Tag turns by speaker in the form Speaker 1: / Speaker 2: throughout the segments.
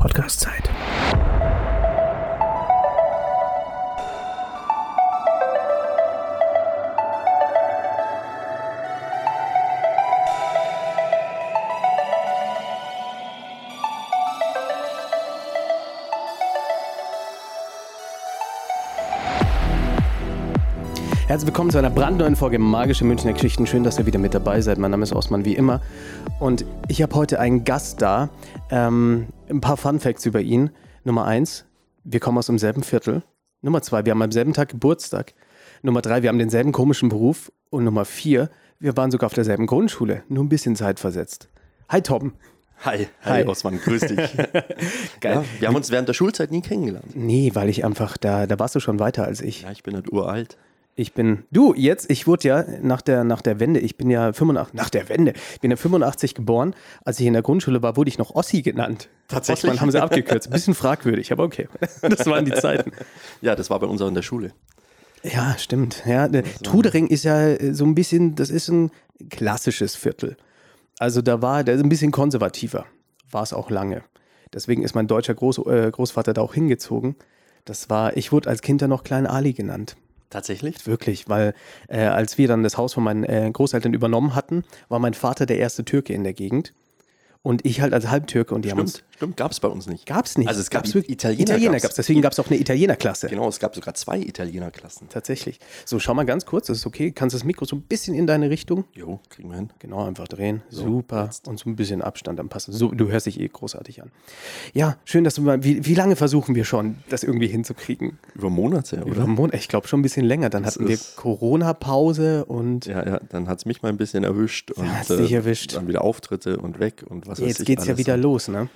Speaker 1: Podcast-Zeit Herzlich willkommen zu einer brandneuen Folge Magische Münchner Geschichten. Schön, dass ihr wieder mit dabei seid. Mein Name ist Osman, wie immer. Und ich habe heute einen Gast da. Ähm, ein paar Fun Facts über ihn. Nummer eins, wir kommen aus demselben Viertel. Nummer zwei, wir haben am selben Tag Geburtstag. Nummer drei, wir haben denselben komischen Beruf. Und Nummer vier, wir waren sogar auf derselben Grundschule. Nur ein bisschen zeitversetzt. Hi, Tom.
Speaker 2: Hi,
Speaker 1: Hi.
Speaker 2: hi, Osman, grüß dich.
Speaker 1: Geil.
Speaker 2: Ja, wir haben uns während der Schulzeit nie kennengelernt.
Speaker 1: Nee, weil ich einfach, da, da warst du schon weiter als ich.
Speaker 2: Ja, ich bin halt uralt.
Speaker 1: Ich bin, du, jetzt, ich wurde ja nach der, nach der Wende, ich bin ja 85, nach der Wende, ich bin ja 85 geboren. Als ich in der Grundschule war, wurde ich noch Ossi genannt.
Speaker 2: Tatsächlich?
Speaker 1: Osman haben sie abgekürzt. Ein bisschen fragwürdig, aber okay. Das waren die Zeiten.
Speaker 2: Ja, das war bei uns auch in der Schule.
Speaker 1: Ja, stimmt. Ja, der Trudering ist ja äh, so ein bisschen, das ist ein klassisches Viertel. Also da war, der ist ein bisschen konservativer. War es auch lange. Deswegen ist mein deutscher Groß, äh, Großvater da auch hingezogen. Das war, ich wurde als Kind da noch Klein Ali genannt.
Speaker 2: Tatsächlich?
Speaker 1: Wirklich, weil äh, als wir dann das Haus von meinen äh, Großeltern übernommen hatten, war mein Vater der erste Türke in der Gegend. Und ich halt als Halbtürke und die haben uns.
Speaker 2: Stimmt, stimmt gab es bei uns nicht.
Speaker 1: Gab's nicht.
Speaker 2: Also es gab
Speaker 1: Gab's
Speaker 2: I-
Speaker 1: wirklich-
Speaker 2: Italiener
Speaker 1: Italiener
Speaker 2: gab's.
Speaker 1: gab's. Deswegen gab es auch eine Italienerklasse.
Speaker 2: Genau, es gab sogar zwei Italienerklassen.
Speaker 1: Tatsächlich. So, schau mal ganz kurz, das ist okay. Kannst das Mikro so ein bisschen in deine Richtung?
Speaker 2: Jo, kriegen wir hin.
Speaker 1: Genau, einfach drehen. Super. Und so ein bisschen Abstand dann passen. So, du hörst dich eh großartig an. Ja, schön, dass du mal. Wie, wie lange versuchen wir schon, das irgendwie hinzukriegen?
Speaker 2: Über Monate, oder?
Speaker 1: Über einen Monat, ich glaube schon ein bisschen länger. Dann
Speaker 2: Das
Speaker 1: hatten wir
Speaker 2: ist-
Speaker 1: Corona-Pause und
Speaker 2: Ja, ja, dann hat es mich mal ein bisschen erwischt. und, äh,
Speaker 1: hat's dich erwischt.
Speaker 2: Dann wieder Auftritte und weg und was weiß
Speaker 1: jetzt
Speaker 2: ich
Speaker 1: geht's ja
Speaker 2: alles.
Speaker 1: wieder los, ne?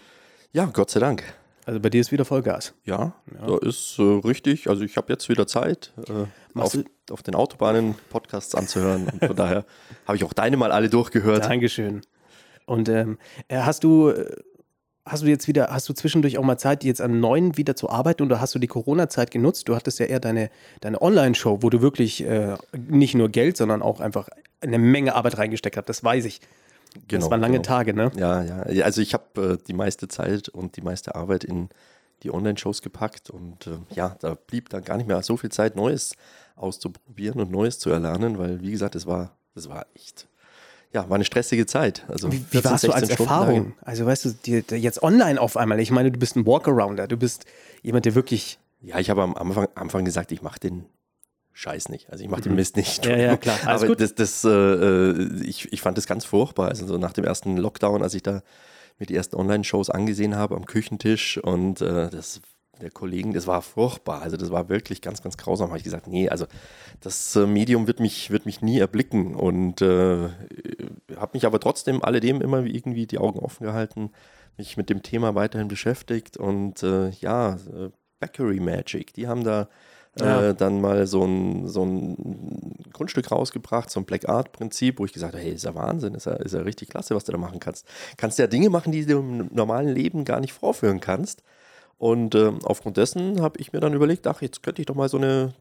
Speaker 2: Ja, Gott sei Dank.
Speaker 1: Also bei dir ist wieder Vollgas.
Speaker 2: Ja, da ist äh, richtig. Also ich habe jetzt wieder Zeit, äh,
Speaker 1: Machst
Speaker 2: auf, auf den Autobahnen Podcasts anzuhören. Und von daher habe ich auch deine mal alle durchgehört.
Speaker 1: Dankeschön. Und ähm, äh, hast du, äh, hast du jetzt wieder, hast du zwischendurch auch mal Zeit, jetzt am neuen wieder zu arbeiten oder hast du die Corona-Zeit genutzt? Du hattest ja eher deine, deine Online-Show, wo du wirklich äh, nicht nur Geld, sondern auch einfach eine Menge Arbeit reingesteckt hast. Das weiß ich. das waren lange
Speaker 2: genau.
Speaker 1: Tage, ne?
Speaker 2: Ja, ja. Ja, Also ich habe äh, die meiste Zeit und die meiste Arbeit in die Online-Shows gepackt und äh, ja, da blieb dann gar nicht mehr so viel Zeit, Neues auszuprobieren und Neues zu erlernen, weil wie gesagt, es war, das war echt, ja, war eine stressige Zeit. Also
Speaker 1: Wie, wie
Speaker 2: 14,
Speaker 1: warst du als
Speaker 2: 16 Stunden lang
Speaker 1: Erfahrung? Also weißt du, die, die jetzt online auf einmal. Ich meine, du bist ein Walkarounder. Du bist jemand, der wirklich
Speaker 2: Ja, ich habe am Anfang, Anfang gesagt, ich mache den Scheiß nicht. Also ich mache den Mist nicht.
Speaker 1: Mhm. Ja, ja, klar. Alles
Speaker 2: Aber
Speaker 1: gut.
Speaker 2: das, das, äh, äh, ich, ich fand das ganz furchtbar. Also so nach dem ersten Lockdown, als ich da mir die ersten Online-Shows angesehen habe am Küchentisch und äh, das der Kollegen, das war furchtbar. Also das war wirklich ganz, ganz grausam. Habe ich gesagt, nee, also das äh, Medium wird mich, wird mich nie erblicken und äh, habe mich aber trotzdem alledem immer irgendwie die Augen offen gehalten, mich mit dem Thema weiterhin beschäftigt und äh, ja, äh, Bakery Magic, die haben da äh,
Speaker 1: Ja.
Speaker 2: dann mal so ein, so ein Grundstück rausgebracht, so ein Black Art Prinzip, wo ich gesagt habe, hey, ist ja Wahnsinn, ist ja, ist ja richtig klasse, was du da machen kannst. Kannst ja Dinge machen, die du im normalen Leben gar nicht vorführen kannst. Und ähm, aufgrund dessen habe ich mir dann überlegt, ach, jetzt könnte ich doch mal so eine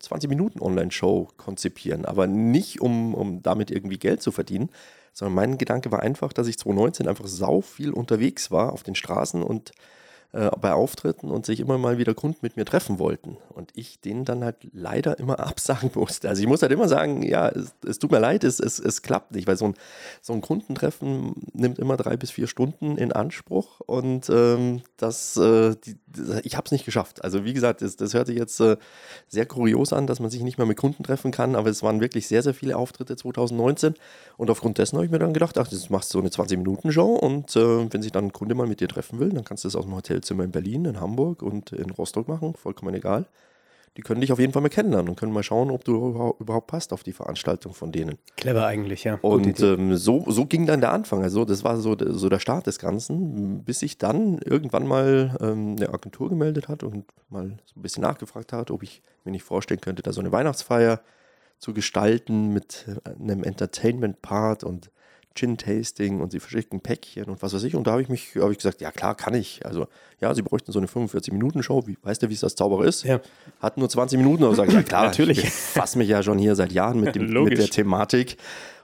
Speaker 2: 20-Minuten-Online-Show konzipieren. Aber nicht, um, um damit irgendwie Geld zu verdienen, sondern mein Gedanke war einfach, dass ich 2019 einfach sau viel unterwegs war auf den Straßen und äh, bei Auftritten und sich immer mal wieder Kunden mit mir treffen wollten. Und ich denen dann halt leider immer absagen musste. Also ich muss halt immer sagen, ja, es, es tut mir leid, es, es, es klappt nicht, weil so ein, so ein Kundentreffen nimmt immer drei bis vier Stunden in Anspruch und ähm, das, äh, die, das, ich habe es nicht geschafft. Also wie gesagt, das, das hört sich jetzt äh, sehr kurios an, dass man sich nicht mehr mit Kunden treffen kann, aber es waren wirklich sehr, sehr viele Auftritte 2019 und aufgrund dessen habe ich mir dann gedacht, ach, das machst du so eine 20-Minuten-Show und äh, wenn sich dann ein Kunde mal mit dir treffen will, dann kannst du das aus dem Hotelzimmer in Berlin, in Hamburg und in Rostock machen, vollkommen egal. Die können dich auf jeden Fall mal kennenlernen und können mal schauen, ob du überhaupt- überhaupt passt auf die Veranstaltung von denen.
Speaker 1: clever eigentlich, ja. Gute
Speaker 2: Und
Speaker 1: Idee.
Speaker 2: ähm, so, so ging dann der Anfang. Also das war so, der- so der Start des Ganzen, bis sich dann irgendwann mal ähm, eine Agentur gemeldet hat und mal so ein bisschen nachgefragt hat, ob ich mir nicht vorstellen könnte, da so eine Weihnachtsfeier zu gestalten mit äh, einem Entertainment-Part und Gin-Tasting und sie verschicken Päckchen und was weiß ich. Und da habe ich mich, habe ich gesagt, ja klar, kann ich. Also ja, sie bräuchten so eine 45-Minuten-Show. Wie, weißt du, wie es das Zauberer ist?
Speaker 1: Ja.
Speaker 2: Hat nur 20 Minuten, aber sagt, ja klar,
Speaker 1: Natürlich.
Speaker 2: Ich befasse mich ja schon hier seit Jahren mit, dem, mit
Speaker 1: Logisch.
Speaker 2: der Thematik.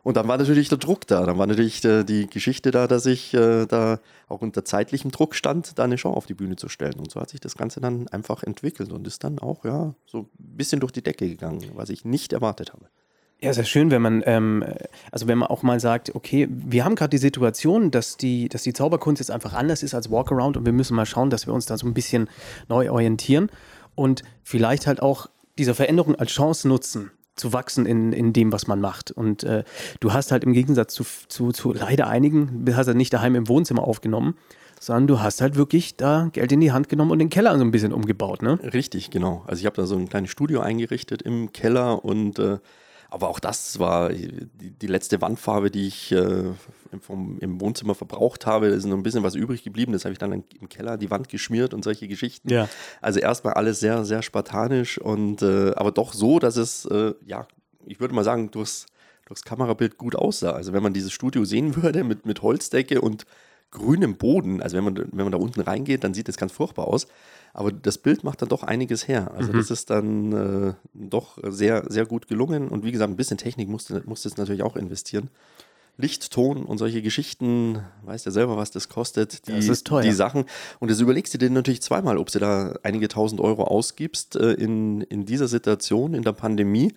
Speaker 2: Und dann war natürlich der Druck da. Dann war natürlich äh, die Geschichte da, dass ich äh, da auch unter zeitlichem Druck stand, da eine Show auf die Bühne zu stellen. Und so hat sich das Ganze dann einfach entwickelt und ist dann auch, ja, so ein bisschen durch die Decke gegangen, was ich nicht erwartet habe.
Speaker 1: Ja, ist ja schön, wenn man, ähm, also wenn man auch mal sagt, okay, wir haben gerade die Situation, dass die, dass die Zauberkunst jetzt einfach anders ist als Walkaround und wir müssen mal schauen, dass wir uns da so ein bisschen neu orientieren und vielleicht halt auch diese Veränderung als Chance nutzen, zu wachsen in, in dem, was man macht. Und äh, du hast halt im Gegensatz zu, zu, zu leider einigen, hast halt nicht daheim im Wohnzimmer aufgenommen, sondern du hast halt wirklich da Geld in die Hand genommen und den Keller so ein bisschen umgebaut, ne?
Speaker 2: Richtig, genau. Also ich habe da so ein kleines Studio eingerichtet im Keller und äh, aber auch das war äh, die, die letzte Wandfarbe, die ich äh, vom, im Wohnzimmer verbraucht habe. Da ist noch ein bisschen was übrig geblieben. Das habe ich dann im Keller an die Wand geschmiert und solche Geschichten.
Speaker 1: Ja.
Speaker 2: Also erstmal alles sehr, sehr spartanisch und äh, aber doch so, dass es, äh, ja, ich würde mal sagen, durchs, durchs Kamerabild gut aussah. Also wenn man dieses Studio sehen würde mit, mit Holzdecke und grünem Boden, also wenn man, wenn man da unten reingeht, dann sieht das ganz furchtbar aus. Aber das Bild macht dann doch einiges her. Also
Speaker 1: Mhm.
Speaker 2: das ist dann äh, doch sehr, sehr gut gelungen. Und wie gesagt, ein bisschen Technik musste, musste es natürlich auch investieren. Licht, Ton und solche Geschichten, weißt ja selber, was das kostet, die,
Speaker 1: Das ist teuer.
Speaker 2: die Sachen. Und das überlegst du dir natürlich zweimal, ob du da einige tausend Euro ausgibst äh, in, in dieser Situation, in der Pandemie,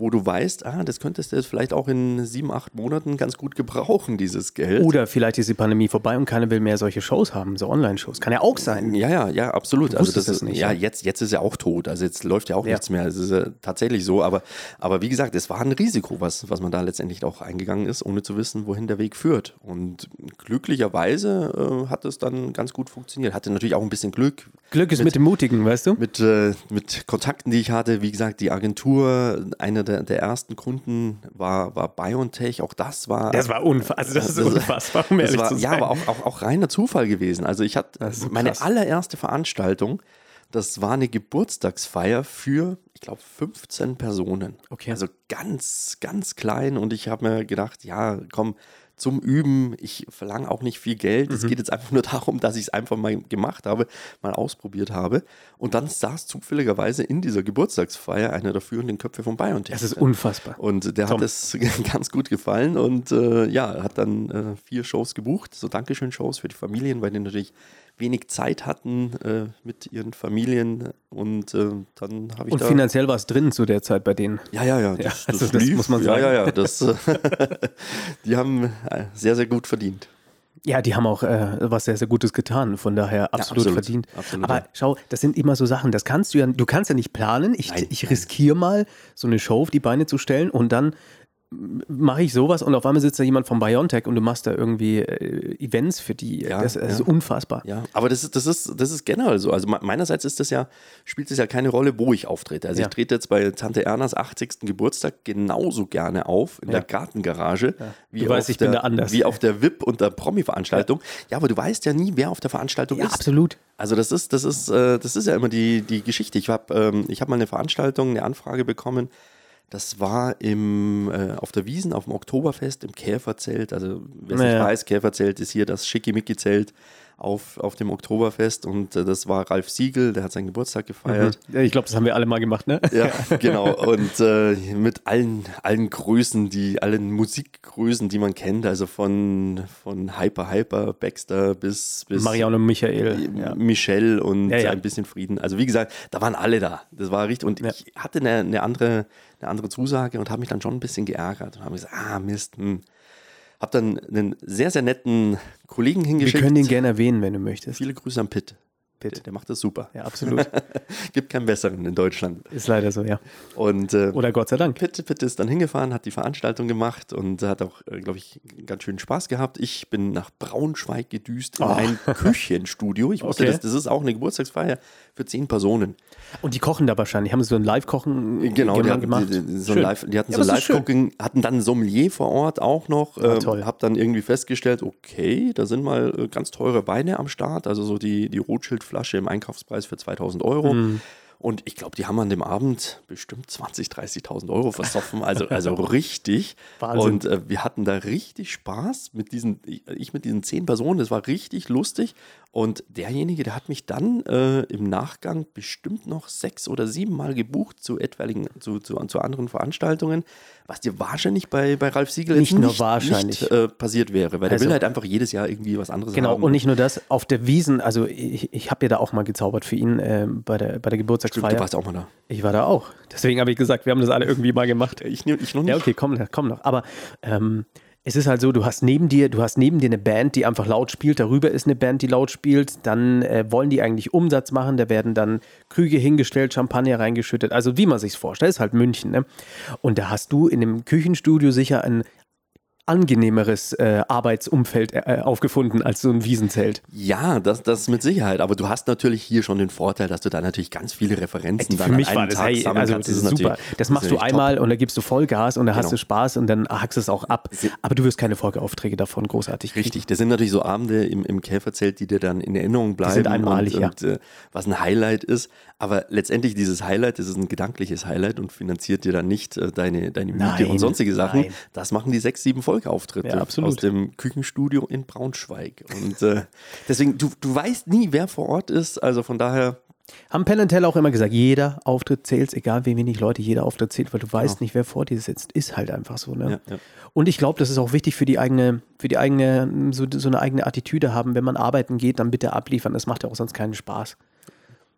Speaker 2: wo du weißt, ah, das könntest du jetzt vielleicht auch in sieben, acht Monaten ganz gut gebrauchen, dieses Geld.
Speaker 1: Oder vielleicht ist die Pandemie vorbei und keiner will mehr solche Shows haben, so Online-Shows. Kann ja auch sein.
Speaker 2: Ja, ja, ja, absolut. Also das
Speaker 1: wusstest
Speaker 2: ist,
Speaker 1: es nicht,
Speaker 2: ja,
Speaker 1: ja.
Speaker 2: jetzt, jetzt ist er auch tot. Also jetzt läuft ja auch
Speaker 1: Ja.
Speaker 2: nichts mehr. Es ist ja tatsächlich so. Aber, aber wie gesagt, es war ein Risiko, was, was man da letztendlich auch eingegangen ist, ohne zu wissen, wohin der Weg führt. Und glücklicherweise äh, hat es dann ganz gut funktioniert. Hatte natürlich auch ein bisschen Glück
Speaker 1: Glück ist mit, dem Mutigen, weißt du?
Speaker 2: mit, äh, mit Kontakten, die ich hatte. Wie gesagt, die Agentur, einer der, der ersten Kunden war, war BioNTech. Auch das war.
Speaker 1: Das war unfassbar. Also das ist
Speaker 2: Das-
Speaker 1: unfassbar, um
Speaker 2: Das
Speaker 1: ehrlich
Speaker 2: war,
Speaker 1: zu sein.
Speaker 2: ja, aber auch, auch, auch reiner Zufall gewesen. Also ich hatte
Speaker 1: Das ist so
Speaker 2: meine
Speaker 1: krass.
Speaker 2: allererste Veranstaltung, das war eine Geburtstagsfeier für, ich glaube, 15 Personen.
Speaker 1: Okay.
Speaker 2: Also ganz, ganz klein. Und ich habe mir gedacht, ja, komm, zum Üben, ich verlange auch nicht viel Geld.
Speaker 1: Mhm.
Speaker 2: Es geht jetzt einfach nur darum, dass ich es einfach mal gemacht habe, mal ausprobiert habe. Und dann saß zufälligerweise in dieser Geburtstagsfeier einer der führenden Köpfe von Biontech.
Speaker 1: das ist unfassbar.
Speaker 2: Und der
Speaker 1: Tom.
Speaker 2: hat es ganz gut gefallen und äh, ja, hat dann äh, vier Shows gebucht, so Dankeschön-Shows für die Familien, weil die natürlich wenig Zeit hatten äh, mit ihren Familien und äh, dann habe ich
Speaker 1: Und
Speaker 2: da...
Speaker 1: finanziell war es drin zu der Zeit bei denen.
Speaker 2: Ja, ja, ja.
Speaker 1: Ja, also das muss man sagen.
Speaker 2: Ja, ja, ja. Das, äh, die haben äh, sehr, sehr gut verdient.
Speaker 1: Ja, die haben auch äh, was sehr, sehr Gutes getan, von daher absolut,
Speaker 2: absolut.
Speaker 1: verdient.
Speaker 2: Absolut,
Speaker 1: Aber
Speaker 2: ja.
Speaker 1: schau, das sind immer so Sachen, das kannst du ja, du kannst ja nicht planen. Ich,
Speaker 2: Nein,
Speaker 1: ich
Speaker 2: nein.
Speaker 1: riskiere mal, so eine Show auf die Beine zu stellen und dann m- mache ich sowas und auf einmal sitzt da jemand von Biontech und du machst da irgendwie äh, Events für die.
Speaker 2: Ja,
Speaker 1: das, das
Speaker 2: ja.
Speaker 1: ist unfassbar.
Speaker 2: Ja, aber das ist, das ist, das ist generell so. Also me- meinerseits ist das ja, spielt es ja keine Rolle, wo ich auftrete. Also
Speaker 1: Ja.
Speaker 2: ich trete jetzt bei Tante Ernas 80. Geburtstag genauso gerne auf in
Speaker 1: Ja.
Speaker 2: der Gartengarage. Wie
Speaker 1: Du weißt,
Speaker 2: auf
Speaker 1: ich
Speaker 2: der,
Speaker 1: bin da anders.
Speaker 2: Wie auf der VIP und der Promi-Veranstaltung. Ja. aber du weißt ja nie, wer auf der Veranstaltung
Speaker 1: Ja,
Speaker 2: ist.
Speaker 1: absolut.
Speaker 2: Also das ist, das ist, äh, das ist ja immer die, die Geschichte. Ich habe ähm, ich hab mal eine Veranstaltung, eine Anfrage bekommen. Das war im, äh, auf der Wiesen, auf dem Oktoberfest, im Käferzelt. Also wer es nicht
Speaker 1: Ja.
Speaker 2: weiß, Käferzelt ist hier das Schickimicki-Zelt auf, auf dem Oktoberfest. Und äh, das war Ralf Siegel, der hat seinen Geburtstag
Speaker 1: Oh
Speaker 2: gefeiert.
Speaker 1: Ja, Ich glaube, das haben wir alle mal gemacht, ne?
Speaker 2: Ja, genau. Und äh, mit allen, allen Größen, die, allen Musikgrößen, die man kennt, also von, von Hyper Hyper, Baxter bis, bis
Speaker 1: Marianne und Michael.
Speaker 2: M-
Speaker 1: Ja.
Speaker 2: Äh, Michelle und
Speaker 1: Ja, ja.
Speaker 2: ein bisschen Frieden. Also wie gesagt, da waren alle da. Das war richtig. Und
Speaker 1: Ja.
Speaker 2: ich hatte eine, eine, andere, eine andere Zusage und habe mich dann schon ein bisschen geärgert und habe gesagt, ah Mist. Hm. Habe dann einen sehr, sehr netten Kollegen
Speaker 1: Wir
Speaker 2: hingeschickt.
Speaker 1: können den gerne erwähnen, wenn du möchtest.
Speaker 2: Viele Grüße an Pitt.
Speaker 1: Pitt.
Speaker 2: Der, der macht das super.
Speaker 1: Ja, absolut.
Speaker 2: Gibt keinen besseren in Deutschland.
Speaker 1: Ist leider so, ja.
Speaker 2: Und äh,
Speaker 1: Oder Gott sei Dank.
Speaker 2: Pitt, Pitt ist dann hingefahren, hat die Veranstaltung gemacht und hat auch, glaube ich, ganz schön Spaß gehabt. Ich bin nach Braunschweig gedüst in
Speaker 1: Oh.
Speaker 2: ein Küchenstudio. Ich wusste,
Speaker 1: Okay.
Speaker 2: das, das ist auch eine Geburtstagsfeier für zehn Personen.
Speaker 1: Und die kochen da wahrscheinlich. Haben sie so ein Live-Kochen
Speaker 2: Genau, die
Speaker 1: gemacht?
Speaker 2: hatten, die, die, so ein
Speaker 1: Schön.
Speaker 2: Live, die hatten
Speaker 1: Ja,
Speaker 2: so ein
Speaker 1: aber es ist schön.
Speaker 2: Live-Cooking, hatten dann ein Sommelier vor Ort auch noch.
Speaker 1: Ah,
Speaker 2: ähm,
Speaker 1: toll.
Speaker 2: hab dann irgendwie festgestellt, okay, da sind mal äh, ganz teure Weine am Start. Also so die, die Rothschild-Flasche im Einkaufspreis für 2000 Euro.
Speaker 1: Mhm.
Speaker 2: Und ich glaube, die haben an dem Abend bestimmt 20.000, 30.000 Euro versoffen. Also, also richtig.
Speaker 1: Wahnsinn.
Speaker 2: Und äh, wir hatten da richtig Spaß mit diesen, ich- ich mit diesen zehn Personen. Das war richtig lustig. Und derjenige, der hat mich dann äh, im Nachgang bestimmt noch sechs oder sieben Mal gebucht zu etwaigen, zu, zu, zu anderen Veranstaltungen, was dir wahrscheinlich bei, bei Ralf Siegel
Speaker 1: Nicht nur wahrscheinlich.
Speaker 2: nicht, äh, passiert wäre, weil
Speaker 1: Also-
Speaker 2: der will halt einfach jedes Jahr irgendwie was anderes
Speaker 1: Genau,
Speaker 2: haben.
Speaker 1: und nicht nur das, auf der Wiesen, also ich, ich habe ja da auch mal gezaubert für ihn äh, bei, der, bei der
Speaker 2: Stimmt, du
Speaker 1: Geburtstagsfeier.
Speaker 2: warst auch mal da.
Speaker 1: ich war da auch. Deswegen habe ich gesagt, wir haben das alle irgendwie mal gemacht.
Speaker 2: Ich, nehm- ich noch nicht.
Speaker 1: Ja, okay, komm, komm noch. Aber ähm, es ist halt so, du hast neben dir, du hast neben dir eine Band, die einfach laut spielt, darüber ist eine Band, die laut spielt, dann äh, wollen die eigentlich Umsatz machen, da werden dann Krüge hingestellt, Champagner reingeschüttet, also wie man sich's vorstellt, ist halt München, ne? Und da hast du in dem Küchenstudio sicher ein angenehmeres äh, Arbeitsumfeld äh, aufgefunden als so ein Wiesenzelt.
Speaker 2: Ja, das, das mit Sicherheit. Aber du hast natürlich hier schon den Vorteil, dass du da natürlich ganz viele Referenzen dann
Speaker 1: Für
Speaker 2: an
Speaker 1: mich
Speaker 2: einem
Speaker 1: war das,
Speaker 2: Tag
Speaker 1: hey,
Speaker 2: sammeln
Speaker 1: also das
Speaker 2: kannst.
Speaker 1: ist
Speaker 2: natürlich-
Speaker 1: super. Das
Speaker 2: ist
Speaker 1: machst du
Speaker 2: natürlich
Speaker 1: einmal und da gibst du Vollgas und da hast
Speaker 2: Genau.
Speaker 1: du Spaß und dann hackst du es auch ab. Aber du wirst keine Folgeaufträge davon großartig kriegen.
Speaker 2: Richtig, das sind natürlich so Abende im, im Käferzelt, die dir dann in Erinnerung bleiben.
Speaker 1: sind einmalig,
Speaker 2: und,
Speaker 1: ja.
Speaker 2: und, äh, was ein Highlight ist. Aber letztendlich dieses Highlight, das ist ein gedankliches Highlight und finanziert dir dann nicht äh, deine, deine Miete
Speaker 1: Nein,
Speaker 2: und sonstige Sachen.
Speaker 1: nein.
Speaker 2: Das machen die sechs, sieben Folgeauftritte
Speaker 1: Ja, absolut.
Speaker 2: aus dem Küchenstudio in Braunschweig. Und äh, deswegen, du, du weißt nie, wer vor Ort ist. Also von daher,
Speaker 1: Haben Penn and Teller auch immer gesagt, jeder Auftritt zählt, egal wie wenig Leute jeder Auftritt zählt, weil du weißt nicht, wer vor dir sitzt. Ist halt einfach so. Ne?
Speaker 2: Genau. Ja, ja.
Speaker 1: Und ich glaube, das ist auch wichtig für die eigene, für die eigene, mm, so, so eine eigene Attitüde haben. Wenn man arbeiten geht, dann bitte abliefern. Das macht ja auch sonst keinen Spaß.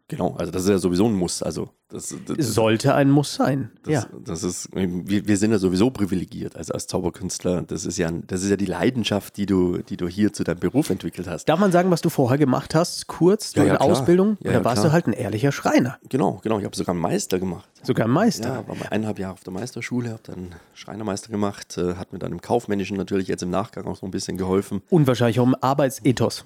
Speaker 2: genau, also das ist ja sowieso ein Muss. Also das, das,
Speaker 1: Sollte ein Muss sein.
Speaker 2: Das,
Speaker 1: ja.
Speaker 2: das ist, wir, wir sind ja sowieso privilegiert, also als Zauberkünstler. Das ist ja, das ist ja die Leidenschaft, die du, die du hier zu deinem Beruf entwickelt hast.
Speaker 1: Darf man sagen, was du vorher gemacht hast, kurz,
Speaker 2: Ja,
Speaker 1: deine
Speaker 2: ja, klar.
Speaker 1: Ausbildung?
Speaker 2: Ja,
Speaker 1: da
Speaker 2: ja,
Speaker 1: warst
Speaker 2: klar.
Speaker 1: du halt ein ehrlicher Schreiner.
Speaker 2: Genau, genau. Ich habe sogar einen Meister gemacht.
Speaker 1: Sogar ein Meister.
Speaker 2: Ja, war mal eineinhalb Jahre auf der Meisterschule, habe dann Schreinermeister gemacht, äh, hat mir dann im Kaufmännischen natürlich jetzt im Nachgang auch so ein bisschen geholfen.
Speaker 1: Und wahrscheinlich auch im Arbeitsethos.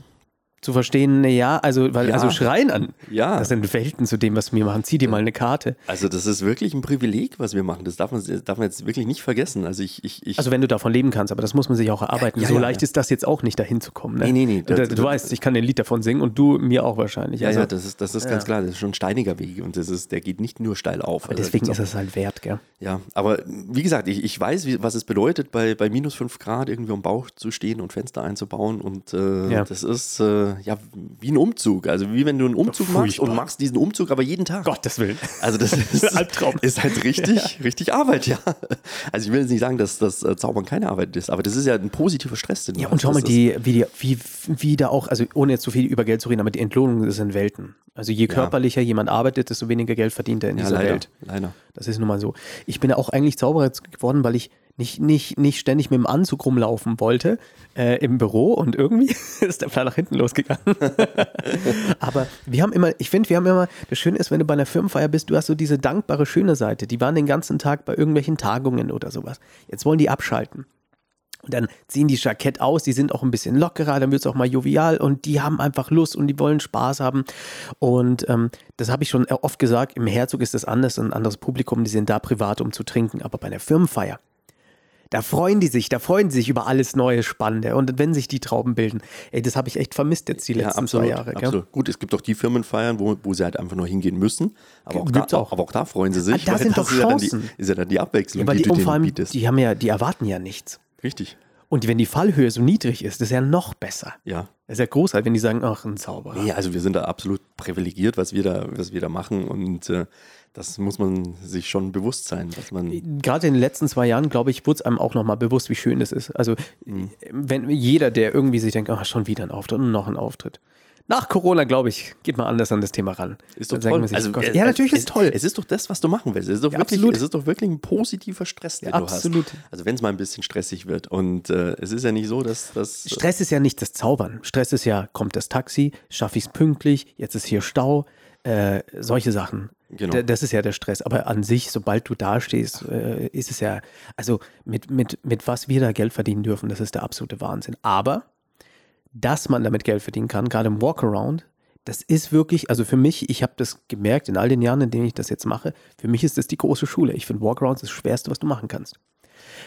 Speaker 1: Zu verstehen, na ja, also, weil,
Speaker 2: Ja.
Speaker 1: also Schreinern,
Speaker 2: Ja.
Speaker 1: das sind Welten zu dem, was wir machen. Zieh dir mal eine Karte.
Speaker 2: Also das ist wirklich ein Privileg, was wir machen. Das darf man, das darf man jetzt wirklich nicht vergessen. Also ich, ich, ich
Speaker 1: Also wenn du davon leben kannst, aber das muss man sich auch erarbeiten.
Speaker 2: Ja, ja,
Speaker 1: so
Speaker 2: ja,
Speaker 1: leicht ist das jetzt auch nicht, dahin zu kommen. Ne?
Speaker 2: Nee, nee, nee.
Speaker 1: Du,
Speaker 2: Das-
Speaker 1: du weißt, ich kann ein Lied davon singen und du mir auch wahrscheinlich.
Speaker 2: ja,
Speaker 1: also,
Speaker 2: ja, das ist, das ist ganz klar. Das ist schon ein steiniger Weg und das ist, der geht nicht nur steil auf. Also da
Speaker 1: deswegen
Speaker 2: gibt's
Speaker 1: ist es halt wert, gell?
Speaker 2: Ja, aber wie gesagt, ich, ich weiß, wie, was es bedeutet, bei, bei minus 5 Grad irgendwie am Bauch zu stehen und Fenster einzubauen. Und äh,
Speaker 1: Ja.
Speaker 2: das ist äh, ja wie ein Umzug. Also wie wenn du einen Umzug machst
Speaker 1: Furchtbar.
Speaker 2: und machst diesen Umzug aber jeden Tag.
Speaker 1: Gottes Willen.
Speaker 2: Also das ist,
Speaker 1: Albtraum.
Speaker 2: ist halt richtig, richtig Arbeit, ja. Also ich will jetzt nicht sagen, dass das äh, Zaubern keine Arbeit ist, aber das ist ja ein positiver Stress. Den du
Speaker 1: Ja, und
Speaker 2: hast.
Speaker 1: schau mal,
Speaker 2: Das ist-
Speaker 1: die, wie, die, wie, wie da auch, also ohne jetzt zu viel über Geld zu reden, aber die Entlohnung ist in Welten. Also je körperlicher jemand arbeitet, desto weniger Geld verdient er in
Speaker 2: ja,
Speaker 1: dieser
Speaker 2: leider,
Speaker 1: Welt.
Speaker 2: leider.
Speaker 1: Das ist nun mal so. Ich bin ja auch eigentlich Zauberer jetzt geworden, weil ich nicht, nicht, nicht ständig mit dem Anzug rumlaufen wollte äh, im Büro und irgendwie ist der Plan nach hinten losgegangen. Aber wir haben immer, ich finde, wir haben immer, das Schöne ist, wenn du bei einer Firmenfeier bist, du hast so diese dankbare, schöne Seite. Die waren den ganzen Tag bei irgendwelchen Tagungen oder sowas. Jetzt wollen die abschalten. Und dann ziehen die Jackett aus, die sind auch ein bisschen lockerer, dann wird es auch mal jovial und die haben einfach Lust und die wollen Spaß haben. Und ähm, das habe ich schon oft gesagt, im Herzog ist das anders, ein anderes Publikum, die sind da privat, um zu trinken, aber bei einer Firmenfeier. Da freuen die sich, da freuen sie sich über alles Neue, Spannende. Und wenn sich die Trauben bilden, ey, das habe ich echt vermisst jetzt die letzten zwei Jahre. Gell?
Speaker 2: absolut. Gut, es gibt auch die Firmenfeiern, wo, wo sie halt einfach nur hingehen müssen. Aber auch,
Speaker 1: Gibt's
Speaker 2: da,
Speaker 1: auch.
Speaker 2: aber auch da freuen sie sich.
Speaker 1: Ah, da
Speaker 2: weil
Speaker 1: sind
Speaker 2: das
Speaker 1: doch
Speaker 2: ist ja dann die-
Speaker 1: Chancen.
Speaker 2: Ist ja dann die Abwechslung,
Speaker 1: Aber
Speaker 2: die,
Speaker 1: die,
Speaker 2: du
Speaker 1: und
Speaker 2: denen
Speaker 1: vor allem,
Speaker 2: bietest.
Speaker 1: die haben ja, die erwarten ja nichts.
Speaker 2: Richtig.
Speaker 1: Und wenn die Fallhöhe so niedrig ist, ist ja noch besser.
Speaker 2: Ja.
Speaker 1: Das ist ja großartig, wenn die sagen, ach, ein Zauberer.
Speaker 2: Nee, also wir sind da absolut privilegiert, was wir da, was wir da machen. Und äh, das muss man sich schon bewusst sein, dass
Speaker 1: Äh,
Speaker 2: man.
Speaker 1: gerade in den letzten zwei Jahren, glaube ich, wurde es einem auch nochmal bewusst, wie schön das ist. Also, wenn jeder, der irgendwie sich denkt, ach, schon wieder ein Auftritt und noch ein Auftritt. Nach Corona, glaube ich, geht man anders an das Thema ran. Dann sagen wir sich, oh
Speaker 2: also,
Speaker 1: Gott,
Speaker 2: äh,
Speaker 1: ja, natürlich
Speaker 2: es,
Speaker 1: ist es toll.
Speaker 2: Es ist doch das, was du machen willst. Es ist doch,
Speaker 1: Ja,
Speaker 2: wirklich,
Speaker 1: absolut.
Speaker 2: es ist doch wirklich ein positiver Stress, den
Speaker 1: Ja,
Speaker 2: du
Speaker 1: absolut.
Speaker 2: hast. Also wenn es mal ein bisschen stressig wird. Und äh, es ist ja nicht so, dass das.
Speaker 1: Stress ist ja nicht das Zaubern. Stress ist ja, kommt das Taxi, schaffe ich es pünktlich, jetzt ist hier Stau, äh, solche Sachen.
Speaker 2: Genau.
Speaker 1: Da- Das ist ja der Stress. Aber an sich, sobald du dastehst, äh, ist es ja, also mit, mit, mit was wir da Geld verdienen dürfen, das ist der absolute Wahnsinn. Aber, dass man damit Geld verdienen kann, gerade im Walkaround, das ist wirklich, also für mich, ich habe das gemerkt in all den Jahren, in denen ich das jetzt mache, für mich ist das die große Schule. Ich finde Walkarounds das Schwerste, was du machen kannst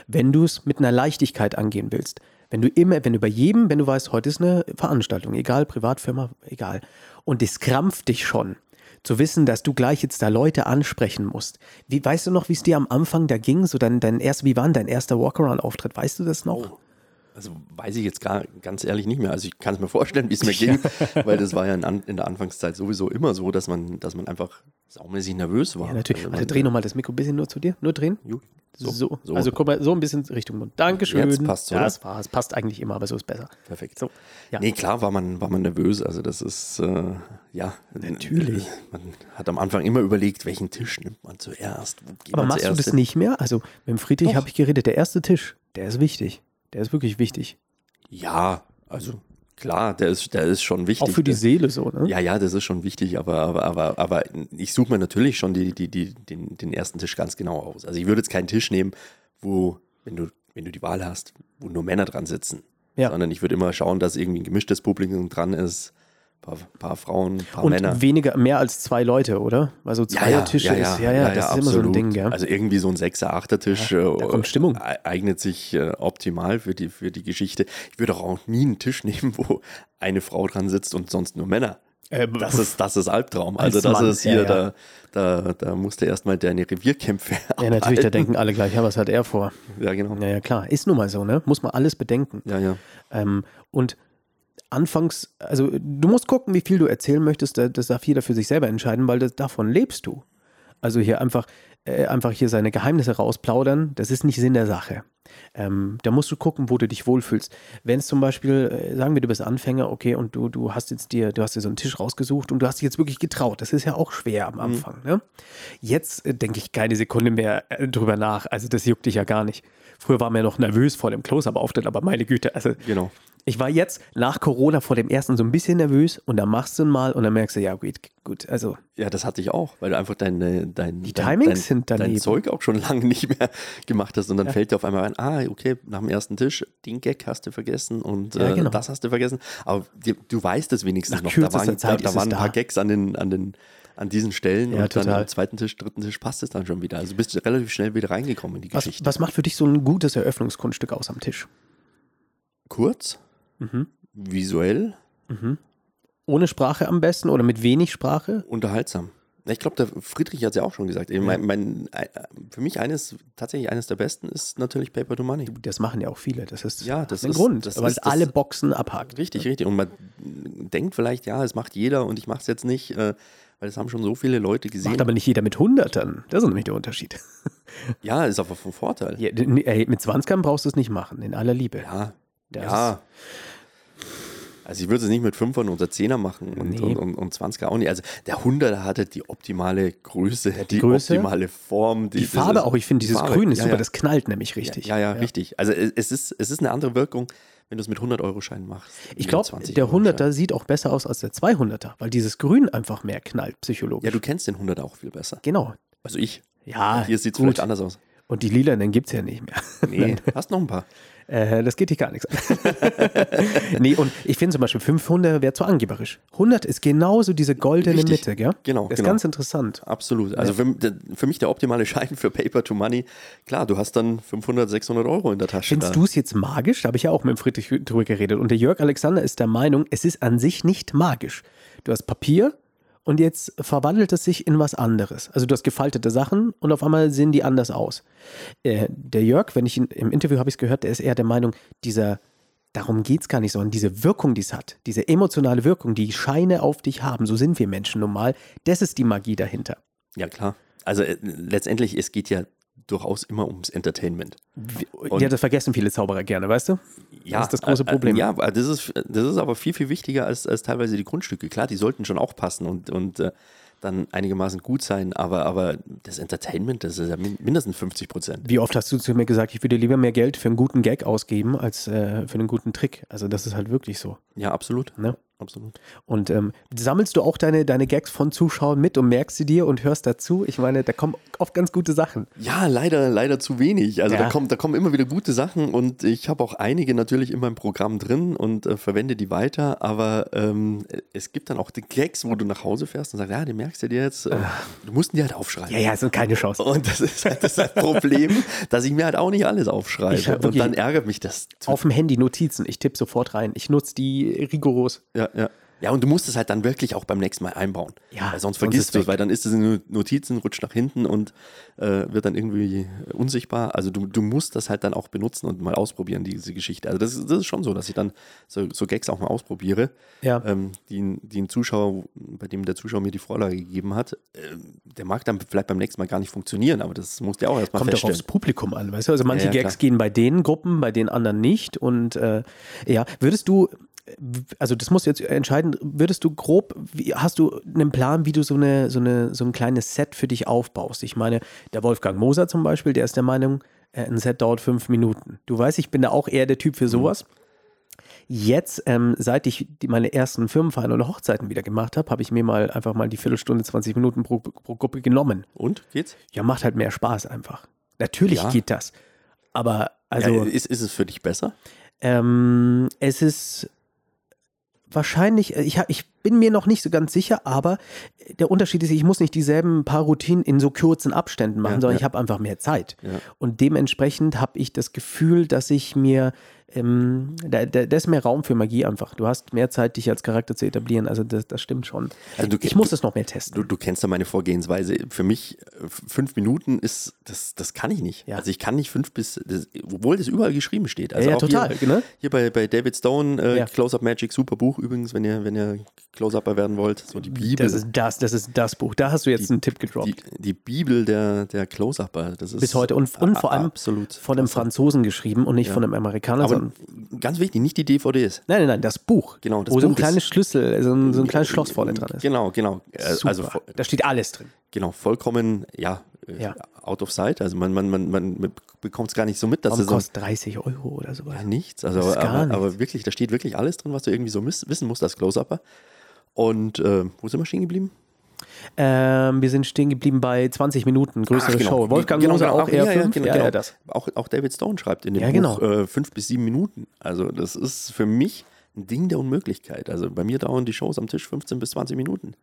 Speaker 1: wenn du es mit einer Leichtigkeit angehen willst. Wenn du immer, wenn du bei jedem, wenn du weißt, heute ist eine Veranstaltung, egal, Privatfirma, egal. Und es krampft dich schon, zu wissen, dass du gleich jetzt da Leute ansprechen musst. Wie, weißt du noch, wie es dir am Anfang da ging? So dein, dein erst, wie war denn dein erster Walkaround-Auftritt? Weißt du das noch?
Speaker 2: Also weiß ich jetzt gar ganz ehrlich nicht mehr. Also ich kann es mir vorstellen, wie es mir ging, weil das war ja in, an, in der Anfangszeit sowieso immer so, dass man, dass man einfach saumäßig nervös war.
Speaker 1: Ja, natürlich.
Speaker 2: Also
Speaker 1: Warte,
Speaker 2: man,
Speaker 1: dreh nochmal das Mikro ein bisschen nur zu dir. Nur drehen.
Speaker 2: Ju-
Speaker 1: So,
Speaker 2: So, so.
Speaker 1: Also guck mal, so ein bisschen Richtung Mund. Dankeschön.
Speaker 2: Jetzt passt's,
Speaker 1: ja,
Speaker 2: oder?
Speaker 1: das war, es passt eigentlich immer, aber so ist besser.
Speaker 2: Perfekt.
Speaker 1: So, ja.
Speaker 2: Nee, klar war man, war man nervös. Also das ist, äh, ja.
Speaker 1: Natürlich.
Speaker 2: Man hat am Anfang immer überlegt, welchen Tisch nimmt man zuerst. Wo geht
Speaker 1: aber
Speaker 2: man
Speaker 1: machst du
Speaker 2: zuerst
Speaker 1: das
Speaker 2: hin?
Speaker 1: nicht mehr? Also mit dem Friedrich
Speaker 2: Doch.
Speaker 1: habe ich geredet. Der erste Tisch, der ist wichtig. Der ist wirklich wichtig.
Speaker 2: Ja, also klar, der ist, der ist schon wichtig.
Speaker 1: Auch für die
Speaker 2: Der-
Speaker 1: Seele so, ne?
Speaker 2: Ja, ja, das ist schon wichtig, aber, aber, aber, aber ich suche mir natürlich schon die, die, die, den, den ersten Tisch ganz genau aus. Also ich würde jetzt keinen Tisch nehmen, wo, wenn du, wenn du die Wahl hast, wo nur Männer dran sitzen.
Speaker 1: Ja.
Speaker 2: Sondern ich würde immer schauen, dass irgendwie ein gemischtes Publikum dran ist, paar, paar Frauen, paar
Speaker 1: Und
Speaker 2: Männer.
Speaker 1: weniger, mehr als zwei Leute, oder? Weil so Zweiertische ist, ja, ja, das ist immer so ein
Speaker 2: absolut.
Speaker 1: Ding, gell?
Speaker 2: Also irgendwie so ein Sechser, Achter-Tisch äh,
Speaker 1: da kommt Stimmung.
Speaker 2: e- eignet sich äh, optimal für die, für die Geschichte. Ich würde auch nie einen Tisch nehmen, wo eine Frau dran sitzt und sonst nur Männer.
Speaker 1: Ähm,
Speaker 2: Das ist, das ist Albtraum.
Speaker 1: Als
Speaker 2: Also das
Speaker 1: Mann,
Speaker 2: ist
Speaker 1: ja,
Speaker 2: hier,
Speaker 1: ja.
Speaker 2: Da, da, da musst du erstmal deine Revierkämpfe
Speaker 1: ja, natürlich, da
Speaker 2: abhalten.
Speaker 1: denken alle gleich, ja, was hat er vor?
Speaker 2: Ja, genau.
Speaker 1: Ja, ja, klar. Ist nun mal so, ne? Muss man alles bedenken.
Speaker 2: Ja, ja.
Speaker 1: Ähm, und anfangs, also du musst gucken, wie viel du erzählen möchtest, Da- das darf jeder für sich selber entscheiden, weil das, davon lebst du. Also hier einfach, äh, einfach hier seine Geheimnisse rausplaudern, das ist nicht Sinn der Sache. Ähm, da musst du gucken, wo du dich wohlfühlst. Wenn es zum Beispiel, äh, sagen wir, du bist Anfänger, okay, und du, du hast jetzt dir, du hast dir so einen Tisch rausgesucht und du hast dich jetzt wirklich getraut. Das ist ja auch schwer am Anfang. Ne? Jetzt äh, denke ich keine Sekunde mehr äh, drüber nach. Also das juckt dich ja gar nicht. Früher war mir noch nervös vor dem Close-Up-Auftritt, aber meine Güte, also
Speaker 2: Genau.
Speaker 1: ich war jetzt nach Corona vor dem ersten so ein bisschen nervös und dann machst du ihn mal und dann merkst du, ja gut, gut, also
Speaker 2: Ja, das hatte ich auch, weil du einfach dein, dein,
Speaker 1: Die
Speaker 2: dein,
Speaker 1: Timings
Speaker 2: dein,
Speaker 1: sind daneben.
Speaker 2: dein Zeug auch schon lange nicht mehr gemacht hast und dann fällt dir auf einmal ein, ah, okay, nach dem ersten Tisch, den Gag hast du vergessen und
Speaker 1: Ja, genau.
Speaker 2: äh, das hast du vergessen. Aber die, du weißt es wenigstens
Speaker 1: Nach
Speaker 2: noch. Da
Speaker 1: kürzester
Speaker 2: waren,
Speaker 1: Zeit
Speaker 2: da,
Speaker 1: ist
Speaker 2: da
Speaker 1: es
Speaker 2: waren ein paar
Speaker 1: da.
Speaker 2: Gags an, den, an, den, an diesen Stellen
Speaker 1: Ja,
Speaker 2: und dann
Speaker 1: total.
Speaker 2: am zweiten Tisch, dritten Tisch passt es dann schon wieder. Also bist du relativ schnell wieder reingekommen in die
Speaker 1: was,
Speaker 2: Geschichte.
Speaker 1: was macht für dich so ein gutes Eröffnungskunststück aus am Tisch?
Speaker 2: Kurz,
Speaker 1: Mhm.
Speaker 2: visuell,
Speaker 1: Ohne Sprache am besten oder mit wenig Sprache?
Speaker 2: unterhaltsam. Ich glaube, der Friedrich hat es ja auch schon gesagt. Ich Mein, mein, ein- für mich eines, tatsächlich eines der besten ist natürlich Paper to Money.
Speaker 1: Das machen ja auch viele, das ist
Speaker 2: Ja, das
Speaker 1: ein
Speaker 2: ist-
Speaker 1: Grund,
Speaker 2: das
Speaker 1: weil
Speaker 2: ist- das-
Speaker 1: alle Boxen abhakt.
Speaker 2: Richtig, richtig. Und man denkt vielleicht, ja, es macht jeder und ich mache es jetzt nicht, äh, weil das haben schon so viele Leute gesehen.
Speaker 1: Macht aber nicht jeder mit Hundertern, das ist nämlich der Unterschied.
Speaker 2: ja, ist aber von Vorteil.
Speaker 1: Ja, n- ey, mit 20ern brauchst du es nicht machen, in aller Liebe.
Speaker 2: Ja,
Speaker 1: Das
Speaker 2: ja. Also ich würde es nicht mit 5ern oder 10er machen und,
Speaker 1: Nee.
Speaker 2: und, und, und 20er auch nicht. Also der 100er hatte die optimale Größe, die,
Speaker 1: Größe.
Speaker 2: optimale Form.
Speaker 1: Die Farbe auch, ich finde dieses
Speaker 2: Farbe,
Speaker 1: Grün ist
Speaker 2: ja,
Speaker 1: super,
Speaker 2: ja.
Speaker 1: das knallt nämlich richtig.
Speaker 2: Ja, ja, richtig. Also es es ist, es ist eine andere Wirkung, wenn du es mit 100-Euro-Schein machst.
Speaker 1: Ich
Speaker 2: Mit
Speaker 1: glaube,
Speaker 2: 20
Speaker 1: der
Speaker 2: Euro Schein.
Speaker 1: 100er sieht auch besser aus als der 200er, weil dieses Grün einfach mehr knallt psychologisch.
Speaker 2: Ja, du kennst den 100er auch viel besser.
Speaker 1: Genau.
Speaker 2: Also ich.
Speaker 1: Ja,
Speaker 2: Hier sieht es
Speaker 1: gut.
Speaker 2: vielleicht anders aus.
Speaker 1: Und die lilanen gibt es ja nicht mehr.
Speaker 2: Nee, hast noch ein paar.
Speaker 1: Äh, das geht dich gar nichts an. nee, und ich finde zum Beispiel 500 wäre zu angeberisch. 100 ist genauso diese goldene
Speaker 2: Richtig.
Speaker 1: Mitte, gell?
Speaker 2: Genau,
Speaker 1: Das ist
Speaker 2: genau.
Speaker 1: ganz interessant.
Speaker 2: Absolut. Also für, der- für mich der optimale Schein für Paper to Money. Klar, du hast dann 500, 600 Euro in der Tasche.
Speaker 1: Findest
Speaker 2: da.
Speaker 1: du es jetzt magisch? Da habe ich ja auch mit dem Friedrich drüber geredet. Und der Jörg Alexander ist der Meinung, es ist an sich nicht magisch. Du hast Papier und jetzt verwandelt es sich in was anderes. Also du hast gefaltete Sachen und auf einmal sehen die anders aus. Äh, der Jörg, wenn ich ihn im Interview habe ich es gehört, der ist eher der Meinung, dieser, darum geht es gar nicht, sondern diese Wirkung, die es hat, diese emotionale Wirkung, die Scheine auf dich haben, so sind wir Menschen nun mal, das ist die Magie dahinter.
Speaker 2: Ja, klar. Also äh, letztendlich, es geht ja durchaus immer ums Entertainment. Und-
Speaker 1: ja, das vergessen viele Zauberer gerne, weißt du?
Speaker 2: Ja,
Speaker 1: Das ist das große
Speaker 2: äh, äh,
Speaker 1: Problem.
Speaker 2: Ja, aber das ist, das ist aber viel, viel wichtiger als, als teilweise die Grundstücke. Klar, die sollten schon auch passen und, und äh, dann einigermaßen gut sein, aber, aber das Entertainment, das ist ja min- mindestens 50 Prozent.
Speaker 1: Wie oft hast du zu mir gesagt, ich würde lieber mehr Geld für einen guten Gag ausgeben als äh, für einen guten Trick? Also das ist halt wirklich so.
Speaker 2: Ja, absolut.
Speaker 1: Ne?
Speaker 2: Absolut.
Speaker 1: Und ähm, sammelst du auch deine, deine Gags von Zuschauern mit und merkst sie dir und hörst dazu? Ich meine, da kommen oft ganz gute Sachen.
Speaker 2: Ja, leider, leider zu wenig. Also
Speaker 1: Ja.
Speaker 2: da, kommt, da kommen immer wieder gute Sachen und ich habe auch einige natürlich in meinem Programm drin und äh, verwende die weiter, aber ähm, es gibt dann auch die Gags, wo du nach Hause fährst und sagst, ja, den merkst du dir jetzt, äh,
Speaker 1: Ah.
Speaker 2: du musst ihn dir halt aufschreiben.
Speaker 1: Ja, ja, es sind keine Chance.
Speaker 2: Und das ist halt das Problem, dass ich mir halt auch nicht alles
Speaker 1: Ich hab
Speaker 2: aufschreibe. Und
Speaker 1: wirklich-
Speaker 2: dann ärgert mich das.
Speaker 1: Auf dem Handy Notizen, ich tippe sofort rein. Ich nutze die rigoros.
Speaker 2: Ja, ja. Ja, und du musst es halt dann wirklich auch beim nächsten Mal einbauen.
Speaker 1: Ja,
Speaker 2: weil sonst
Speaker 1: sonst
Speaker 2: vergisst
Speaker 1: ist
Speaker 2: du es,
Speaker 1: weg.
Speaker 2: weil dann ist es in den Notizen, rutscht nach hinten und äh, wird dann irgendwie unsichtbar. Also du, du musst das halt dann auch benutzen und mal ausprobieren, diese Geschichte. Also das, ist- das ist schon so, dass ich dann so, so Gags auch mal ausprobiere,
Speaker 1: Ja.
Speaker 2: ähm, die, ein- die ein Zuschauer, bei dem der Zuschauer mir die Vorlage gegeben hat. Ähm, der mag dann vielleicht beim nächsten Mal gar nicht funktionieren, aber das musst du ja auch erstmal
Speaker 1: Kommt doch
Speaker 2: feststellen.
Speaker 1: aufs Publikum an, weißt du? Also manche
Speaker 2: Ja, ja,
Speaker 1: Gags
Speaker 2: klar.
Speaker 1: gehen bei den Gruppen, bei den anderen nicht. Und äh, ja, würdest du, w- also das muss jetzt entscheiden, würdest du grob, wie, hast du einen Plan, wie du so, eine, so, eine, so ein kleines Set für dich aufbaust? Ich meine, der Wolfgang Moser zum Beispiel, der ist der Meinung, äh, ein Set dauert fünf Minuten. Du weißt, ich bin da auch eher der Typ
Speaker 2: Mhm.
Speaker 1: für sowas. Jetzt, ähm, seit ich die, meine ersten Firmenfeiern und Hochzeiten wieder gemacht habe, habe ich mir mal einfach mal die Viertelstunde, 20 Minuten pro, pro Gruppe genommen
Speaker 2: Und? Geht's?
Speaker 1: ja, macht halt mehr Spaß einfach. Natürlich
Speaker 2: Ja.
Speaker 1: geht das. Aber also,
Speaker 2: ja, äh, ist, ist es für dich besser?
Speaker 1: ähm, es ist wahrscheinlich, äh, ich, hab- ich bin mir noch nicht so ganz sicher, aber äh, der Unterschied ist, ich muss nicht dieselben paar Routinen in so kurzen Abständen machen,
Speaker 2: Ja,
Speaker 1: sondern
Speaker 2: ja.
Speaker 1: ich habe einfach mehr Zeit.
Speaker 2: Ja.
Speaker 1: Und dementsprechend habe ich das Gefühl, dass ich mir, ähm, da, da, da ist mehr Raum für Magie einfach. Du hast mehr Zeit, dich als Charakter zu etablieren. Also das, das stimmt schon.
Speaker 2: Also du-
Speaker 1: ich muss
Speaker 2: du-
Speaker 1: es noch mehr testen.
Speaker 2: Du, du kennst ja meine Vorgehensweise. Für mich, äh, f- fünf Minuten ist, das, das kann ich nicht.
Speaker 1: Ja.
Speaker 2: Also ich kann nicht fünf bis, das, obwohl das überall geschrieben steht. Also
Speaker 1: Ja, ja,
Speaker 2: auch
Speaker 1: total,
Speaker 2: Hier,
Speaker 1: ne?
Speaker 2: hier bei, bei David Stone, äh,
Speaker 1: Ja.
Speaker 2: Close-Up Magic, super Buch übrigens, wenn ihr, wenn ihr Close-Upper werden wollt. So die Bibel.
Speaker 1: das ist das, das ist das Buch. Da hast du jetzt einen Tipp gedroppt.
Speaker 2: die, die Bibel der, der Close-Upper. Das ist
Speaker 1: bis heute und, und
Speaker 2: a-
Speaker 1: vor allem
Speaker 2: absolut
Speaker 1: von einem
Speaker 2: klasse.
Speaker 1: Franzosen geschrieben und nicht von einem Amerikaner.
Speaker 2: Aber
Speaker 1: sondern,
Speaker 2: ganz wichtig, nicht die DVDs.
Speaker 1: nein, nein, nein, das Buch.
Speaker 2: Genau, das
Speaker 1: wo so ein
Speaker 2: Buch ist-
Speaker 1: kleines Schlüssel, so ein, so ein kleines Schloss vorne dran ist.
Speaker 2: Genau, genau. Äh,
Speaker 1: Super.
Speaker 2: Also vo-
Speaker 1: da steht alles drin.
Speaker 2: Genau, vollkommen, ja, äh,
Speaker 1: Ja.
Speaker 2: out of sight. Also man, man, man, man bekommt es gar nicht so mit, dass
Speaker 1: Warum
Speaker 2: es so
Speaker 1: kostet 30 Euro oder sowas?
Speaker 2: ja, nichts. Also
Speaker 1: Das ist gar
Speaker 2: aber,
Speaker 1: nichts.
Speaker 2: aber wirklich, da steht wirklich alles drin, was du irgendwie so miss wissen musst als Close-Upper. Und äh, wo sind wir stehen geblieben?
Speaker 1: Ähm, wir sind stehen geblieben bei 20 Minuten, größere
Speaker 2: Ach,
Speaker 1: Show. Wolfgang Moser auch eher
Speaker 2: ja,
Speaker 1: fünf.
Speaker 2: Ja, genau,
Speaker 1: Ja,
Speaker 2: genau.
Speaker 1: ja, das.
Speaker 2: Auch, auch David Stone schreibt in dem
Speaker 1: Ja,
Speaker 2: Buch
Speaker 1: genau.
Speaker 2: äh, fünf bis sieben Minuten. Also das ist für mich ein Ding der Unmöglichkeit. Also bei mir dauern die Shows am Tisch 15 bis 20 Minuten.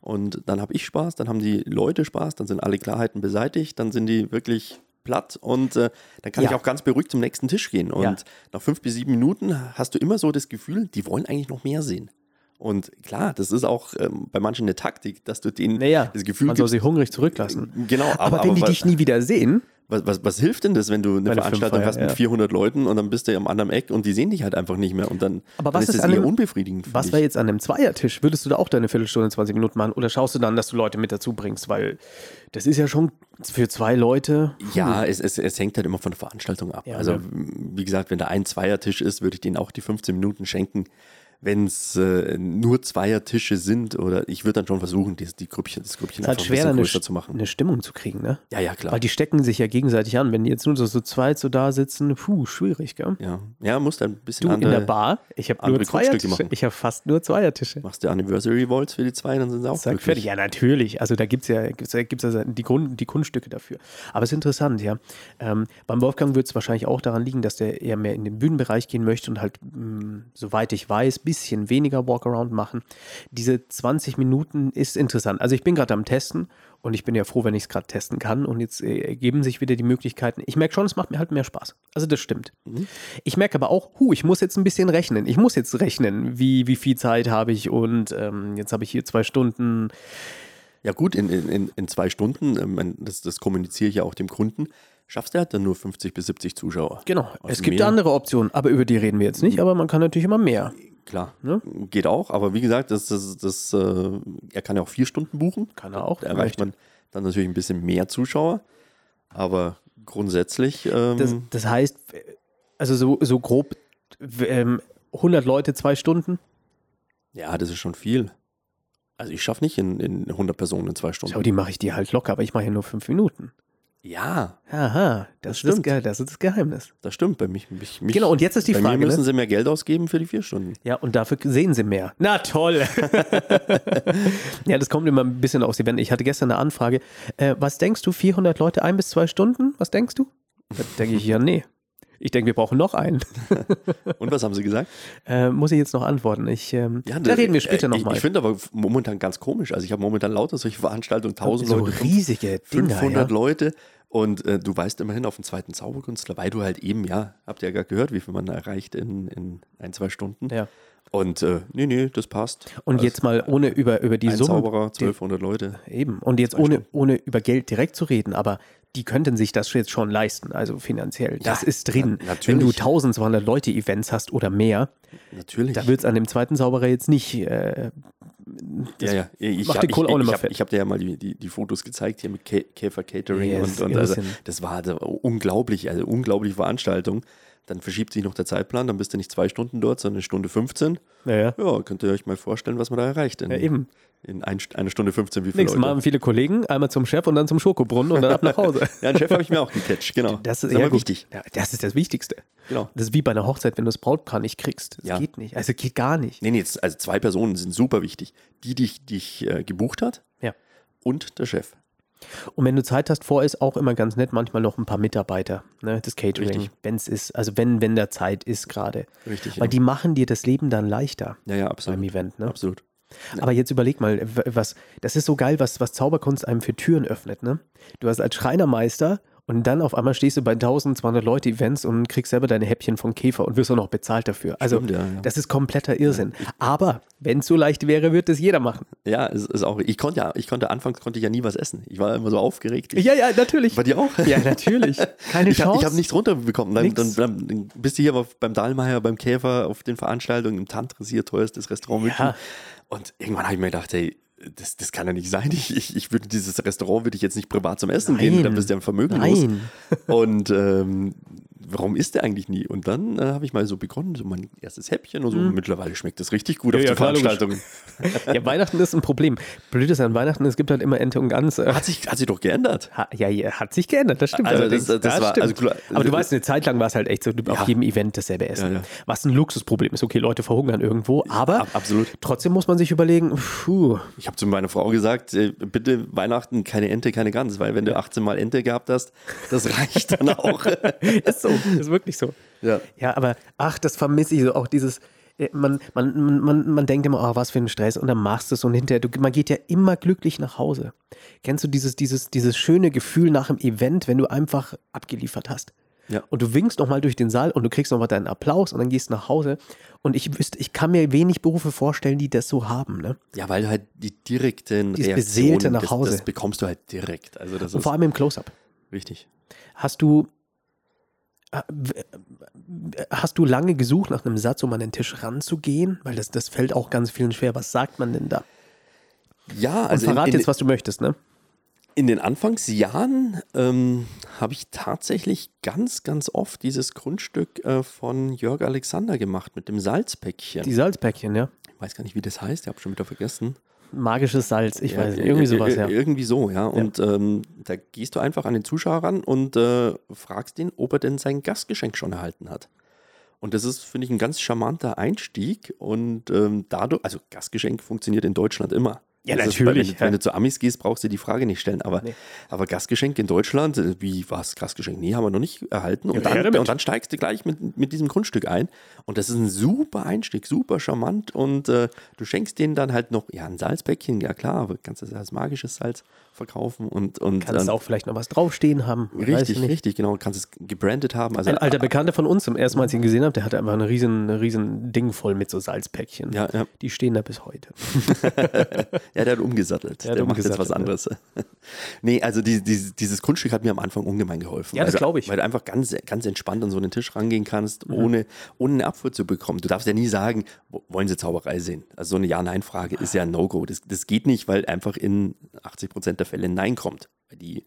Speaker 2: Und dann habe ich Spaß, dann haben die Leute Spaß, dann sind alle Klarheiten beseitigt, dann sind die wirklich platt und äh, dann kann
Speaker 1: Ja.
Speaker 2: ich auch ganz beruhigt zum nächsten Tisch gehen. Und
Speaker 1: Ja.
Speaker 2: nach fünf bis sieben Minuten hast du immer so das Gefühl, die wollen eigentlich noch mehr sehen. Und klar, das ist auch ähm, bei manchen eine Taktik, dass du denen
Speaker 1: Naja,
Speaker 2: das Gefühl
Speaker 1: man soll
Speaker 2: gibst,
Speaker 1: sie hungrig zurücklassen.
Speaker 2: Genau, aber-
Speaker 1: aber, wenn die
Speaker 2: aber-
Speaker 1: dich nie wieder sehen,
Speaker 2: was, was, was hilft denn das, wenn du eine
Speaker 1: Bei der
Speaker 2: Veranstaltung
Speaker 1: Filmfeier,
Speaker 2: hast mit
Speaker 1: ja.
Speaker 2: 400 Leuten und dann bist du am anderen Eck und die sehen dich halt einfach nicht mehr und dann,
Speaker 1: Aber
Speaker 2: dann
Speaker 1: was ist
Speaker 2: das
Speaker 1: an
Speaker 2: eher
Speaker 1: dem-
Speaker 2: unbefriedigend für
Speaker 1: was
Speaker 2: dich.
Speaker 1: wäre jetzt an einem Zweiertisch? Würdest du da auch deine Viertelstunde, 20 Minuten machen oder schaust du dann, dass du Leute mit dazu bringst? Weil das ist ja schon für zwei Leute.
Speaker 2: ja, es, es, es hängt halt immer von der Veranstaltung ab.
Speaker 1: Ja,
Speaker 2: also
Speaker 1: ne?
Speaker 2: wie gesagt, wenn da ein Zweiertisch ist, würde ich denen auch die 15 Minuten schenken. Wenn es äh, nur Zweiertische sind oder ich würde dann schon versuchen, die, die Grüppchen, das Grüppchen
Speaker 1: Es ist halt
Speaker 2: einfach ein
Speaker 1: schwer,
Speaker 2: bisschen
Speaker 1: eine,
Speaker 2: größer zu machen.
Speaker 1: eine Stimmung zu kriegen, ne?
Speaker 2: Ja, ja, klar.
Speaker 1: Weil die stecken sich ja gegenseitig an. Wenn die jetzt nur so, so zweit so da sitzen, puh, schwierig, gell?
Speaker 2: Ja, ja musst ein bisschen
Speaker 1: Du
Speaker 2: andere,
Speaker 1: in der Bar, ich habe nur
Speaker 2: andere Kunststücke
Speaker 1: Zweiertische.
Speaker 2: machen.
Speaker 1: Ich habe fast nur Zweiertische.
Speaker 2: machst du Anniversary Waltz für die zwei, dann sind sie auch
Speaker 1: Zack,
Speaker 2: glücklich.
Speaker 1: fertig. Ja, natürlich. Also da gibt es ja, gibt's ja, gibt's ja die, Grund, die Grundstücke dafür. Aber es ist interessant, ja. Ähm, beim Wolfgang wird es wahrscheinlich auch daran liegen, dass der eher mehr in den Bühnenbereich gehen möchte und halt, mh, soweit ich weiß, bisschen weniger Walkaround machen. Diese 20 Minuten ist interessant. Also ich bin gerade am Testen und ich bin ja froh, wenn ich es gerade testen kann. Und jetzt äh, ergeben sich wieder die Möglichkeiten. Ich merke schon, es macht mir halt mehr Spaß. Also das stimmt. Ich merke aber auch, hu, ich muss jetzt ein bisschen rechnen. Ich muss jetzt rechnen, wie, wie viel Zeit habe ich und ähm, jetzt habe ich hier zwei Stunden.
Speaker 2: Ja, gut, in, in, in- in zwei Stunden, ähm, man- das, das kommuniziere ich ja auch dem Kunden, schaffst du halt dann nur 50 bis 70 Zuschauer.
Speaker 1: Genau.
Speaker 2: Also
Speaker 1: es gibt
Speaker 2: mehr-
Speaker 1: andere Optionen, aber über die reden wir jetzt nicht. Aber man kann natürlich immer mehr.
Speaker 2: Klar, Ne? geht auch, aber wie gesagt, das, das, das, äh, er kann ja auch vier Stunden buchen.
Speaker 1: Kann er auch,
Speaker 2: Da erreicht
Speaker 1: möchte.
Speaker 2: man dann natürlich ein bisschen mehr Zuschauer, aber grundsätzlich. Ähm,
Speaker 1: Das, das heißt, also so, so grob w- ähm, 100 Leute zwei Stunden.
Speaker 2: Ja, das ist schon viel. Also ich schaffe nicht in, in 100 Personen in zwei
Speaker 1: Schau,
Speaker 2: Stunden.
Speaker 1: die mache ich dir halt locker, aber ich mache ja nur fünf Minuten.
Speaker 2: Ja,
Speaker 1: Aha, das,
Speaker 2: Das
Speaker 1: ist, das,
Speaker 2: stimmt.
Speaker 1: Ge- das ist das Geheimnis.
Speaker 2: das stimmt bei mich. mich, mich
Speaker 1: Genau, und jetzt ist die
Speaker 2: bei
Speaker 1: Frage,
Speaker 2: mir müssen
Speaker 1: ne?
Speaker 2: sie mehr Geld ausgeben für die vier Stunden.
Speaker 1: Ja, und dafür sehen sie mehr. Na toll. ja, das kommt immer ein bisschen aufs Event. Ich hatte gestern eine Anfrage. Äh, was denkst du, 400 Leute, ein bis zwei Stunden? Was denkst du? Da denke ich, ja, nee. Ich denke, wir brauchen noch einen.
Speaker 2: Und was haben Sie gesagt?
Speaker 1: Äh, muss ich jetzt noch antworten? Ich, ähm, da reden wir später
Speaker 2: äh,
Speaker 1: nochmal.
Speaker 2: Ich, ich finde aber momentan ganz komisch. Also ich habe momentan lauter solche Veranstaltungen, 1000
Speaker 1: so
Speaker 2: Leute,
Speaker 1: riesige Dinger,
Speaker 2: 500 Leute. Und äh, du weißt immerhin auf den zweiten Zauberkünstler, weil du halt eben, ja, habt ihr ja gerade gehört, wie viel man erreicht in, in ein, zwei Stunden.
Speaker 1: Ja.
Speaker 2: Und äh, nee, nee, das passt.
Speaker 1: Und jetzt mal ohne über, über die
Speaker 2: ein
Speaker 1: Summe.
Speaker 2: Zauberer, 1200 Leute.
Speaker 1: Eben. Und jetzt ohne, ohne über Geld direkt zu reden, aber die könnten sich das jetzt schon leisten, also finanziell. Das ist drin.
Speaker 2: na- natürlich.
Speaker 1: Wenn du 1200 Leute Events hast oder mehr,
Speaker 2: Natürlich.
Speaker 1: da wird es an dem zweiten Zauberer jetzt nicht. Äh,
Speaker 2: ja, ja. Ich,
Speaker 1: macht den Kohl
Speaker 2: ich,
Speaker 1: auch nicht
Speaker 2: ich,
Speaker 1: mehr
Speaker 2: hab-
Speaker 1: fett.
Speaker 2: Ich habe dir ja mal die, die, die Fotos gezeigt hier mit Kä- Käfer Catering
Speaker 1: Yes,
Speaker 2: und, und also,
Speaker 1: Irrsinn.
Speaker 2: das war so unglaublich, also unglaubliche Veranstaltung. Dann verschiebt sich noch der Zeitplan, dann bist du nicht zwei Stunden dort, sondern eine Stunde 15.
Speaker 1: naja.
Speaker 2: Ja, könnt ihr euch mal vorstellen, was man da erreicht in,
Speaker 1: Ja, eben.
Speaker 2: in ein, einer Stunde 15, wie viele
Speaker 1: Nächstes Mal
Speaker 2: Leute.
Speaker 1: haben viele Kollegen, einmal zum Chef und dann zum Schokobrunnen und dann ab nach Hause.
Speaker 2: Ja, einen Chef habe ich mir auch gecatcht, genau.
Speaker 1: ist
Speaker 2: aber
Speaker 1: ja gut.
Speaker 2: wichtig.
Speaker 1: Ja, das ist das Wichtigste.
Speaker 2: Genau.
Speaker 1: Das ist wie bei einer Hochzeit, wenn du das Brautpaar nicht kriegst. Das
Speaker 2: Ja.
Speaker 1: geht nicht. Also geht gar nicht.
Speaker 2: Nee, nee, jetzt, also zwei Personen sind super wichtig. Die, die dich- dich äh, gebucht hat
Speaker 1: Ja.
Speaker 2: und der Chef.
Speaker 1: Und wenn du Zeit hast, vor ist auch immer ganz nett, manchmal noch ein paar Mitarbeiter, ne, das Catering,
Speaker 2: Richtig.
Speaker 1: wenn es ist, also wenn, wenn da Zeit ist gerade.
Speaker 2: Richtig,
Speaker 1: Weil
Speaker 2: ja.
Speaker 1: die machen dir das Leben dann leichter
Speaker 2: Ja, ja,
Speaker 1: beim
Speaker 2: absolut.
Speaker 1: Event, ne?
Speaker 2: Absolut.
Speaker 1: Aber jetzt überleg mal, w- was, das ist so geil, was, was Zauberkunst einem für Türen öffnet, ne? Du hast als Schreinermeister und dann auf einmal stehst du bei 1200 Leute Events und kriegst selber deine Häppchen vom Käfer und wirst auch noch bezahlt dafür. Also,
Speaker 2: Stimmt, ja, ja.
Speaker 1: das ist kompletter Irrsinn. Aber, wenn es so leicht wäre, würde es jeder machen.
Speaker 2: Ja, es ist auch. Ich konnte ja, ich konnte anfangs konnte ich ja nie was essen. Ich war immer so aufgeregt. Ich,
Speaker 1: Ja, ja, natürlich.
Speaker 2: Bei dir auch?
Speaker 1: Ja, natürlich. Keine
Speaker 2: ich habe
Speaker 1: Chance.
Speaker 2: hab nichts runterbekommen. Dann,
Speaker 1: Nix.
Speaker 2: dann, dann, dann bist du hier auf- beim Dahlmeier, beim Käfer, auf den Veranstaltungen, im Tantris, hier teuerstes Restaurant München.
Speaker 1: Ja.
Speaker 2: Und irgendwann habe ich mir gedacht, hey, das, das kann ja nicht sein. Ich, ich, ich würde dieses Restaurant würde ich jetzt nicht privat zum Essen gehen.
Speaker 1: Nein.
Speaker 2: Dann bist du ja ein Vermögen los.
Speaker 1: Nein.
Speaker 2: Und ähm, warum isst der eigentlich nie? Und dann äh, habe ich mal so begonnen, so mein erstes Häppchen und so. Mittlerweile schmeckt das richtig gut auf
Speaker 1: Mhm. ja,
Speaker 2: den
Speaker 1: klar, logisch.
Speaker 2: Veranstaltungen.
Speaker 1: Ja, Weihnachten ist ein Problem. Blöd ist an Weihnachten, es gibt halt immer Ente und Gans. äh,
Speaker 2: Hat sich, hat sich doch geändert.
Speaker 1: Ha, ja, ja, hat sich geändert, das stimmt.
Speaker 2: Also das-
Speaker 1: allerdings.
Speaker 2: das war-
Speaker 1: stimmt.
Speaker 2: also klar-
Speaker 1: Aber du weißt, eine Zeit lang war es halt echt so, du- auf jedem Event dasselbe Essen.
Speaker 2: Ja, ja.
Speaker 1: Was ein Luxusproblem ist. Okay, Leute verhungern irgendwo, aber
Speaker 2: Ab- absolut.
Speaker 1: trotzdem muss man sich überlegen, puh,
Speaker 2: Ich habe zu meiner Frau gesagt, äh, bitte Weihnachten keine Ente, keine Gans, weil wenn du 18 Mal Ente gehabt hast, das reicht dann auch.
Speaker 1: ist so, ist wirklich so.
Speaker 2: Ja.
Speaker 1: Ja, aber ach, das vermisse ich so, auch dieses... äh, Man, man, man- man, man denkt immer, oh, was für ein Stress, und dann machst du es und hinterher, du, man geht ja immer glücklich nach Hause. Kennst du dieses, dieses, dieses schöne Gefühl nach dem Event, wenn du einfach abgeliefert hast?
Speaker 2: Ja.
Speaker 1: Und du winkst nochmal durch den Saal und du kriegst nochmal deinen Applaus und dann gehst nach Hause. Und ich wüsste, ich kann mir wenig Berufe vorstellen, die das so haben. Ne?
Speaker 2: ja, weil du halt die direkten
Speaker 1: Dieses beseelte nach Hause.
Speaker 2: Das, das bekommst du halt direkt. Also das
Speaker 1: Und
Speaker 2: ist
Speaker 1: vor allem im Close-Up.
Speaker 2: wichtig.
Speaker 1: Hast du, äh, w- äh, hast du lange gesucht nach einem Satz, um an den Tisch ranzugehen? Weil das, das fällt auch ganz vielen schwer. Was sagt man denn da?
Speaker 2: Ja,
Speaker 1: Und
Speaker 2: also
Speaker 1: verrate
Speaker 2: in, in,
Speaker 1: jetzt, was du möchtest, ne?
Speaker 2: in den Anfangsjahren ähm, habe ich tatsächlich ganz, ganz oft dieses Grundstück äh, von Jörg Alexander gemacht mit dem Salzpäckchen.
Speaker 1: Die Salzpäckchen, ja?
Speaker 2: ich weiß gar nicht, wie das heißt, ich habe schon wieder vergessen.
Speaker 1: Magisches Salz, ich
Speaker 2: Ja,
Speaker 1: weiß nicht.
Speaker 2: ir-
Speaker 1: Irgendwie
Speaker 2: ir-
Speaker 1: sowas,
Speaker 2: ir-
Speaker 1: ja.
Speaker 2: Irgendwie so, ja. Und ähm, da gehst du einfach an den Zuschauer ran und äh, fragst ihn, ob er denn sein Gastgeschenk schon erhalten hat. Und das ist, finde ich, ein ganz charmanter Einstieg. Und ähm, dadurch, also Gastgeschenk funktioniert in Deutschland immer.
Speaker 1: Ja,
Speaker 2: Das ist,
Speaker 1: natürlich, ja.
Speaker 2: wenn, du- wenn du zu Amis gehst, brauchst du die Frage nicht stellen. Aber, aber Gastgeschenk in Deutschland, äh, wie was? Gastgeschenk? Nee, haben wir noch nicht erhalten. Und,
Speaker 1: Ja, her
Speaker 2: dann,
Speaker 1: damit.
Speaker 2: und dann steigst du gleich mit, mit diesem Grundstück ein. Und das ist ein super Einstieg, super charmant. Und äh, du schenkst denen dann halt noch, ja, ein Salzpäckchen, ja klar, aber kannst das als magisches Salz verkaufen. Und, und
Speaker 1: Kannst
Speaker 2: ähm,
Speaker 1: auch vielleicht noch was draufstehen haben. weiß ich
Speaker 2: Richtig,
Speaker 1: nicht.
Speaker 2: richtig, genau. Kannst es gebrandet haben. Also,
Speaker 1: Ein alter Bekannter von uns, zum ersten Mal, als ich ihn gesehen habe, der hatte einfach ein riesen, riesen Ding voll mit so Salzpäckchen.
Speaker 2: Ja, ja.
Speaker 1: Die stehen da bis heute.
Speaker 2: Ja, der hat halt umgesattelt.
Speaker 1: Der hat
Speaker 2: der macht jetzt
Speaker 1: umgesattelt,
Speaker 2: was anderes. nee, also die, die, dieses Kunststück hat mir am Anfang ungemein geholfen.
Speaker 1: Ja, das
Speaker 2: also,
Speaker 1: glaub ich. Mhm.
Speaker 2: Weil du einfach ganz, ganz entspannt an so einen Tisch rangehen kannst, ohne, ohne eine Abfuhr zu bekommen. Du darfst ja nie sagen, "Wo- wollen Sie Zauberei sehen? Also so eine Ja-Nein-Frage ist ja ein No-Go. Das, das geht nicht, weil einfach in 80 Prozent der Fälle Nein kommt. Weil die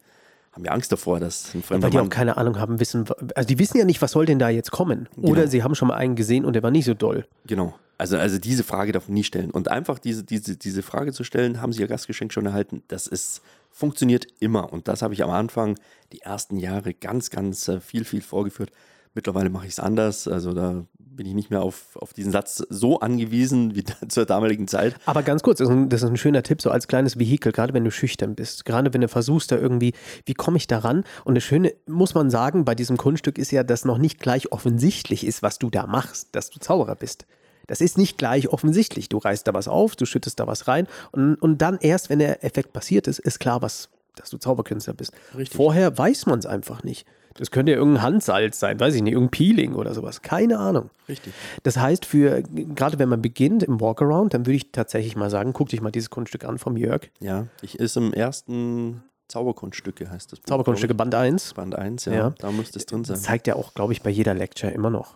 Speaker 2: haben ja Angst davor, dass ein fremder
Speaker 1: Weil die
Speaker 2: Mann...
Speaker 1: auch keine Ahnung haben, wissen, also die wissen ja nicht, was soll denn da jetzt kommen. Oder sie haben schon mal einen gesehen und der war nicht so doll.
Speaker 2: Genau. Also, also diese Frage darf man nie stellen. Und einfach diese, diese, diese Frage zu stellen, haben Sie Ihr Gastgeschenk schon erhalten? Das ist, funktioniert immer. Und das habe ich am Anfang, die ersten Jahre, ganz, ganz äh, viel, viel vorgeführt. Mittlerweile mache ich es anders. Also da bin ich nicht mehr auf, auf diesen Satz so angewiesen wie da, zur damaligen Zeit.
Speaker 1: Aber ganz kurz, das ist, ein, das ist ein schöner Tipp, so als kleines Vehikel, gerade wenn du schüchtern bist, gerade wenn du versuchst da irgendwie, wie komme ich da ran? Und das Schöne, muss man sagen, bei diesem Kunststück ist ja, dass noch nicht gleich offensichtlich ist, was du da machst, dass du Zauberer bist. Das ist nicht gleich offensichtlich. Du reißt da was auf, du schüttest da was rein und, und dann erst, wenn der Effekt passiert ist, ist klar, was, dass du Zauberkünstler bist.
Speaker 2: Richtig.
Speaker 1: Vorher weiß man es einfach nicht. Das könnte ja irgendein Handsalz sein, weiß ich nicht, irgendein Peeling oder sowas. Keine Ahnung.
Speaker 2: Richtig.
Speaker 1: Das heißt, für gerade wenn man beginnt im Walkaround, dann würde ich tatsächlich mal sagen, guck dich mal dieses Kunststück an vom Jörg.
Speaker 2: Ja, ich ist im ersten Zauberkunststücke heißt das. Buch,
Speaker 1: Zauberkunststücke Band 1.
Speaker 2: glaub ich. Band 1, ja,
Speaker 1: Ja.
Speaker 2: Da müsste es drin sein.
Speaker 1: Das zeigt ja auch, glaube ich, bei jeder Lecture immer noch.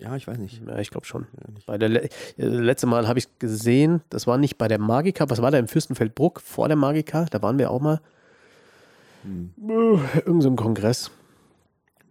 Speaker 2: Ja, ich weiß nicht.
Speaker 1: Ja, ich glaube schon.
Speaker 2: Ja, nicht.
Speaker 1: Bei der Le äh, letzte Mal habe ich es gesehen, das war nicht bei der Magica, was war da im Fürstenfeldbruck vor der Magica? Da waren wir auch mal.
Speaker 2: Hm,
Speaker 1: Irgend so im Kongress.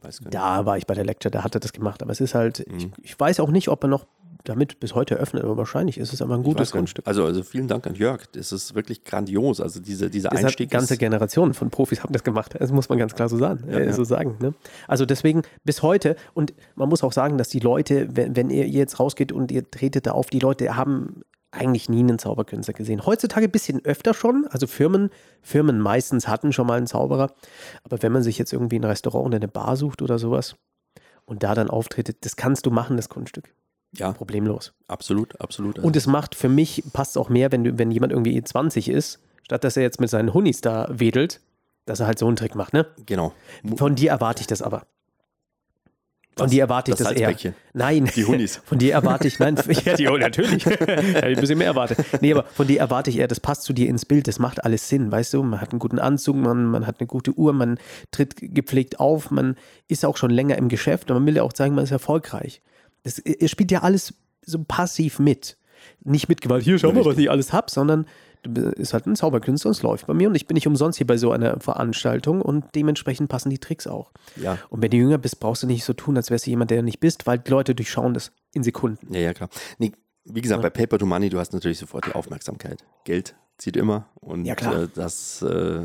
Speaker 2: weiß gar nicht.
Speaker 1: Da war ich bei der Lecture, da hat er das gemacht. Aber es ist halt,
Speaker 2: Mhm.
Speaker 1: ich, ich weiß auch nicht, ob er noch damit bis heute öffnet, aber wahrscheinlich ist es aber ein
Speaker 2: Ich
Speaker 1: gutes
Speaker 2: weiß gar nicht.
Speaker 1: Grundstück.
Speaker 2: Also, also vielen Dank an Jörg. Das ist wirklich grandios. Also diese, dieser
Speaker 1: Das hat
Speaker 2: Einstieg
Speaker 1: ganze
Speaker 2: ist,
Speaker 1: Generationen von Profis haben das gemacht. Das muss man ganz klar so sagen.
Speaker 2: Ja,
Speaker 1: äh,
Speaker 2: ja.
Speaker 1: So sagen ne? Also deswegen bis heute, und man muss auch sagen, dass die Leute, wenn, wenn ihr jetzt rausgeht und ihr tretet da auf, die Leute haben eigentlich nie einen Zauberkünstler gesehen. Heutzutage ein bisschen öfter schon. Also Firmen, Firmen meistens hatten schon mal einen Zauberer. Aber wenn man sich jetzt irgendwie ein Restaurant oder eine Bar sucht oder sowas und da dann auftretet, das kannst du machen, das Kunststück.
Speaker 2: ja,
Speaker 1: Problemlos.
Speaker 2: absolut, absolut. Also,
Speaker 1: Und es macht für mich, passt auch mehr, wenn, du, wenn jemand irgendwie 20 ist, statt dass er jetzt mit seinen Hunnis da wedelt, dass er halt so einen Trick macht, ne?
Speaker 2: genau.
Speaker 1: Von dir erwarte ich das aber. Von
Speaker 2: Was?
Speaker 1: dir erwarte ich
Speaker 2: Das
Speaker 1: das, eher.
Speaker 2: Salzbäckchen.
Speaker 1: Nein.
Speaker 2: Die Hunnis.
Speaker 1: Von dir erwarte ich, nein, ja, die Hunde, natürlich. Hätte ich ein bisschen mehr erwartet. Nee, aber von dir erwarte ich eher, das passt zu dir ins Bild, das macht alles Sinn, weißt du? Man hat einen guten Anzug, man, man hat eine gute Uhr, man tritt gepflegt auf, man ist auch schon länger im Geschäft und man will ja auch sagen, man ist erfolgreich. Das ihr spielt ja alles so passiv mit. Nicht mit Gewalt, hier schau mal, was ich alles hab, sondern du b- ist halt ein Zauberkünstler und es läuft bei mir und ich bin nicht umsonst hier bei so einer Veranstaltung und dementsprechend passen die Tricks auch.
Speaker 2: Ja.
Speaker 1: Und wenn du jünger bist, brauchst du nicht so tun, als wärst du jemand, der du nicht bist, weil die Leute durchschauen das in Sekunden.
Speaker 2: Ja, ja, klar. Nee, wie gesagt, bei Paper to Money, du hast natürlich sofort die Aufmerksamkeit. Geld zieht immer. Und
Speaker 1: Ja, klar.
Speaker 2: Äh, das äh,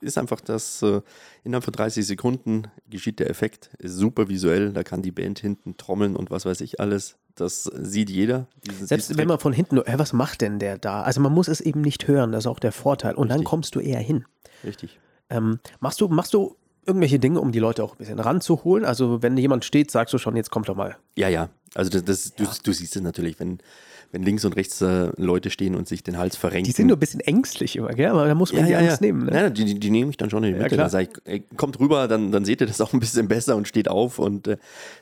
Speaker 2: ist einfach das, äh, innerhalb von 30 Sekunden geschieht der Effekt, ist super visuell, da kann die Band hinten trommeln und was weiß ich alles. Das sieht jeder. Diesen-
Speaker 1: Selbst
Speaker 2: diesen
Speaker 1: wenn
Speaker 2: Trick.
Speaker 1: man von hinten nur, "Hä, was macht denn der da? Also man muss es eben nicht hören, das ist auch der Vorteil. Und dann
Speaker 2: Richtig.
Speaker 1: kommst du eher hin.
Speaker 2: Richtig.
Speaker 1: Ähm, machst, du, machst du irgendwelche Dinge, um die Leute auch ein bisschen ranzuholen? Also wenn jemand steht, sagst du schon, jetzt kommt doch mal.
Speaker 2: Ja, ja. Also das, das, Du, du siehst es natürlich, wenn, wenn links und rechts äh, Leute stehen und sich den Hals verrenken.
Speaker 1: Die sind nur ein bisschen ängstlich immer, gell? aber da muss man
Speaker 2: Mhm. ja,
Speaker 1: die
Speaker 2: ja, ja.
Speaker 1: Angst nehmen. Ne?
Speaker 2: Ja, die, die, die nehme ich dann schon in die Mitte.
Speaker 1: klar.
Speaker 2: dann sag ich, ey, kommt rüber, dann, dann seht ihr das auch ein bisschen besser und steht auf. Und äh,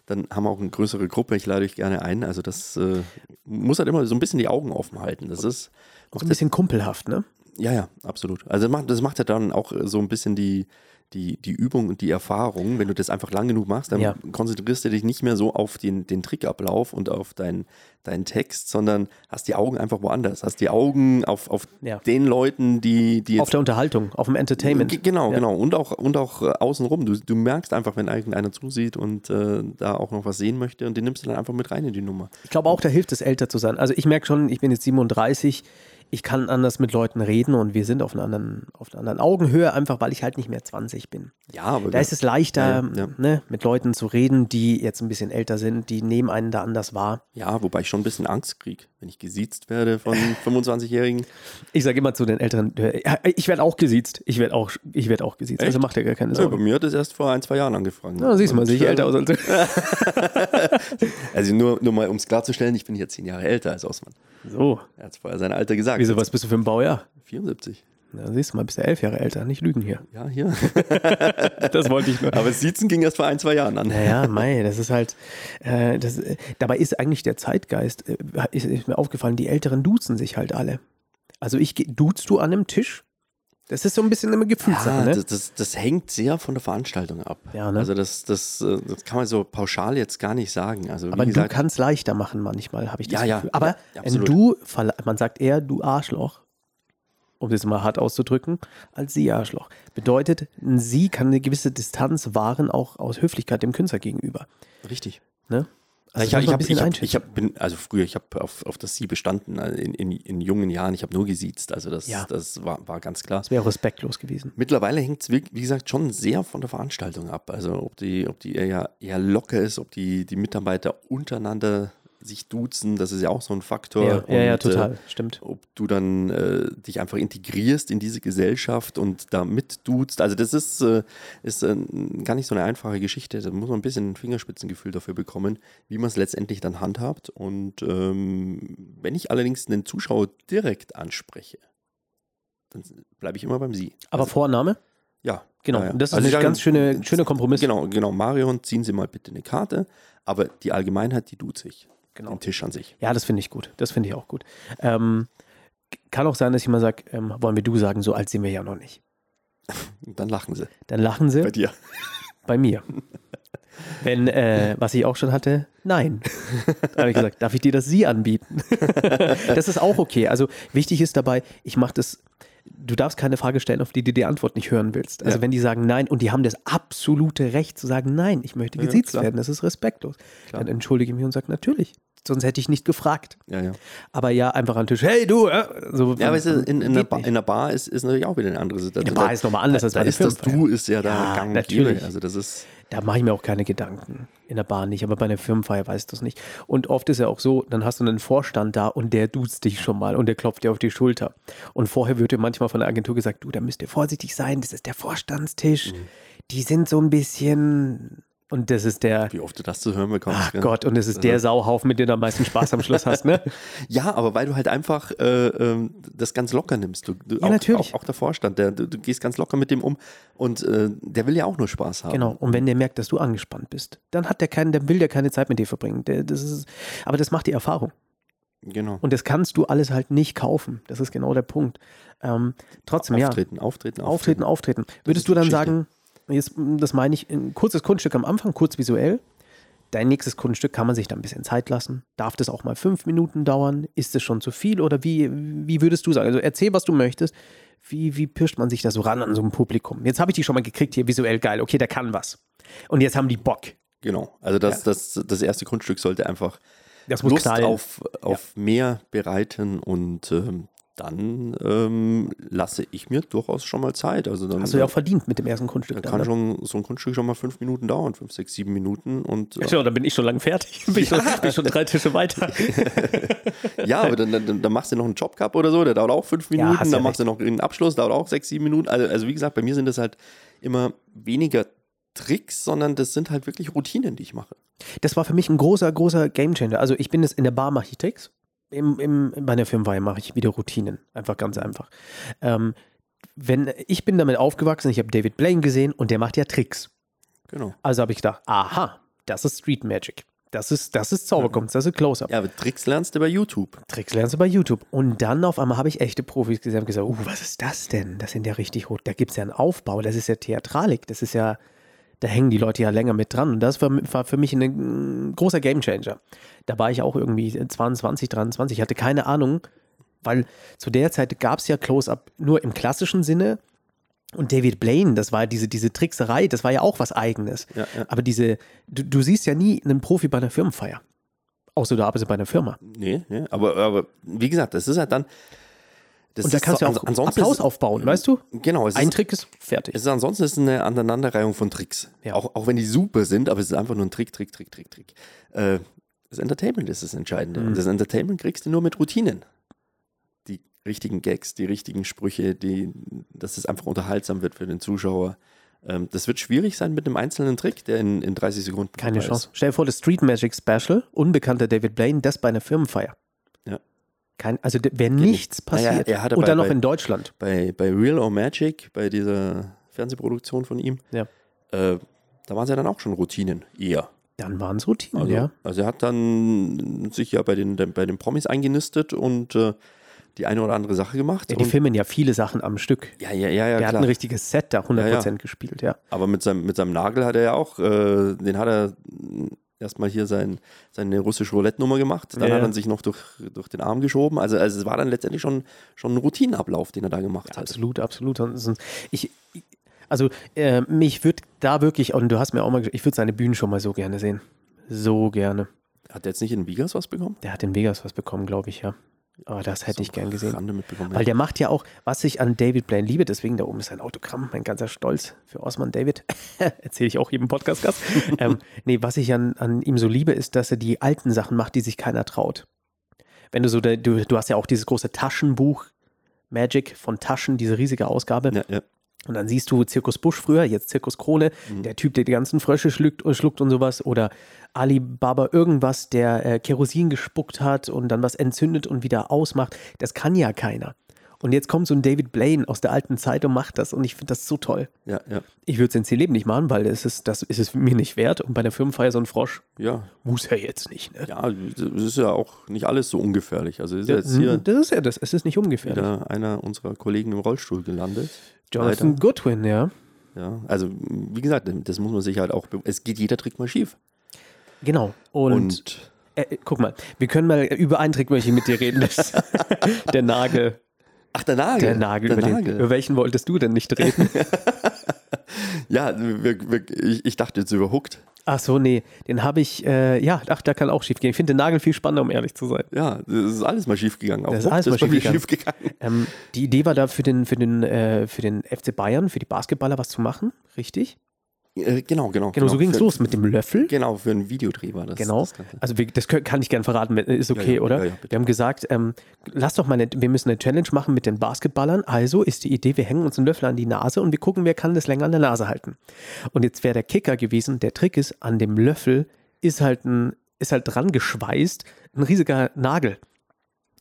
Speaker 2: dann haben wir auch eine größere Gruppe. Ich lade euch gerne ein. Also das äh, muss halt immer so ein bisschen die Augen offen halten. Das ist,
Speaker 1: Auch ein bisschen kumpelhaft, ne?
Speaker 2: ja, ja, absolut. Also das macht, das macht ja dann auch äh, so ein bisschen die, die, die Übung und die Erfahrung. Wenn du das einfach lang genug machst, dann
Speaker 1: Ja.
Speaker 2: konzentrierst du dich nicht mehr so auf den, den Trickablauf und auf deinen deinen Text, sondern hast die Augen einfach woanders. Hast die Augen auf, auf
Speaker 1: Ja.
Speaker 2: den Leuten, die, die jetzt
Speaker 1: Auf der Unterhaltung, auf dem Entertainment.
Speaker 2: Ge- Genau,
Speaker 1: Ja.
Speaker 2: genau. Und auch, und auch äh, außenrum. Du, du merkst einfach, wenn irgendeiner zusieht und äh, da auch noch was sehen möchte und den nimmst du dann einfach mit rein in die Nummer.
Speaker 1: Ich glaube auch, da hilft es, älter zu sein. Also ich merke schon, ich bin jetzt 37, ich kann anders mit Leuten reden und wir sind auf einer anderen, auf einer anderen Augenhöhe, einfach weil ich halt nicht mehr 20 bin.
Speaker 2: Ja, aber
Speaker 1: Da ist es leichter,
Speaker 2: Ja, ja.
Speaker 1: Ne, mit Leuten zu reden, die jetzt ein bisschen älter sind, die nehmen einen da anders wahr.
Speaker 2: ja, wobei ich schon ein bisschen Angst kriege, wenn ich gesiezt werde von 25-Jährigen.
Speaker 1: Ich sage immer zu den Älteren, äh, ich werde auch gesiezt. Ich werde auch, ich werd auch gesiezt. Also macht ihr gar keine
Speaker 2: Ja, bei
Speaker 1: Sorgen.
Speaker 2: mir hat es erst vor ein, zwei Jahren angefangen.
Speaker 1: Ja, siehst du mal, sehe ich
Speaker 2: Und, äh,
Speaker 1: älter aus als du.
Speaker 2: Also nur, nur mal, um es klarzustellen, ich bin hier zehn Jahre älter als Osman.
Speaker 1: So,
Speaker 2: Er hat vorher sein Alter gesagt.
Speaker 1: wieso, was bist du für ein Baujahr?
Speaker 2: 74.
Speaker 1: Na, siehst du mal, bist du elf Jahre älter, nicht lügen hier.
Speaker 2: Ja, hier.
Speaker 1: Das wollte ich nur.
Speaker 2: Aber das Siezen ging erst vor ein, zwei Jahren an.
Speaker 1: Naja, mei, das ist halt, äh, das, äh, dabei ist eigentlich der Zeitgeist, äh, ist, ist mir aufgefallen, die Älteren duzen sich halt alle. Also ich, geh- duzt du an einem Tisch? Das ist so ein bisschen immer Gefühlssache,
Speaker 2: Ah,
Speaker 1: ne?
Speaker 2: das, das, das hängt sehr von der Veranstaltung ab.
Speaker 1: Ja, ne?
Speaker 2: Also das, das, äh, das kann man so pauschal jetzt gar nicht sagen. Also wie
Speaker 1: Aber du
Speaker 2: gesagt,
Speaker 1: kannst leichter machen manchmal, habe ich das
Speaker 2: Ja, ja,
Speaker 1: Gefühl. Aber
Speaker 2: ja,
Speaker 1: wenn
Speaker 2: absolut.
Speaker 1: du, verla- man sagt eher du Arschloch, um das mal hart auszudrücken, als sie Arschloch. Bedeutet, ein sie kann eine gewisse Distanz wahren, auch aus Höflichkeit dem Künstler gegenüber.
Speaker 2: richtig.
Speaker 1: Ne? Also
Speaker 2: ich
Speaker 1: das muss man ein
Speaker 2: hab, ich hab,
Speaker 1: bisschen
Speaker 2: ich hab,
Speaker 1: einschätzen.
Speaker 2: ich hab, bin, also früher, ich habe auf, auf das Sie bestanden also in, in, in jungen Jahren. Ich habe nur gesiezt, also das,
Speaker 1: Ja.
Speaker 2: das war, war ganz klar.
Speaker 1: Das wäre auch respektlos gewesen.
Speaker 2: Mittlerweile hängt es, wie wie gesagt, schon sehr von der Veranstaltung ab. Also ob die, ob die eher, eher locker ist, ob die, die Mitarbeiter untereinander sich duzen, das ist ja auch so ein Faktor.
Speaker 1: Ja, ja, ja,
Speaker 2: Und,
Speaker 1: total.
Speaker 2: Äh,
Speaker 1: Stimmt.
Speaker 2: ob du dann äh, dich einfach integrierst in diese Gesellschaft und da mitduzt. Also das ist, äh, ist äh, gar nicht so eine einfache Geschichte. Da muss man ein bisschen ein Fingerspitzengefühl dafür bekommen, wie man es letztendlich dann handhabt. Und ähm, wenn ich allerdings einen Zuschauer direkt anspreche, dann bleibe ich immer beim Sie.
Speaker 1: Aber Vorname?
Speaker 2: Ja,
Speaker 1: Genau.
Speaker 2: also- ja, ja.
Speaker 1: Das ist
Speaker 2: Also
Speaker 1: ein
Speaker 2: ich sage,
Speaker 1: ganz schöner schöne Kompromiss.
Speaker 2: Genau, genau. Marion, ziehen Sie mal bitte eine Karte. Aber die Allgemeinheit, die duzt sich.
Speaker 1: Genau.
Speaker 2: Den Tisch an sich.
Speaker 1: Ja, das finde ich gut. Das finde ich auch gut. Ähm, kann auch sein, dass ich mal sage, ähm, wollen wir du sagen, so alt sind wir ja noch nicht.
Speaker 2: Und dann lachen sie.
Speaker 1: Dann lachen sie
Speaker 2: Bei
Speaker 1: bei,
Speaker 2: dir.
Speaker 1: mir. Wenn, äh, was ich auch schon hatte, nein. Da habe ich gesagt, darf ich dir das Sie anbieten? das ist auch okay. Also wichtig ist dabei, ich mache das, du darfst keine Frage stellen, auf die du die Antwort nicht hören willst. Also
Speaker 2: Ja.
Speaker 1: wenn die sagen nein und die haben das absolute Recht zu sagen, nein, ich möchte
Speaker 2: Ja,
Speaker 1: gesiezt
Speaker 2: klar.
Speaker 1: werden, das ist respektlos.
Speaker 2: Klar.
Speaker 1: Dann entschuldige ich mich und sage, natürlich. Sonst hätte ich nicht gefragt.
Speaker 2: Ja, ja.
Speaker 1: Aber ja, einfach an den Tisch, hey du, äh, so
Speaker 2: Ja, aber es ist, in, in, einer
Speaker 1: geht
Speaker 2: Bar, in
Speaker 1: nicht.
Speaker 2: einer Bar ist, ist natürlich auch wieder eine andere Situation.
Speaker 1: In der Bar
Speaker 2: Da-
Speaker 1: ist nochmal anders
Speaker 2: da,
Speaker 1: als
Speaker 2: da
Speaker 1: bei einer
Speaker 2: ist das
Speaker 1: Firmenfeier.
Speaker 2: Du ist ja da
Speaker 1: Ja,
Speaker 2: gang und gäbe.
Speaker 1: natürlich.
Speaker 2: Also das ist,
Speaker 1: Da mache ich mir auch keine Gedanken. In der Bar nicht, aber bei einer Firmenfeier weiß ich das nicht. Und oft ist ja auch so, dann hast du einen Vorstand da und der duzt dich schon mal und der klopft dir auf die Schulter. Und vorher wird dir manchmal von der Agentur gesagt, du, da müsst ihr vorsichtig sein, das ist der Vorstandstisch. Die sind so ein bisschen... Und das ist der...
Speaker 2: wie oft du das zu hören bekommst.
Speaker 1: Ach
Speaker 2: gell?
Speaker 1: Gott, und das ist der Sauhaufen, mit dem du am meisten Spaß am Schluss hast, ne?
Speaker 2: genau. Ja, aber weil du halt einfach äh, ähm, das ganz locker nimmst. Du, du,
Speaker 1: Ja,
Speaker 2: auch,
Speaker 1: natürlich.
Speaker 2: Auch, auch der Vorstand, der, du, du gehst ganz locker mit dem um und äh, der will ja auch nur Spaß haben.
Speaker 1: Genau. Und wenn der merkt, dass du angespannt bist, dann hat der keinen, dann will der keine Zeit mit dir verbringen. Der, das ist, aber das macht die Erfahrung.
Speaker 2: Genau.
Speaker 1: Und das kannst du alles halt nicht kaufen. Das ist genau der Punkt. Ähm, trotzdem, ja.
Speaker 2: Auftreten, auftreten,
Speaker 1: Auftreten,
Speaker 2: auftreten.
Speaker 1: auftreten. Würdest
Speaker 2: ist die
Speaker 1: du dann
Speaker 2: Geschichte.
Speaker 1: sagen, jetzt, m, das meine ich, ein kurzes Kunststück am Anfang, kurz visuell. Dein nächstes Kunststück kann man sich dann ein bisschen Zeit lassen. Darf das auch mal fünf Minuten dauern? Ist es schon zu viel? Oder wie, wie würdest du sagen? Also erzähl, was du möchtest. Wie, wie pirscht man sich da so ran an so ein Publikum? Jetzt habe ich die schon mal gekriegt, hier visuell geil. Okay, der kann was. Und jetzt haben die Bock.
Speaker 2: Genau. Also das, das, das erste Grundstück sollte einfach
Speaker 1: Das muss
Speaker 2: Lust
Speaker 1: knallen.
Speaker 2: auf, auf mehr bereiten und ähm, dann ähm, lasse ich mir durchaus schon mal Zeit. Also dann,
Speaker 1: Hast du ja auch verdient mit dem ersten Kunststück.
Speaker 2: dann
Speaker 1: dann,
Speaker 2: kann
Speaker 1: ne?
Speaker 2: schon so ein Kunststück schon mal fünf Minuten dauern, fünf, sechs, sieben Minuten. Und
Speaker 1: Ja,
Speaker 2: äh,
Speaker 1: Tja, dann bin ich schon lange fertig. Bin, ich schon, bin ich schon drei Tische weiter.
Speaker 2: ja, aber dann, dann, dann machst du noch einen Job Cup oder so, der dauert auch fünf
Speaker 1: Ja,
Speaker 2: Minuten,
Speaker 1: hast ja
Speaker 2: dann machst du noch einen Abschluss, dauert auch sechs, sieben Minuten. Also, also wie gesagt, bei mir sind das halt immer weniger Tricks, sondern das sind halt wirklich Routinen, die ich mache.
Speaker 1: Das war für mich ein großer, großer Gamechanger. Also ich bin jetzt in der Bar, mache ich Tricks. Im, im, bei der Firmenweihe mache ich wieder Routinen. Einfach ganz einfach. Ähm, wenn, ich bin damit aufgewachsen, ich habe David Blaine gesehen und der macht ja Tricks.
Speaker 2: Genau.
Speaker 1: Also habe ich gedacht, aha, das ist Street Magic. Das ist, das ist Zauberkunst, das ist Close-Up.
Speaker 2: Ja, aber Tricks lernst du bei YouTube.
Speaker 1: Tricks lernst du bei YouTube. Und dann auf einmal habe ich echte Profis gesehen und gesagt, uh, was ist das denn? Das sind ja richtig rot. Da gibt es ja einen Aufbau, das ist ja Theatralik, das ist ja, da hängen die Leute ja länger mit dran. Und das war, war für mich ein mm, großer Gamechanger. Da war ich auch irgendwie 22, 23, hatte keine Ahnung, weil zu der Zeit gab es ja Close-Up nur im klassischen Sinne. Und David Blaine, das war diese, diese Trickserei, das war ja auch was Eigenes.
Speaker 2: Ja, ja.
Speaker 1: Aber diese, du, du siehst ja nie einen Profi bei einer Firmenfeier. Außer du arbeitest bei einer Firma.
Speaker 2: Nee, nee. Aber, aber wie gesagt, das ist halt dann. Das
Speaker 1: Und da
Speaker 2: ist
Speaker 1: kannst du
Speaker 2: so-
Speaker 1: ja auch
Speaker 2: ans- ansonsten
Speaker 1: Applaus
Speaker 2: ist-
Speaker 1: aufbauen, weißt du?
Speaker 2: Genau, es
Speaker 1: Ein
Speaker 2: ist,
Speaker 1: Trick ist fertig.
Speaker 2: es ist ansonsten ist eine Aneinanderreihung von Tricks.
Speaker 1: Ja.
Speaker 2: Auch, auch wenn die super sind, aber es ist einfach nur ein Trick, Trick, Trick, Trick, Trick. Äh, das Entertainment ist das Entscheidende.
Speaker 1: Mhm.
Speaker 2: Und das Entertainment kriegst du nur mit Routinen. Die richtigen Gags, die richtigen Sprüche, die, dass es einfach unterhaltsam wird für den Zuschauer. Ähm, das wird schwierig sein mit einem einzelnen Trick, der in, in 30 Sekunden.
Speaker 1: Keine
Speaker 2: vorbei
Speaker 1: Chance. Stell dir vor, das Street Magic Special, unbekannter David Blaine, das bei einer Firmenfeier.
Speaker 2: Ja.
Speaker 1: Kein, also d- wäre nichts
Speaker 2: nicht. Naja,
Speaker 1: passiert.
Speaker 2: er hat
Speaker 1: Und
Speaker 2: aber
Speaker 1: dann noch
Speaker 2: bei-
Speaker 1: in Deutschland.
Speaker 2: Ist. Bei, bei Real or Magic, bei dieser Fernsehproduktion von ihm,
Speaker 1: Ja.
Speaker 2: äh, da waren es ja dann auch schon Routinen eher.
Speaker 1: Dann waren es Routinen,
Speaker 2: Also,
Speaker 1: ja.
Speaker 2: also er hat dann sich ja bei den, bei den Promis eingenistet und äh, die eine oder andere Sache gemacht.
Speaker 1: ja. Die
Speaker 2: und,
Speaker 1: filmen ja viele Sachen am Stück.
Speaker 2: ja, ja, ja, ja
Speaker 1: Der hat ein
Speaker 2: klar.
Speaker 1: richtiges Set da 100%
Speaker 2: Ja, ja.
Speaker 1: gespielt, ja.
Speaker 2: Aber mit seinem, mit seinem Nagel hat er ja auch, äh, den hat er mh, erstmal hier sein, seine russische Roulette-Nummer gemacht. Dann
Speaker 1: Ja,
Speaker 2: hat
Speaker 1: ja.
Speaker 2: er sich noch durch, durch den Arm geschoben. Also, also es war dann letztendlich schon, schon ein Routinenablauf, den er da gemacht hat.
Speaker 1: Absolut, absolut. Ansonsten- Ich, also äh, mich würde da wirklich, und du hast mir auch mal gesagt, ich würde seine Bühnen schon mal so gerne sehen. So gerne.
Speaker 2: Hat der jetzt nicht in Vegas was bekommen?
Speaker 1: Der hat in Vegas was bekommen, glaube ich, ja. Aber das hätte
Speaker 2: So
Speaker 1: ich gern gesehen.
Speaker 2: Rande mitbekommen.
Speaker 1: Weil der macht ja auch, was ich an David Blaine liebe, deswegen da oben ist ein Autogramm, mein ganzer Stolz für Osman David. Erzähle ich auch jedem Podcast-Gast. ähm, nee, was ich an, an ihm so liebe, ist, dass er die alten Sachen macht, die sich keiner traut. Wenn du so, der- du, du hast ja auch dieses große Taschenbuch Magic von Taschen, diese riesige Ausgabe.
Speaker 2: ja, ja.
Speaker 1: Und dann siehst du Zirkus Busch früher, jetzt Zirkus Krone,
Speaker 2: Mhm.
Speaker 1: der Typ, der die ganzen Frösche schluckt, äh, schluckt und sowas. Oder Alibaba irgendwas, der äh, Kerosin gespuckt hat und dann was entzündet und wieder ausmacht. Das kann ja keiner. Und jetzt kommt so ein David Blaine aus der alten Zeit und macht das. Und ich finde das so toll.
Speaker 2: Ja, ja.
Speaker 1: Ich würde es ins Leben nicht machen, weil es ist, das ist es mir nicht wert. Und bei der Firmenfeier so ein Frosch
Speaker 2: Ja,
Speaker 1: muss er jetzt nicht. Ne?
Speaker 2: ja, es ist ja auch nicht alles so ungefährlich. Also ist ja jetzt
Speaker 1: Mhm,
Speaker 2: hier
Speaker 1: Das ist ja das. Es ist nicht ungefährlich.
Speaker 2: wieder einer unserer Kollegen im Rollstuhl gelandet.
Speaker 1: Jonathan
Speaker 2: Leider.
Speaker 1: Goodwin, ja.
Speaker 2: Ja, also wie gesagt, das muss man sich halt auch. be- Es geht jeder Trick mal schief.
Speaker 1: Genau. Und, Äh, äh, guck mal, wir können mal über einen Trick möchte ich mit dir reden. Das, der Nagel.
Speaker 2: ach, der Nagel.
Speaker 1: Der Nagel.
Speaker 2: Der
Speaker 1: über, Den,
Speaker 2: Nagel.
Speaker 1: über welchen wolltest du denn nicht reden?
Speaker 2: Ja, wir, wir, ich, ich dachte jetzt überhuckt.
Speaker 1: Ach so, nee, den habe ich, äh, ja, ach, da kann auch schief gehen. Ich finde den Nagel viel spannender, um ehrlich zu sein.
Speaker 2: Ja, es ist alles mal schief gegangen. Auch
Speaker 1: Das ist
Speaker 2: Huck
Speaker 1: alles mal
Speaker 2: bei mir
Speaker 1: schiefgegangen.
Speaker 2: schiefgegangen.
Speaker 1: Ähm, die Idee war da für den, für, den, äh, für den FC Bayern, für die Basketballer was zu machen, richtig?
Speaker 2: Äh, Genau, genau.
Speaker 1: Genau, so ging es
Speaker 2: Für-
Speaker 1: los mit dem Löffel.
Speaker 2: Genau, für einen Videodreh war das.
Speaker 1: Genau.
Speaker 2: Das Ganze.
Speaker 1: Also wir, das kö- kann ich gerne verraten, wenn- ist okay,
Speaker 2: ja,
Speaker 1: oder?
Speaker 2: ja, ja, bitte.
Speaker 1: wir haben gesagt, ähm, lass doch mal, eine, wir müssen eine Challenge machen mit den Basketballern. Also ist die Idee, wir hängen uns einen Löffel an die Nase und wir gucken, wer kann das länger an der Nase halten. Und jetzt wäre der Kicker gewesen. Der Trick ist, an dem Löffel ist halt ein, ist halt dran geschweißt ein riesiger Nagel.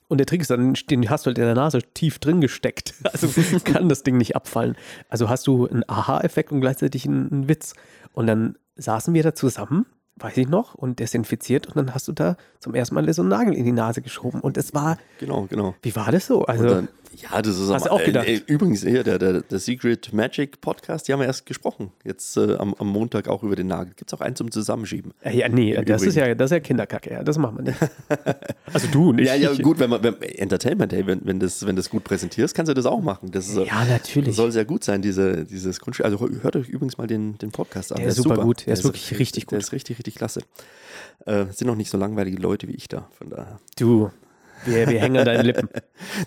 Speaker 1: Und der Trick ist dann, den hast du halt in der Nase tief drin gesteckt. Also kann das Ding nicht abfallen. Also hast du einen Aha-Effekt und gleichzeitig einen, einen Witz. Und dann saßen wir da zusammen, weiß ich noch, und desinfiziert. Und dann hast du da zum ersten Mal so einen Nagel in die Nase geschoben. Und es war,
Speaker 2: Genau, genau.
Speaker 1: wie war das so? Also,
Speaker 2: Und dann, ja, das ist
Speaker 1: Hast
Speaker 2: am-
Speaker 1: du auch gedacht?
Speaker 2: Äh, äh, übrigens, hier, der, der, der Secret Magic Podcast, die haben wir erst gesprochen. Jetzt äh, am, am Montag auch über den Nagel. Gibt es auch einen zum Zusammenschieben.
Speaker 1: äh, ja, nee, das
Speaker 2: Übrigens.
Speaker 1: ist ja, das ist ja Kinderkacke. Ja, das machen wir nicht. Also du und ich.
Speaker 2: Ja, ja, gut, wenn man wenn, Entertainment Day, wenn, wenn das, wenn das gut präsentierst, kannst du das auch machen. Das ist, äh,
Speaker 1: Ja, natürlich.
Speaker 2: soll sehr gut sein, diese, dieses Grundstück. Also hört euch übrigens mal den, den Podcast an.
Speaker 1: Der ist super gut. Der ist wirklich richtig
Speaker 2: Der
Speaker 1: gut.
Speaker 2: ist richtig, richtig klasse. Äh, sind noch nicht so langweilige Leute wie ich da, von daher.
Speaker 1: Du, wir, wir hängen an deinen Lippen.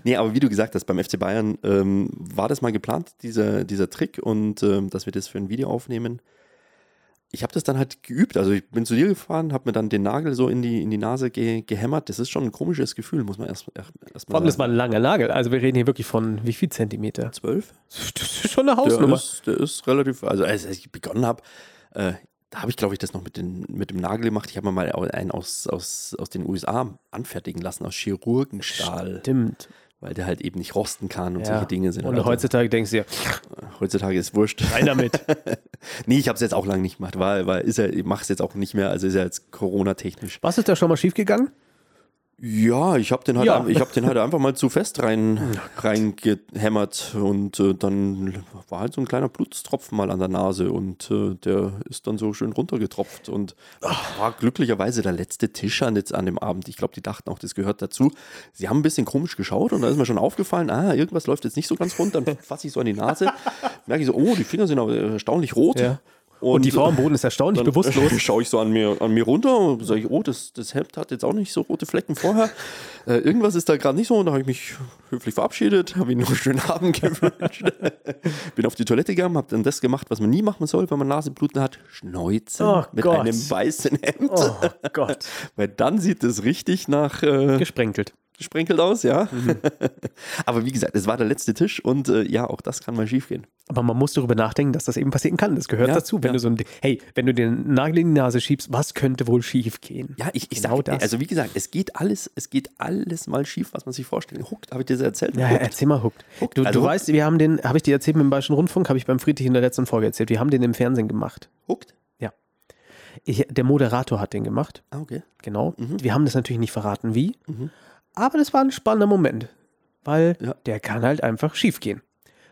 Speaker 2: Nee, aber wie du gesagt hast, beim FC Bayern ähm, war das mal geplant, dieser, dieser Trick und ähm, dass wir das für ein Video aufnehmen. Ich habe das dann halt geübt. Also ich bin zu dir gefahren, habe mir dann den Nagel so in die, in die Nase ge gehämmert. Das ist schon ein komisches Gefühl, muss man erst, erst, erst
Speaker 1: Vor
Speaker 2: mal
Speaker 1: allem, das war ein langer Nagel. Also wir reden hier wirklich von wie viel Zentimeter?
Speaker 2: zwölf.
Speaker 1: Das ist schon eine
Speaker 2: Der
Speaker 1: Hausnummer.
Speaker 2: ist, der ist relativ, also als ich begonnen habe, äh, da habe ich, glaube ich, das noch mit, den, mit dem Nagel gemacht. Ich habe mir mal au- einen aus, aus, aus den USA anfertigen lassen, aus Chirurgenstahl,
Speaker 1: Stimmt.
Speaker 2: weil der halt eben nicht rosten kann und
Speaker 1: Ja.
Speaker 2: solche Dinge sind.
Speaker 1: Und
Speaker 2: halt-
Speaker 1: heutzutage denkst du dir,
Speaker 2: heutzutage ist wurscht.
Speaker 1: rein damit.
Speaker 2: Nee, ich habe es jetzt auch lange nicht gemacht, weil, weil ist ja, ich mache es jetzt auch nicht mehr, also ist ja jetzt Corona-technisch.
Speaker 1: Was ist da schon mal schiefgegangen?
Speaker 2: Ja, ich habe den, halt
Speaker 1: Ja.
Speaker 2: ein- ich hab den halt einfach mal zu fest rein, reingehämmert und äh, dann war halt so ein kleiner Blutstropfen mal an der Nase und äh, der ist dann so schön runtergetropft und war glücklicherweise der letzte Tisch an, jetzt an dem Abend. Ich glaube, die dachten auch, das gehört dazu. Sie haben ein bisschen komisch geschaut und da ist mir schon aufgefallen, ah, irgendwas läuft jetzt nicht so ganz rund, dann fasse ich so an die Nase, merke ich so, oh, die Finger sind aber erstaunlich rot.
Speaker 1: Ja. Und, die Frau am Boden ist erstaunlich
Speaker 2: dann
Speaker 1: bewusstlos.
Speaker 2: Schaue ich so an mir, an mir runter und sage ich, oh, das, das Hemd hat jetzt auch nicht so rote Flecken vorher. Äh, irgendwas ist da gerade nicht so. Und da habe ich mich höflich verabschiedet, habe ihnen noch einen schönen Abend gewünscht. Bin auf die Toilette gegangen, habe dann das gemacht, was man nie machen soll, wenn man Nasenbluten hat. Schneuzen
Speaker 1: Oh
Speaker 2: mit
Speaker 1: Gott.
Speaker 2: einem weißen Hemd.
Speaker 1: Oh Gott.
Speaker 2: Weil dann sieht es richtig nach äh,
Speaker 1: Gesprenkelt.
Speaker 2: gesprenkelt aus, ja.
Speaker 1: Mhm.
Speaker 2: Aber wie gesagt, es war der letzte Tisch und äh, ja, auch das kann mal schief gehen.
Speaker 1: Aber man muss darüber nachdenken, dass das eben passieren kann. Das gehört
Speaker 2: Ja,
Speaker 1: dazu. Wenn
Speaker 2: ja.
Speaker 1: du so ein, hey, wenn du den Nagel in die Nase schiebst, was könnte wohl schief gehen?
Speaker 2: Ja, ich, ich
Speaker 1: Genau
Speaker 2: sag,
Speaker 1: das.
Speaker 2: also wie gesagt, es geht alles, es geht alles mal schief, was man sich vorstellt. Huckt, habe ich dir das erzählt?
Speaker 1: Ja,
Speaker 2: Huckt.
Speaker 1: erzähl mal Hooked.
Speaker 2: Hooked,
Speaker 1: Du, du
Speaker 2: also Hooked.
Speaker 1: weißt, wir haben den, habe ich dir erzählt mit dem Bayerischen Rundfunk, habe ich beim Friedrich in der letzten Folge erzählt. Wir haben den im Fernsehen gemacht.
Speaker 2: Huckt?
Speaker 1: Ich, der Moderator hat den gemacht.
Speaker 2: Ah, okay.
Speaker 1: Genau. Wir haben das natürlich nicht verraten, wie. Aber das war ein spannender Moment, weil
Speaker 2: Mhm. Ja.
Speaker 1: der kann halt einfach schief gehen.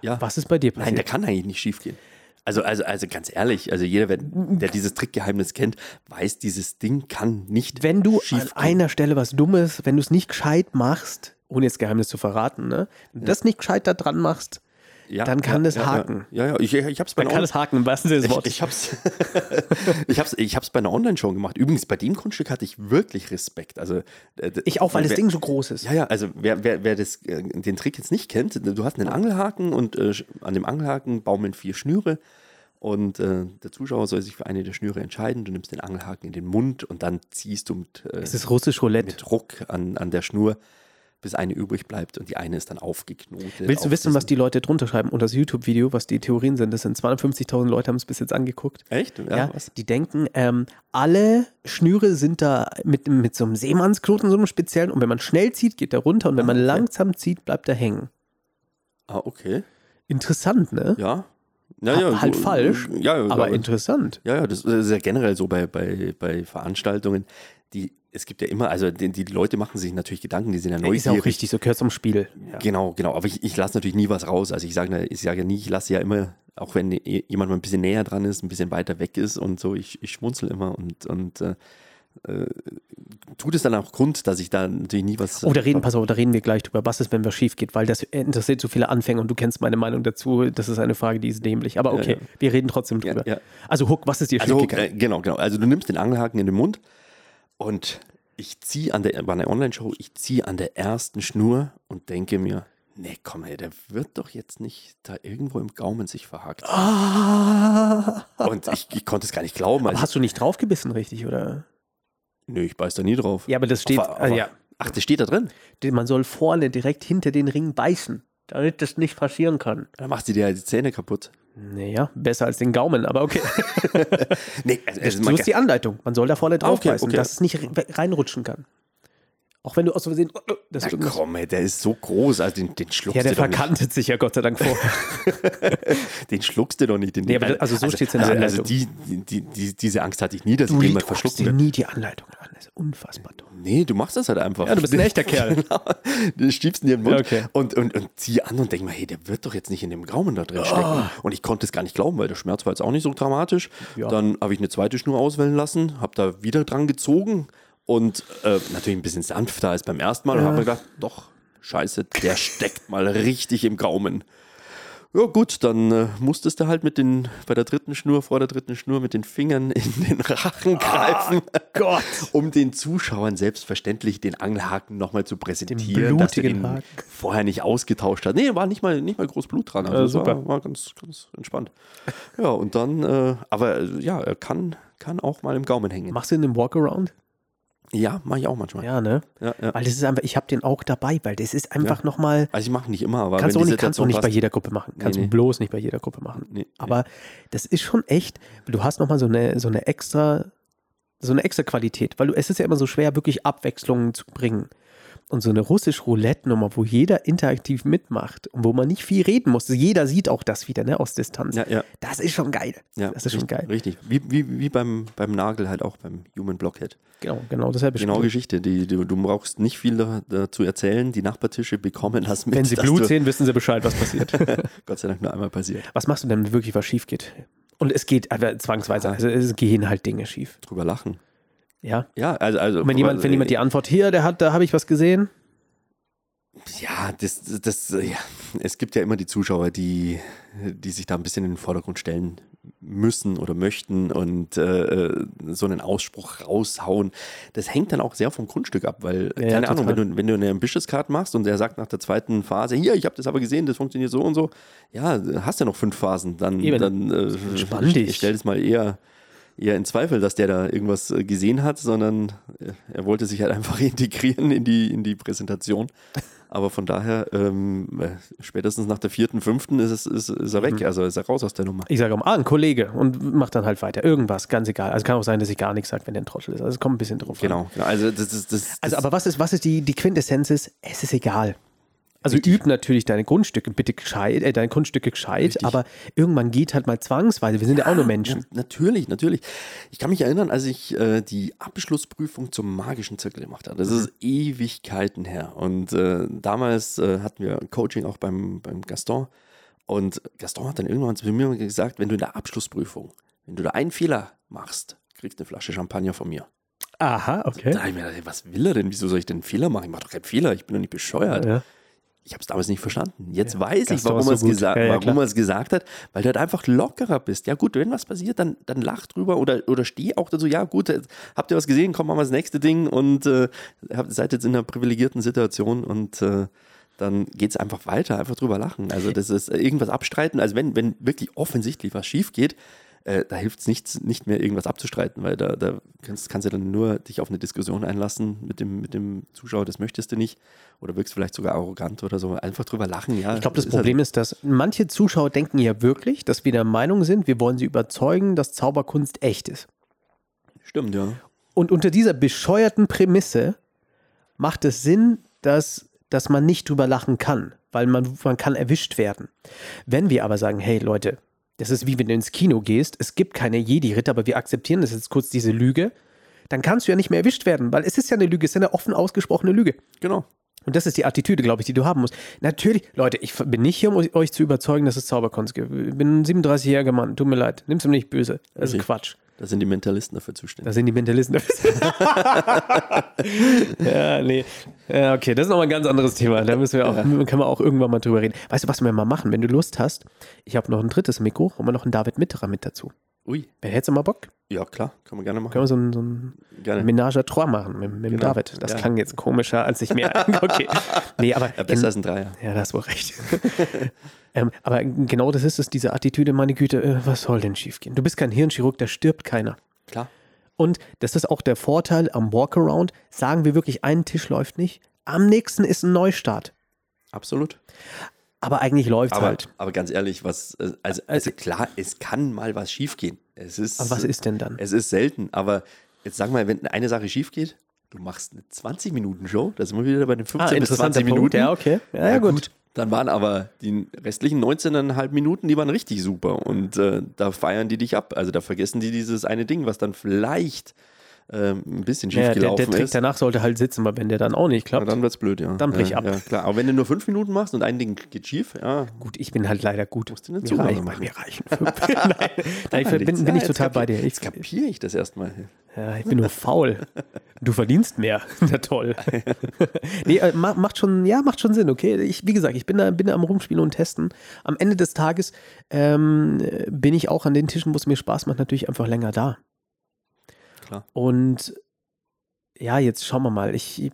Speaker 2: Ja.
Speaker 1: Was ist bei dir
Speaker 2: Nein, der
Speaker 1: passiert?
Speaker 2: kann eigentlich nicht schief gehen. Also, also, also ganz ehrlich, also jeder, wer- der dieses Trickgeheimnis kennt, weiß, dieses Ding kann nicht
Speaker 1: wenn du an
Speaker 2: schief gehen.
Speaker 1: einer Stelle was Dummes, wenn du es nicht gescheit machst, ohne jetzt Geheimnis zu verraten, ne? wenn du das nicht gescheit da dran machst,
Speaker 2: ja,
Speaker 1: dann kann
Speaker 2: ja,
Speaker 1: es
Speaker 2: ja,
Speaker 1: haken.
Speaker 2: Ja, ja, ja ich, ich habe es bei
Speaker 1: Dann
Speaker 2: einer
Speaker 1: kann es haken, im wahrsten Sinne des
Speaker 2: Ich,
Speaker 1: Wortes.
Speaker 2: ich hab's, ich hab's, ich hab's bei einer Online-Show gemacht. Übrigens, bei dem Grundstück hatte ich wirklich Respekt. Also, äh, d-
Speaker 1: Ich auch, weil das
Speaker 2: wer-
Speaker 1: Ding so groß ist.
Speaker 2: Ja, ja, also wer, wer, wer das, äh, den Trick jetzt nicht kennt, du hast einen Angelhaken und äh, sch- an dem Angelhaken baumeln vier Schnüre. Und äh, der Zuschauer soll sich für eine der Schnüre entscheiden. Du nimmst den Angelhaken in den Mund und dann ziehst du mit, äh,
Speaker 1: Das ist russisch Roulette.
Speaker 2: mit Druck an, an der Schnur, bis eine übrig bleibt und die eine ist dann aufgeknotet.
Speaker 1: Willst du
Speaker 2: auf
Speaker 1: wissen, was die
Speaker 2: diesen-
Speaker 1: Leute drunter schreiben? Und das YouTube-Video, was die Theorien sind, das sind 250.000 Leute, haben es bis jetzt angeguckt.
Speaker 2: Echt? Ja,
Speaker 1: Ja,
Speaker 2: was?
Speaker 1: die denken, ähm, alle Schnüre sind da mit, mit so einem Seemannsknoten, so einem speziellen. Und wenn man schnell zieht, geht der runter. Und wenn
Speaker 2: Ah,
Speaker 1: man
Speaker 2: okay.
Speaker 1: langsam zieht, bleibt er hängen.
Speaker 2: Ah, okay.
Speaker 1: Interessant, ne?
Speaker 2: Ja.
Speaker 1: Ha-
Speaker 2: Ja, ja,
Speaker 1: halt
Speaker 2: so-
Speaker 1: falsch,
Speaker 2: Ja, ja,
Speaker 1: Aber interessant.
Speaker 2: Ja, ja, das ist ja generell so bei, bei, bei Veranstaltungen. Die, es gibt ja immer, also die, die Leute machen sich natürlich Gedanken, die sind ja
Speaker 1: Ist ja auch
Speaker 2: neugierig.
Speaker 1: richtig, so gehört zum Spiel. Ja.
Speaker 2: Genau, genau. Aber ich, ich lasse natürlich nie was raus. Also ich sage ich sage ja nie, ich lasse ja immer, auch wenn jemand mal ein bisschen näher dran ist, ein bisschen weiter weg ist und so, ich, ich schmunzel immer und, und äh, äh, tut es dann auch Grund, dass ich da natürlich nie was.
Speaker 1: Oh, da reden, pass auf, da reden wir gleich drüber, was ist, wenn was schief geht, weil das interessiert so viele Anfänger und du kennst meine Meinung dazu. Das ist eine Frage, die ist dämlich. Aber okay,
Speaker 2: ja.
Speaker 1: wir reden trotzdem drüber.
Speaker 2: ja.
Speaker 1: Also, Hook, was ist dir
Speaker 2: Also,
Speaker 1: schief gegangen?
Speaker 2: äh, genau, genau. Also du nimmst den Angelhaken in den Mund und ich ziehe an der, bei einer Online-Show, ich ziehe an der ersten Schnur und denke mir, nee, komm, ey, der wird doch jetzt nicht da irgendwo im Gaumen sich verhakt.
Speaker 1: Ah.
Speaker 2: Und ich, ich konnte es gar nicht glauben.
Speaker 1: Aber
Speaker 2: Also,
Speaker 1: hast du nicht draufgebissen, richtig, oder?
Speaker 2: nö, ich beiß da nie drauf.
Speaker 1: Ja, aber das steht,
Speaker 2: Aber-
Speaker 1: äh,
Speaker 2: aber-
Speaker 1: ja.
Speaker 2: Ach, das steht da drin.
Speaker 1: man soll vorne direkt hinter den Ring beißen, damit das nicht passieren kann.
Speaker 2: Dann macht sie dir halt die Zähne kaputt.
Speaker 1: Naja, besser als den Gaumen, aber okay.
Speaker 2: Nee, also, also
Speaker 1: so
Speaker 2: man
Speaker 1: ist die Anleitung. Man soll da vorne drauf
Speaker 2: Okay,
Speaker 1: beißen,
Speaker 2: okay.
Speaker 1: dass es nicht re- reinrutschen kann. Auch wenn du aus Versehen. oh, Das
Speaker 2: kann- Also, komm, ey, der ist so groß, also den, den schluckst
Speaker 1: ja, der
Speaker 2: du doch nicht.
Speaker 1: verkantet sich ja Gott sei Dank vorher.
Speaker 2: Den schluckst du doch nicht. Den,
Speaker 1: Nee, aber das- also so steht's in der
Speaker 2: also, also die,
Speaker 1: Anleitung.
Speaker 2: die, die, diese Angst hatte ich nie, dass
Speaker 1: Du,
Speaker 2: ich den
Speaker 1: du
Speaker 2: mal
Speaker 1: guckst
Speaker 2: verschlucken
Speaker 1: dir
Speaker 2: werde.
Speaker 1: nie die Anleitung an. Das ist unfassbar dumm.
Speaker 2: Nee, du machst das halt einfach.
Speaker 1: Ja, du bist ein echter Kerl.
Speaker 2: genau. Du schiebst ihn dir in den Mund
Speaker 1: Okay.
Speaker 2: und, und, und zieh an und denk mal, hey, der wird doch jetzt nicht in dem Gaumen da drin stecken. Und ich konnte es gar nicht glauben, weil der Schmerz war jetzt auch nicht so dramatisch.
Speaker 1: Ah. Ja.
Speaker 2: Dann habe ich eine zweite Schnur auswählen lassen, habe da wieder dran gezogen und äh, natürlich ein bisschen sanfter als beim ersten Mal und habe mir gedacht, doch, scheiße, der steckt mal richtig im Gaumen. Ja gut, dann äh, musstest du halt mit den, bei der dritten Schnur, vor der dritten Schnur mit den Fingern in den Rachen
Speaker 1: Ah.
Speaker 2: greifen
Speaker 1: Gott.
Speaker 2: um den Zuschauern selbstverständlich den Angelhaken nochmal zu präsentieren,
Speaker 1: Den
Speaker 2: dass du
Speaker 1: blutigen
Speaker 2: den
Speaker 1: Haken.
Speaker 2: vorher nicht ausgetauscht hast. Nee, war nicht mal, nicht mal groß Blut dran. Also
Speaker 1: Äh,
Speaker 2: es
Speaker 1: super.
Speaker 2: War, war ganz, ganz entspannt. Ja, und dann, äh, aber äh, ja, er kann, kann auch mal im Gaumen hängen.
Speaker 1: Machst du den Walkaround?
Speaker 2: Ja, mache ich auch manchmal.
Speaker 1: Ja, ne?
Speaker 2: Ja, ja.
Speaker 1: Weil das ist einfach, ich habe den auch dabei, weil das ist einfach
Speaker 2: Ja.
Speaker 1: nochmal.
Speaker 2: Also ich mache nicht immer, aber
Speaker 1: Kannst du
Speaker 2: wenn
Speaker 1: auch
Speaker 2: die
Speaker 1: nicht, kannst du auch
Speaker 2: Situation
Speaker 1: nicht bei
Speaker 2: passt,
Speaker 1: jeder Gruppe machen. Kannst
Speaker 2: nee.
Speaker 1: du bloß nicht bei jeder Gruppe machen.
Speaker 2: Nee, nee.
Speaker 1: Aber das ist schon echt, du hast nochmal so eine, so eine extra, so eine extra Qualität, weil du, es ist ja immer so schwer, wirklich Abwechslungen zu bringen. Und so eine russisch Roulette-Nummer, wo jeder interaktiv mitmacht und wo man nicht viel reden muss. Jeder sieht auch das wieder, ne, aus Distanz.
Speaker 2: ja, ja,
Speaker 1: Das ist schon geil.
Speaker 2: ja,
Speaker 1: das ist schon
Speaker 2: richtig,
Speaker 1: geil.
Speaker 2: Richtig. Wie, wie, wie beim, beim Nagel halt auch, beim Human Blockhead.
Speaker 1: Genau, genau, deshalb
Speaker 2: Genau Geschichte. Die, die, du brauchst nicht viel da, dazu erzählen. Die Nachbartische bekommen das mit.
Speaker 1: Wenn sie
Speaker 2: dass
Speaker 1: Blut
Speaker 2: du-
Speaker 1: sehen, wissen sie Bescheid, was passiert.
Speaker 2: Gott sei Dank nur einmal passiert.
Speaker 1: was machst du denn, wenn wirklich was schief geht? Und es geht aber zwangsweise, also es gehen halt Dinge schief.
Speaker 2: Drüber lachen.
Speaker 1: Ja.
Speaker 2: Ja, also, also
Speaker 1: Und wenn jemand, wenn jemand die Antwort hier, der hat, da habe ich was gesehen.
Speaker 2: ja, das, das, das, ja, es gibt ja immer die Zuschauer, die, die sich da ein bisschen in den Vordergrund stellen müssen oder möchten und äh, so einen Ausspruch raushauen. Das hängt dann auch sehr vom Grundstück ab, weil,
Speaker 1: Ja, ja,
Speaker 2: keine Ahnung,
Speaker 1: total.
Speaker 2: wenn du, wenn du eine Ambitious Card machst und der sagt nach der zweiten Phase, hier, ich habe das aber gesehen, das funktioniert so und so, ja, hast ja noch fünf Phasen, dann,
Speaker 1: Eben.
Speaker 2: dann
Speaker 1: Entspann
Speaker 2: äh,
Speaker 1: dich.
Speaker 2: ich stell das mal eher, eher in Zweifel, dass der da irgendwas äh, gesehen hat, sondern äh, er wollte sich halt einfach integrieren in die, in die Präsentation. Aber von daher, ähm, äh, spätestens nach der vierten, fünften ist, es, ist, ist er weg,
Speaker 1: Mhm.
Speaker 2: also ist er raus aus der Nummer.
Speaker 1: Ich sage immer, ah, ein Kollege und mach dann halt weiter. Irgendwas, ganz egal. Also kann auch sein, dass ich gar nichts sage, wenn der ein Trottel ist. Also es kommt ein bisschen drauf an.
Speaker 2: Genau, genau. also das ist das, das
Speaker 1: Also, aber was ist, was ist die, die Quintessenz ist, es ist egal. Also
Speaker 2: Richtig.
Speaker 1: üb natürlich deine Grundstücke bitte gescheit, äh, deine Grundstücke gescheit,
Speaker 2: Richtig. Ah,
Speaker 1: aber irgendwann geht halt mal zwangsweise. Wir sind ja, auch nur Menschen.
Speaker 2: Na- Natürlich, natürlich. Ich kann mich erinnern, als ich äh, die Abschlussprüfung zum magischen Zirkel gemacht habe. Das ist Ewigkeiten her. Und äh, damals äh, hatten wir Coaching auch beim, beim Gaston. Und Gaston hat dann irgendwann zu mir gesagt, wenn du in der Abschlussprüfung, wenn du da einen Fehler machst, kriegst du eine Flasche Champagner von mir.
Speaker 1: Aha, okay.
Speaker 2: Da habe ich mir gedacht, ey, was will er denn? Wieso soll ich denn einen Fehler machen? Ich mache doch keinen Fehler, ich bin doch nicht bescheuert.
Speaker 1: Ja.
Speaker 2: ich habe es damals nicht verstanden. Jetzt weiß ich,
Speaker 3: Gaston
Speaker 2: warum
Speaker 3: ist so
Speaker 2: er es
Speaker 3: gut.
Speaker 2: gesagt,
Speaker 3: Ja, ja,
Speaker 2: warum
Speaker 3: klar.
Speaker 2: er es gesagt hat, weil du halt einfach lockerer bist. Ja gut, wenn was passiert, dann, dann lach drüber oder, oder steh auch dazu, ja gut, jetzt habt ihr was gesehen, komm, machen wir das nächste Ding und äh, habt, seid jetzt in einer privilegierten Situation und äh, dann geht es einfach weiter, einfach drüber lachen. Also das ist äh, irgendwas abstreiten, also wenn, wenn wirklich offensichtlich was schief geht, äh, da hilft es nichts, nicht mehr irgendwas abzustreiten, weil da, da kannst, kannst du dann nur dich auf eine Diskussion einlassen mit dem, mit dem Zuschauer, das möchtest du nicht. Oder wirkst vielleicht sogar arrogant oder so. Einfach drüber lachen, ja. halt
Speaker 1: Ich glaube, das Problem ist, dass manche Zuschauer denken ja wirklich, dass wir der Meinung sind, wir wollen sie überzeugen, dass Zauberkunst echt ist.
Speaker 2: Halt, stimmt, ja.
Speaker 1: Und unter dieser bescheuerten Prämisse macht es Sinn, dass, dass man nicht drüber lachen kann, weil man, man kann erwischt werden. Wenn wir aber sagen, hey Leute, das ist wie wenn du ins Kino gehst, es gibt keine Jedi-Ritter, aber wir akzeptieren das jetzt kurz, diese Lüge, dann kannst du ja nicht mehr erwischt werden, weil es ist ja eine Lüge, es ist ja eine offen ausgesprochene Lüge.
Speaker 2: Genau.
Speaker 1: Und das ist die Attitüde, glaube ich, die du haben musst. Natürlich, Leute, ich bin nicht hier, um eu- euch zu überzeugen, dass es Zauberkunst gibt. Ich bin ein 37-jähriger Mann, tut mir leid. Nimm's mir nicht böse. Das ist
Speaker 2: Richtig.
Speaker 1: Quatsch.
Speaker 2: Da sind die Mentalisten dafür
Speaker 1: Da
Speaker 2: zuständig.
Speaker 1: sind die Mentalisten. ja, nee. Ja, okay, das ist nochmal ein ganz anderes Thema. Da müssen wir auch, können wir auch irgendwann mal drüber reden. Weißt du, was wir mal machen, wenn du Lust hast? Ich habe noch ein drittes Mikro und mal noch einen David Mitterer mit dazu.
Speaker 2: Ui.
Speaker 1: Wer hätt's mal Bock?
Speaker 2: Ja, klar. Kann man gerne machen.
Speaker 1: Können wir so ein, so ein
Speaker 2: Gerne.
Speaker 1: Ménage à trois machen mit, mit dem
Speaker 2: Genau.
Speaker 1: David? Das
Speaker 2: Ja.
Speaker 1: klang jetzt komischer, als ich mir. Okay. Nee, aber. genau
Speaker 2: ja, besser als ein Dreier.
Speaker 1: Ja, da hast wohl recht. ähm, aber genau das ist es, diese Attitüde, meine Güte, äh, was soll denn schiefgehen? Du bist kein Hirnchirurg, da stirbt keiner.
Speaker 2: Klar.
Speaker 1: Und das ist auch der Vorteil am Walkaround. Sagen wir wirklich, ein Tisch läuft nicht, am nächsten ist ein Neustart.
Speaker 2: Absolut.
Speaker 1: Aber eigentlich läuft's
Speaker 2: Aber,
Speaker 1: halt.
Speaker 2: aber ganz ehrlich, was, äh, also, also klar, es kann mal was schief gehen. Es äh, ist,
Speaker 1: Aber was ist denn dann?
Speaker 2: Es ist selten, aber jetzt sag mal, wenn eine Sache schief geht, du machst eine 20-Minuten-Show, da sind wir wieder bei den 15 bis 20 Minuten.
Speaker 1: Ah, Ja, okay. Ja, ja, gut.
Speaker 2: Dann waren aber die restlichen 19,5 Minuten, die waren richtig super. Und äh, da feiern die dich ab. Also da vergessen die dieses eine Ding, was dann vielleicht ähm, ein bisschen schief
Speaker 1: Ja, der,
Speaker 2: gelaufen
Speaker 1: der Trick
Speaker 2: ist.
Speaker 1: danach sollte halt sitzen, weil wenn der dann auch nicht
Speaker 2: Ja,
Speaker 1: klappt.
Speaker 2: dann wird's blöd, ja.
Speaker 1: Dann brich
Speaker 2: ja,
Speaker 1: ab.
Speaker 2: Ja, klar. Aber wenn du nur fünf Minuten machst und ein Ding geht schief, ja,
Speaker 1: gut, ich bin halt leider gut.
Speaker 2: du eine
Speaker 1: mir,
Speaker 2: Zugabe
Speaker 1: reichen,
Speaker 2: machen.
Speaker 1: mir reichen fünf. Nein, nein,
Speaker 2: Ah,
Speaker 1: ich bin, bin ich
Speaker 2: jetzt
Speaker 1: total
Speaker 2: kapier-
Speaker 1: bei dir. Ich,
Speaker 2: Jetzt kapiere ich das erstmal.
Speaker 1: Ja, ich bin nur faul. Du verdienst mehr. Na toll. nee, äh, ma- macht schon, ja, macht schon Sinn, okay. Ich, wie gesagt, ich bin da, bin da am Rumspielen und Testen. Am Ende des Tages ähm, äh, bin ich auch an den Tischen, wo es mir Spaß macht, natürlich einfach länger da.
Speaker 2: Klar.
Speaker 1: Und ja, jetzt schauen wir mal. Ich, w-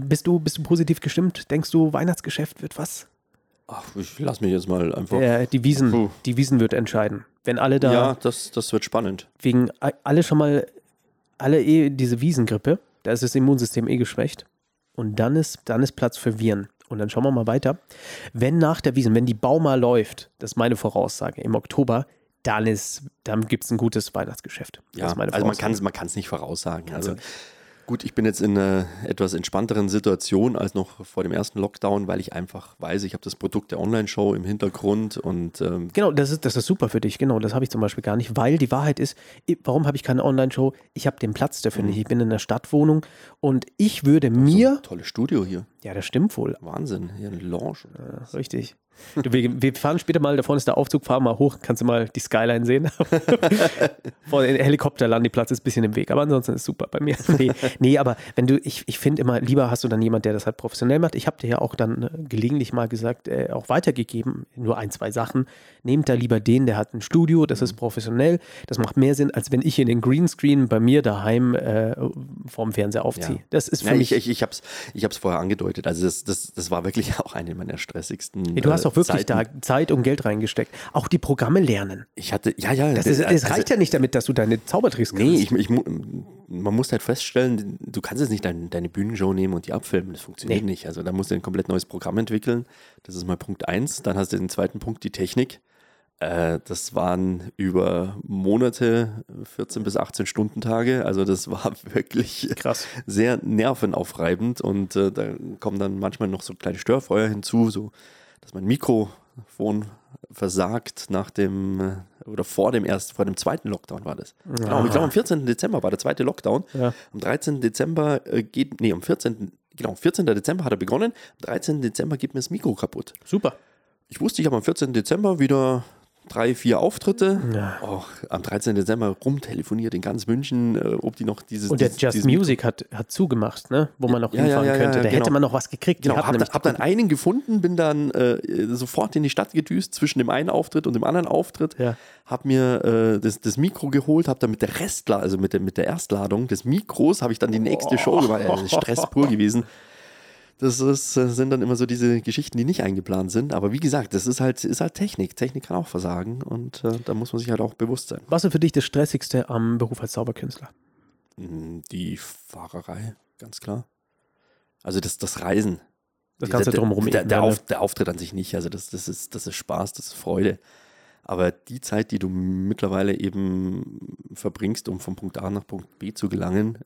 Speaker 1: bist, du, bist du positiv gestimmt? Denkst du, Weihnachtsgeschäft wird was?
Speaker 2: Ach, ich lass mich jetzt mal einfach.
Speaker 1: Äh, die,
Speaker 2: Puh.
Speaker 1: Wiesen, die Wiesen wird entscheiden. Wenn alle da
Speaker 2: ja, das, das wird spannend.
Speaker 1: wegen a- alle schon mal, alle eh diese Wiesengrippe, da ist das Immunsystem eh geschwächt. Und dann ist, dann ist Platz für Viren. Und dann schauen wir mal weiter. Wenn nach der Wiesen, wenn die Bauma läuft, das ist meine Voraussage, im Oktober, dann, ist- dann gibt es ein gutes Weihnachtsgeschäft.
Speaker 2: Ja,
Speaker 1: das ist meine
Speaker 2: also man
Speaker 1: Voraussage.
Speaker 2: kann es man kann's nicht voraussagen. Also gut, ich bin jetzt in einer etwas entspannteren Situation als noch vor dem ersten Lockdown, weil ich einfach weiß, ich habe das Produkt der Online-Show im Hintergrund und ähm,
Speaker 1: Genau, das ist, das ist super für dich. Genau, das habe ich zum Beispiel gar nicht, weil die Wahrheit ist, ich- warum habe ich keine Online-Show? Ich habe den Platz
Speaker 2: Mhm.
Speaker 1: dafür nicht. Ich bin in einer Stadtwohnung und ich würde mir,
Speaker 2: tolles Studio hier.
Speaker 1: ja, das stimmt wohl,
Speaker 2: Wahnsinn, hier eine Lounge.
Speaker 1: Äh, Richtig. Du, wir, wir fahren später mal, da vorne ist der Aufzug, fahren mal hoch, kannst du mal die Skyline sehen. Vor der Helikopterlandeplatz ist ein bisschen im Weg, aber ansonsten ist super bei mir. Nee, nee aber wenn du, ich, ich finde immer, lieber hast du dann jemand, der das halt professionell macht. Ich habe dir ja auch dann äh, gelegentlich mal gesagt, äh, auch weitergegeben, nur ein, zwei Sachen. Nehmt da lieber den, der hat ein Studio, das
Speaker 2: Mhm.
Speaker 1: ist professionell, das macht mehr Sinn, als wenn ich hier den Greenscreen bei mir daheim äh, vorm Fernseher aufziehe.
Speaker 2: Ja.
Speaker 1: Das ist für
Speaker 2: Ja,
Speaker 1: mich.
Speaker 2: ich ich, ich habe es ich hab's vorher angedeutet. Also das, das, das war wirklich auch eine meiner stressigsten. äh,
Speaker 1: Ey, Du hast auch wirklich
Speaker 2: Zeiten.
Speaker 1: da Zeit und Geld reingesteckt. Auch die Programme lernen.
Speaker 2: Ich hatte, ja, ja.
Speaker 1: Das ist, es
Speaker 2: also-
Speaker 1: reicht ja nicht damit, dass du deine Zaubertricks kannst.
Speaker 2: Nee, ich, ich, mu- man muss halt feststellen, du kannst jetzt nicht dein, deine Bühnenshow nehmen und die abfilmen. Das funktioniert
Speaker 1: Nee.
Speaker 2: nicht. Also da musst du ein komplett neues Programm entwickeln. Das ist mal Punkt eins. Dann hast du den zweiten Punkt, die Technik. Äh, das waren über Monate 14 bis 18 Stunden Tage. Also das war wirklich
Speaker 1: Krass.
Speaker 2: sehr nervenaufreibend und äh, da kommen dann manchmal noch so kleine Störfeuer hinzu, so dass mein Mikrofon versagt nach dem äh, oder vor dem ersten, vor dem zweiten Lockdown war das. Genau, ich glaube am 14. Dezember war der zweite Lockdown.
Speaker 1: Ja.
Speaker 2: Am 13. Dezember äh, geht, nee, am 14. Genau, 14. Dezember hat er begonnen. Am 13. Dezember geht mir das Mikro kaputt.
Speaker 1: Super.
Speaker 2: Ich wusste, ich habe am 14. Dezember wieder drei, vier Auftritte. Oh, am 13. Dezember rumtelefoniert in ganz München, äh, ob die noch dieses.
Speaker 1: Und der
Speaker 2: dieses-
Speaker 1: Just
Speaker 2: diesen-
Speaker 1: Music hat, hat zugemacht, ne? Wo man noch
Speaker 2: Ja, ja,
Speaker 1: hinfahren
Speaker 2: ja, ja,
Speaker 1: könnte.
Speaker 2: ja,
Speaker 1: da hätte
Speaker 2: genau.
Speaker 1: man noch was gekriegt. Die
Speaker 2: Genau,
Speaker 1: hatten
Speaker 2: hab, da,
Speaker 1: nämlich
Speaker 2: hab dann einen gefunden, bin dann äh, sofort in die Stadt gedüst zwischen dem einen Auftritt und dem anderen Auftritt,
Speaker 1: Ja.
Speaker 2: hab mir äh, das, das Mikro geholt, hab dann mit der Restla, also mit der, mit der Erstladung des Mikros, habe ich dann die nächste Show gemacht. Ja, das ist Stress pur gewesen. Das ist, äh, sind dann immer so diese Geschichten, die nicht eingeplant sind. Aber wie gesagt, das ist halt, ist halt Technik. Technik kann auch versagen und äh, da muss man sich halt auch bewusst sein.
Speaker 1: was ist für dich das Stressigste am Beruf als Zauberkünstler?
Speaker 2: Mm, Die Fahrerei, ganz klar. Also das, das Reisen.
Speaker 1: Das Ganze
Speaker 2: der,
Speaker 1: drumherum.
Speaker 2: Der,
Speaker 1: eben,
Speaker 2: der,
Speaker 1: ne?
Speaker 2: Auf, der Auftritt an sich nicht. Also das, das, ist, das ist Spaß, das ist Freude. Aber die Zeit, die du mittlerweile eben verbringst, um von Punkt A nach Punkt B zu gelangen,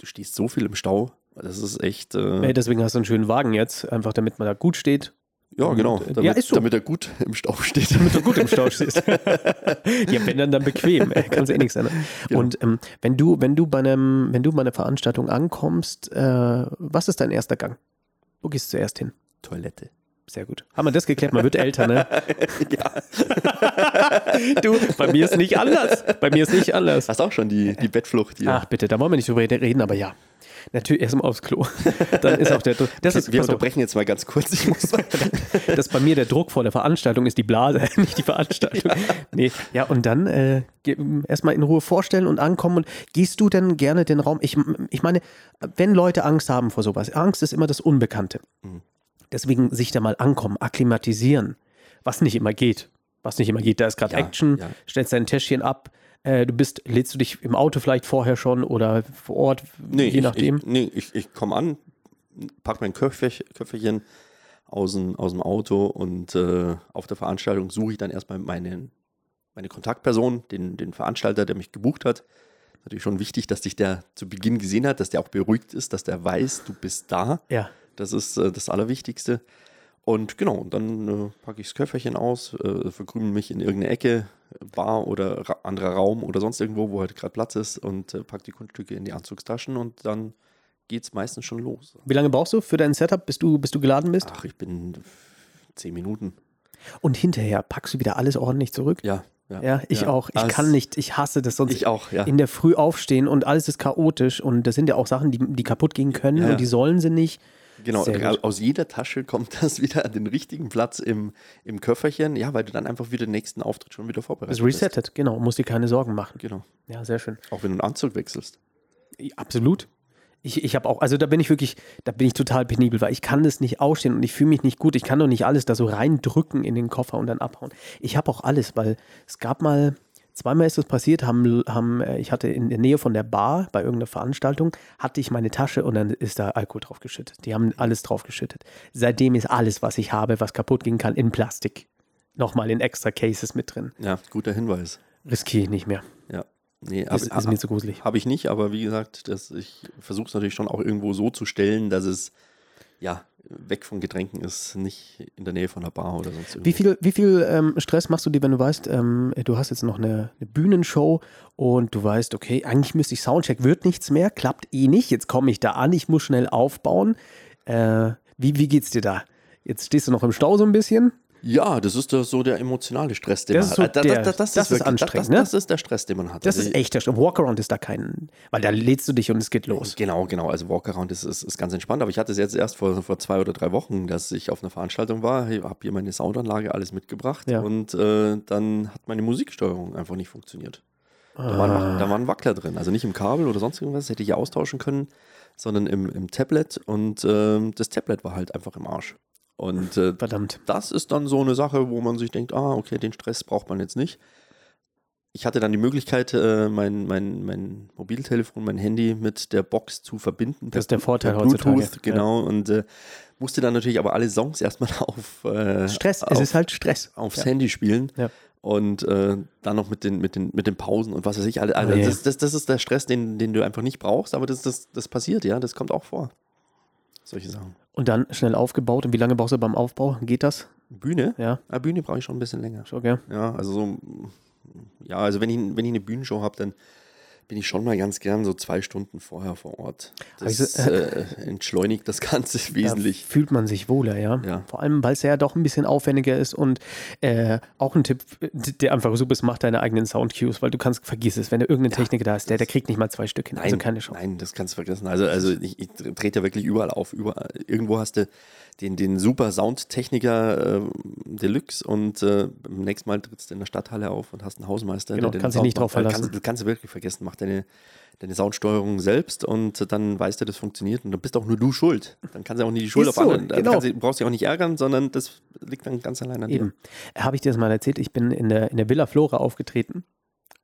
Speaker 2: du stehst so viel im Stau. Das ist echt. Äh,
Speaker 1: Ey, deswegen hast du einen schönen Wagen jetzt, einfach damit man da gut steht.
Speaker 2: ja, genau.
Speaker 1: und, äh,
Speaker 2: Damit,
Speaker 1: ja, ist so.
Speaker 2: damit er gut im Stau steht.
Speaker 1: Damit du gut im Stau stehst. ja, wenn dann, dann bequem. Ey, Kannst du eh nichts ändern.
Speaker 2: Genau.
Speaker 1: Und ähm, wenn, du, wenn, du bei einem, wenn du bei einer Veranstaltung ankommst, äh, was ist dein erster Gang? Wo gehst du zuerst hin?
Speaker 2: Toilette.
Speaker 1: Sehr gut. Haben wir das geklärt? Man wird älter, ne?
Speaker 2: Ja.
Speaker 1: Du, bei mir ist nicht anders. Bei mir ist nicht anders.
Speaker 2: Hast auch schon die, die Bettflucht hier.
Speaker 1: Ach bitte, da wollen wir nicht drüber reden, aber ja. Natürlich erst mal aufs Klo. Dann ist auch der Druck. Das ist,
Speaker 2: Wir
Speaker 1: pass auf,
Speaker 2: unterbrechen jetzt mal ganz kurz. Ich muss
Speaker 1: das bei mir der Druck vor der Veranstaltung ist die Blase, nicht die Veranstaltung. Ja. Nee, ja, und dann äh, erstmal in Ruhe vorstellen und ankommen. Und gehst du denn gerne den Raum? Ich, ich meine, wenn Leute Angst haben vor sowas, Angst ist immer das Unbekannte.
Speaker 2: Mhm.
Speaker 1: Deswegen sich da mal ankommen, akklimatisieren, was nicht immer geht. Was nicht immer geht, da ist gerade
Speaker 2: Ja,
Speaker 1: Action,
Speaker 2: ja.
Speaker 1: stellst dein Täschchen ab, äh, du bist, lädst du dich im Auto vielleicht vorher schon oder vor Ort,
Speaker 2: Nee,
Speaker 1: je
Speaker 2: ich,
Speaker 1: nachdem.
Speaker 2: Ich, nee, ich, ich komme an, pack mein Köpfchen, Köpfchen aus, dem, aus dem Auto und äh, auf der Veranstaltung suche ich dann erstmal meine, meine Kontaktperson, den, den Veranstalter, der mich gebucht hat. Natürlich schon wichtig, dass dich der zu Beginn gesehen hat, dass der auch beruhigt ist, dass der weiß, du bist da.
Speaker 1: ja.
Speaker 2: Das ist äh, das Allerwichtigste. Und genau, und dann äh, packe ich das Köfferchen aus, äh, verkrümel mich in irgendeine Ecke, Bar oder ra anderer Raum oder sonst irgendwo, wo halt gerade Platz ist und äh, packe die Kunststücke in die Anzugstaschen und dann geht's meistens schon los.
Speaker 1: Wie lange brauchst du für dein Setup, bis du, bis du geladen bist?
Speaker 2: Ach, ich bin zehn Minuten.
Speaker 1: Und hinterher packst du wieder alles ordentlich zurück?
Speaker 2: Ja, ja.
Speaker 1: Ja, ich auch. Ich
Speaker 2: Ah,
Speaker 1: kann
Speaker 2: es-
Speaker 1: nicht, ich hasse das sonst.
Speaker 2: Ich auch, ja.
Speaker 1: In der Früh aufstehen und alles ist chaotisch und das sind ja auch Sachen, die, die kaputt gehen können
Speaker 2: Ja, ja.
Speaker 1: und die sollen sie nicht.
Speaker 2: Genau,
Speaker 1: Sehr
Speaker 2: au-
Speaker 1: gut.
Speaker 2: aus jeder Tasche kommt das wieder an den richtigen Platz im, im Köfferchen. Ja, weil du dann einfach wieder den nächsten Auftritt schon wieder vorbereitet
Speaker 1: Es
Speaker 2: bist.
Speaker 1: resettet, genau, musst dir keine Sorgen machen.
Speaker 2: Genau.
Speaker 1: Ja, sehr schön.
Speaker 2: Auch wenn du einen Anzug wechselst.
Speaker 1: Ja, Absolut. Ich, ich habe auch, also da bin ich wirklich, da bin ich total penibel, weil ich kann das nicht ausstehen und ich fühle mich nicht gut. Ich kann doch nicht alles da so reindrücken in den Koffer und dann abhauen. Ich habe auch alles, weil es gab mal, zweimal ist das passiert, haben, haben, äh, ich hatte in der Nähe von der Bar bei irgendeiner Veranstaltung, hatte ich meine Tasche und dann ist da Alkohol drauf geschüttet. Die haben alles drauf geschüttet. Seitdem ist alles, was ich habe, was kaputt gehen kann, in Plastik. Nochmal in extra Cases mit drin.
Speaker 2: Ja, guter Hinweis.
Speaker 1: Riskiere ich nicht mehr.
Speaker 2: Ja. Nee,
Speaker 1: Das
Speaker 2: aber-
Speaker 1: ist mir zu gruselig.
Speaker 2: Habe ich nicht, aber wie gesagt, das, ich versuche es natürlich schon auch irgendwo so zu stellen, dass es ja weg von Getränken ist, nicht in der Nähe von einer Bar oder sonst
Speaker 1: Wie
Speaker 2: irgendwie.
Speaker 1: viel, wie viel ähm, Stress machst du dir, wenn du weißt, ähm, du hast jetzt noch eine, eine Bühnenshow und du weißt, okay, eigentlich müsste ich Soundcheck, wird nichts mehr, klappt eh nicht, jetzt komme ich da an, ich muss schnell aufbauen. Äh, wie, wie geht's dir da? Jetzt stehst du noch im Stau so ein bisschen.
Speaker 2: Ja, das ist der, so der emotionale Stress, den
Speaker 1: Das
Speaker 2: man
Speaker 1: ist so
Speaker 2: hat. Da- da-
Speaker 1: der-
Speaker 2: da-
Speaker 1: das ist
Speaker 2: wirklich- da-
Speaker 1: anstrengend,
Speaker 2: Das,
Speaker 1: ne?
Speaker 2: das ist der Stress, den man hat.
Speaker 1: Das
Speaker 2: Also
Speaker 1: ist echt der Stress. Walkaround ist da kein, weil da lädst du dich und es geht los.
Speaker 2: Genau, genau. Also Walkaround ist, ist, ist ganz entspannt. Aber ich hatte es jetzt erst vor, vor zwei oder drei Wochen, dass ich auf einer Veranstaltung war, habe hier meine Soundanlage alles mitgebracht
Speaker 1: Ja.
Speaker 2: und äh, dann hat meine Musiksteuerung einfach nicht funktioniert. Da war, ein,
Speaker 1: Ah.
Speaker 2: Wac- da war ein Wackler drin. Also nicht im Kabel oder sonst irgendwas, hätte ich ja austauschen können, sondern im, im Tablet. Und ähm, das Tablet war halt einfach im Arsch. Und äh,
Speaker 1: Verdammt.
Speaker 2: das ist dann so eine Sache, wo man sich denkt, ah, okay, den Stress braucht man jetzt nicht. Ich hatte dann die Möglichkeit, äh, mein, mein, mein Mobiltelefon, mein Handy mit der Box zu verbinden.
Speaker 1: Das ist
Speaker 2: per-
Speaker 1: der Vorteil
Speaker 2: per
Speaker 1: heutzutage.
Speaker 2: Bluetooth, genau. Und äh, musste dann natürlich aber alle Songs erstmal auf, äh,
Speaker 1: Stress,
Speaker 2: auf,
Speaker 1: es ist halt Stress.
Speaker 2: aufs
Speaker 1: Ja.
Speaker 2: Handy spielen.
Speaker 1: Ja.
Speaker 2: Und äh, dann noch mit den, mit, den, mit den Pausen und was weiß ich. alle- Also,
Speaker 1: Oh je.
Speaker 2: das, das, das ist der Stress, den, den du einfach nicht brauchst, aber das, das, das passiert, ja, das kommt auch vor. Solche Sachen.
Speaker 1: Und dann schnell aufgebaut. Und wie lange brauchst du beim Aufbau? Geht das?
Speaker 2: Bühne?
Speaker 1: Ja,
Speaker 2: Ah, Bühne brauche ich schon ein bisschen länger.
Speaker 1: schon, gell?
Speaker 2: Ja, also so, ja, also wenn ich, wenn ich eine Bühnenshow habe, dann bin ich schon mal ganz gern so zwei Stunden vorher vor Ort. Das
Speaker 1: Also,
Speaker 2: äh, entschleunigt das Ganze wesentlich.
Speaker 1: Da fühlt man sich wohler, ja.
Speaker 2: Ja.
Speaker 1: Vor allem, weil es ja doch ein bisschen aufwendiger ist und äh, auch ein Tipp, der einfach super ist, mach deine eigenen Soundcues, weil du kannst, vergiss es, wenn da irgendeine Techniker da ist, der, der kriegt nicht mal zwei Stück hin. also keine Chance.
Speaker 2: Nein, das kannst du vergessen. Also, also ich, ich trete ja wirklich überall auf. Überall. Irgendwo hast du den, den super Soundtechniker äh, Deluxe und äh, beim nächsten Mal trittst du in der Stadthalle auf und hast einen Hausmeister.
Speaker 1: Genau,
Speaker 2: den
Speaker 1: kannst dich nicht drauf
Speaker 2: Sound macht. Da
Speaker 1: verlassen.
Speaker 2: Kannst, das kannst du wirklich vergessen. Mach deine, deine Soundsteuerung selbst und dann weißt du, das funktioniert und dann bist auch nur du schuld. Dann kannst du auch nicht die Schuld
Speaker 1: Ist
Speaker 2: auf
Speaker 1: so,
Speaker 2: anderen.
Speaker 1: genau.
Speaker 2: Dann kannst du brauchst dich auch nicht ärgern, sondern das liegt dann ganz allein an
Speaker 1: Eben. Habe ich dir das mal erzählt? Ich bin in der, in der Villa Flora aufgetreten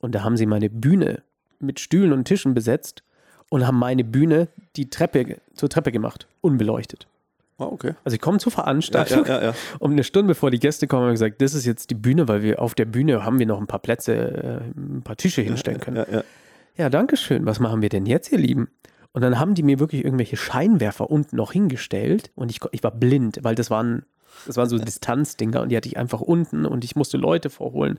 Speaker 1: und da haben sie meine Bühne mit Stühlen und Tischen besetzt und haben meine Bühne die Treppe zur Treppe gemacht, unbeleuchtet.
Speaker 2: dir. Ah, okay.
Speaker 1: Also ich komme zur
Speaker 2: Ja,
Speaker 1: Veranstaltung
Speaker 2: ja, ja, ja.
Speaker 1: um eine Stunde bevor die Gäste kommen, haben wir gesagt, das ist jetzt die Bühne, weil wir auf der Bühne haben wir noch ein paar Plätze, äh, ein paar Tische hinstellen können.
Speaker 2: ja, ja.
Speaker 1: Ja, danke schön. Was machen wir denn jetzt, ihr Lieben? Und dann haben die mir wirklich irgendwelche Scheinwerfer unten noch hingestellt und ich, ko- ich war blind, weil das waren, das waren so Distanzdinger und die hatte ich einfach unten und ich musste Leute vorholen.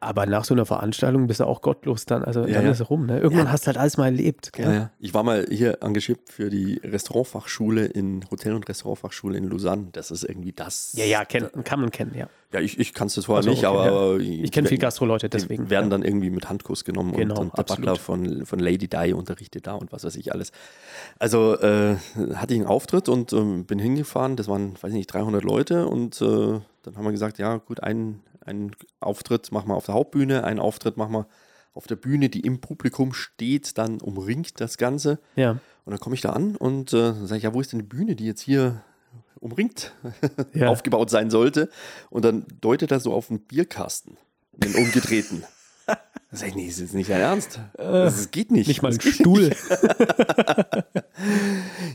Speaker 1: Aber nach so einer Veranstaltung bist du auch gottlos dann, also
Speaker 2: Ja,
Speaker 1: dann
Speaker 2: ja.
Speaker 1: ist es rum. Ne? Irgendwann hast du halt alles mal erlebt. Gell?
Speaker 2: Ja, ja. Ich war mal hier engagiert für die Restaurantfachschule in Hotel- und Restaurantfachschule in Lausanne. Das ist irgendwie das.
Speaker 1: ja, ja kennt, kann man kennen, ja.
Speaker 2: Ja, ich, ich kann es das vorher
Speaker 1: Ach so,
Speaker 2: nicht,
Speaker 1: okay,
Speaker 2: aber
Speaker 1: Ich kenne viel
Speaker 2: die-
Speaker 1: Gastroleute,
Speaker 2: Die
Speaker 1: deswegen.
Speaker 2: werden dann irgendwie mit Handkuss genommen
Speaker 1: Genau,
Speaker 2: und, und der
Speaker 1: absolut.
Speaker 2: Butler von, von Lady Di unterrichtet da und was weiß ich alles. Also äh, hatte ich einen Auftritt und ähm, bin hingefahren. Das waren, weiß ich nicht, 300 Leute und äh, dann haben wir gesagt, ja gut, einen, einen Auftritt machen wir auf der Hauptbühne, einen Auftritt machen wir auf der Bühne, die im Publikum steht, dann umringt das Ganze.
Speaker 1: ja.
Speaker 2: Und dann komme ich da an und äh, sage ich, ja, wo ist denn die Bühne, die jetzt hier umringt,
Speaker 1: Ja.
Speaker 2: aufgebaut sein sollte? Und dann deutet er so auf einen Bierkasten, einen umgedrehten. Dann sage ich, nee, das ist nicht dein Ernst. Das, das geht nicht.
Speaker 1: Äh, Nicht mal
Speaker 2: Das
Speaker 1: ein
Speaker 2: geht
Speaker 1: Stuhl.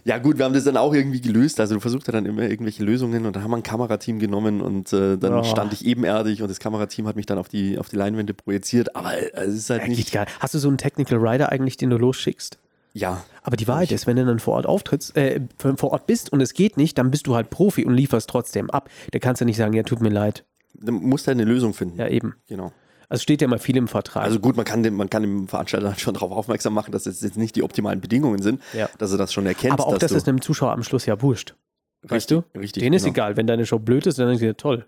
Speaker 2: ja, gut, wir haben das dann auch irgendwie gelöst. Also, du versuchst ja dann immer irgendwelche Lösungen und dann haben wir ein Kamerateam genommen und äh, dann
Speaker 1: Oh.
Speaker 2: stand ich ebenerdig und das Kamerateam hat mich dann auf die, auf die Leinwände projiziert. Aber äh, es ist halt
Speaker 1: Ja, geht
Speaker 2: nicht.
Speaker 1: gar nicht. Hast du so einen Technical Rider eigentlich, den du losschickst?
Speaker 2: Ja,
Speaker 1: Aber die Wahrheit ist, wenn du dann vor Ort auftrittst, äh, vor Ort bist und es geht nicht, dann bist du halt Profi und lieferst trotzdem ab. Da kannst du nicht sagen, ja, tut mir leid.
Speaker 2: du musst da eine Lösung finden.
Speaker 1: Ja, eben.
Speaker 2: Genau.
Speaker 1: Also steht ja mal viel im Vertrag.
Speaker 2: Also gut, man kann dem, man kann dem Veranstalter schon darauf aufmerksam machen, dass es jetzt nicht die optimalen Bedingungen sind,
Speaker 1: Ja.
Speaker 2: dass er das schon erkennt.
Speaker 1: aber auch
Speaker 2: dass
Speaker 1: das ist einem Zuschauer am Schluss ja wurscht.
Speaker 2: du,
Speaker 1: Weißt du?
Speaker 2: Richtig.
Speaker 1: Denen ist
Speaker 2: genau.
Speaker 1: egal, wenn deine Show blöd ist, dann ist ja toll.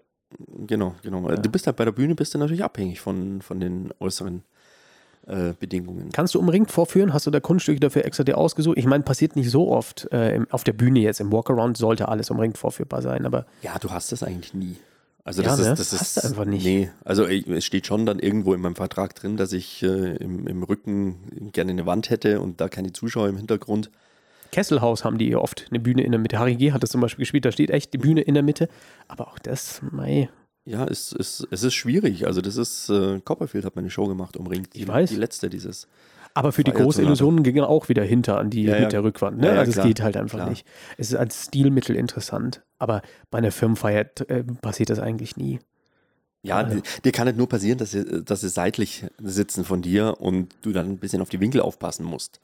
Speaker 2: Genau, genau. Du bist halt bei der Bühne, bist du natürlich abhängig von, von den äußeren äh, Bedingungen.
Speaker 1: Kannst du umringt vorführen? Hast du da Kunststücke dafür extra dir ausgesucht? Ich meine, passiert nicht so oft äh, im, auf der Bühne jetzt. Im Walkaround sollte alles umringt vorführbar sein, aber
Speaker 2: Ja, du hast das eigentlich nie. Also
Speaker 1: Ja,
Speaker 2: das
Speaker 1: ne?
Speaker 2: ist, das
Speaker 1: Hast
Speaker 2: ist,
Speaker 1: du einfach nicht.
Speaker 2: Nee, also ich, es steht schon dann irgendwo in meinem Vertrag drin, dass ich äh, im, im Rücken gerne eine Wand hätte und da keine Zuschauer im Hintergrund.
Speaker 1: Kesselhaus haben die oft eine Bühne in der Mitte. Harry G. hat das zum Beispiel gespielt, da steht echt die Bühne in der Mitte. Aber auch das, mei.
Speaker 2: Ja, es, es, es ist schwierig. Also das ist, äh, Copperfield hat meine Show gemacht, umringt.
Speaker 1: Ich weiß.
Speaker 2: Die letzte dieses.
Speaker 1: Aber für die
Speaker 2: Feiert
Speaker 1: großen
Speaker 2: Sonate.
Speaker 1: Illusionen ging er auch wieder hinter an die
Speaker 2: Ja, ja.
Speaker 1: mit der Rückwand. Ne?
Speaker 2: Ja, ja,
Speaker 1: also
Speaker 2: klar.
Speaker 1: es geht halt einfach
Speaker 2: Klar.
Speaker 1: nicht. Es ist als Stilmittel interessant, aber bei einer Firmenfeier äh, passiert das eigentlich nie.
Speaker 2: Ja,
Speaker 1: Also-
Speaker 2: dir, dir kann es nur passieren, dass sie, dass sie seitlich sitzen von dir und du dann ein bisschen auf die Winkel aufpassen musst.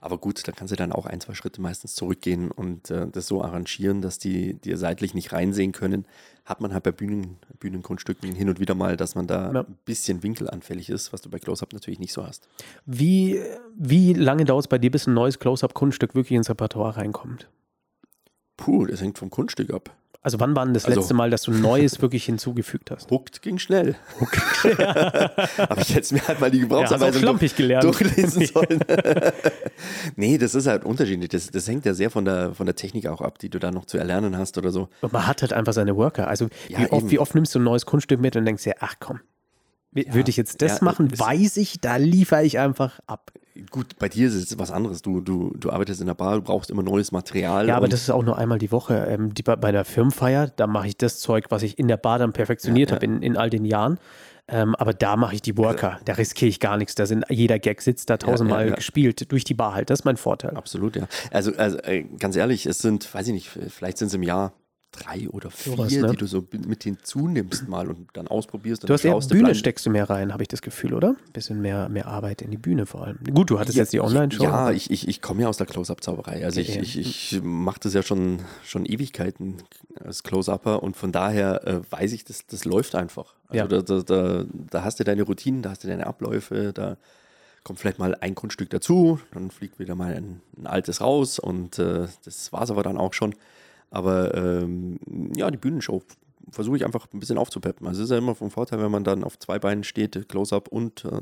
Speaker 2: Aber gut, da kannst du dann auch ein, zwei Schritte meistens zurückgehen und äh, das so arrangieren, dass die dir seitlich nicht reinsehen können. Hat man halt bei Bühnen, Bühnengrundstücken hin und wieder mal, dass man da
Speaker 1: Ja.
Speaker 2: ein bisschen winkelanfällig ist, was du bei Close-Up natürlich nicht so hast.
Speaker 1: Wie, wie lange dauert es bei dir, bis ein neues Close-Up-Kunststück wirklich ins Repertoire reinkommt?
Speaker 2: Puh, das hängt vom Kunststück ab.
Speaker 1: Also wann war denn das
Speaker 2: Also-
Speaker 1: letzte Mal, dass du ein Neues wirklich hinzugefügt hast?
Speaker 2: Huckt ging schnell. Aber ich hätte mir halt mal die
Speaker 1: hast auch
Speaker 2: Gebrauchsanweisung durch-
Speaker 1: schlampig gelernt.
Speaker 2: durchlesen sollen. nee, das ist halt unterschiedlich. Das, das hängt ja sehr von der, von der Technik auch ab, die du da noch zu erlernen hast oder so.
Speaker 1: Und man hat halt einfach seine Worker. Also
Speaker 2: Ja,
Speaker 1: wie, oft,
Speaker 2: eben.
Speaker 1: wie oft nimmst du ein neues Kunststück mit und denkst dir, ach komm,
Speaker 2: Ja,
Speaker 1: würde ich jetzt das
Speaker 2: ja,
Speaker 1: machen,
Speaker 2: ist-
Speaker 1: weiß ich, da liefere ich einfach ab.
Speaker 2: Gut, bei dir ist es was anderes. Du, du, du arbeitest in der Bar, du brauchst immer neues Material.
Speaker 1: Ja, aber
Speaker 2: und-
Speaker 1: das ist auch nur einmal die Woche. Ähm, die, bei, bei der Firmenfeier, da mache ich das Zeug, was ich in der Bar dann perfektioniert
Speaker 2: Ja, ja.
Speaker 1: habe in, in all den Jahren. Ähm, aber da mache ich die Worker. da riskiere ich gar nichts. Da sind jeder Gag sitzt da tausendmal
Speaker 2: ja.
Speaker 1: gespielt durch die Bar halt. Das ist mein Vorteil.
Speaker 2: Absolut, ja. Also, also äh, ganz ehrlich, es sind, weiß ich nicht, vielleicht sind es im Jahr drei oder vier,
Speaker 1: Sowas, ne?
Speaker 2: die du so mit hinzunimmst mal und dann ausprobierst. Und
Speaker 1: Du hast eher
Speaker 2: schaust,
Speaker 1: Bühne
Speaker 2: bleib-
Speaker 1: steckst du mehr rein, habe ich das Gefühl, oder? Bisschen mehr, mehr Arbeit in die Bühne vor allem. Gut, du hattest jetzt die Online-Show.
Speaker 2: Ja, ich, ich, ich komme ja aus der Close-Up-Zauberei. Also ich,
Speaker 1: Ja, ja.
Speaker 2: ich, ich mache das ja schon, schon Ewigkeiten als Close-Upper und von daher äh, weiß ich, das, das läuft einfach. Also
Speaker 1: Ja.
Speaker 2: da, da, da, da hast du deine Routinen, da hast du deine Abläufe, da kommt vielleicht mal ein Kunststück dazu, dann fliegt wieder mal ein, ein altes raus und äh, das war es aber dann auch schon. Aber ähm, ja, die Bühnenshow versuche ich einfach ein bisschen aufzupeppen. Also es ist ja immer vom Vorteil, wenn man dann auf zwei Beinen steht, Close-Up und äh,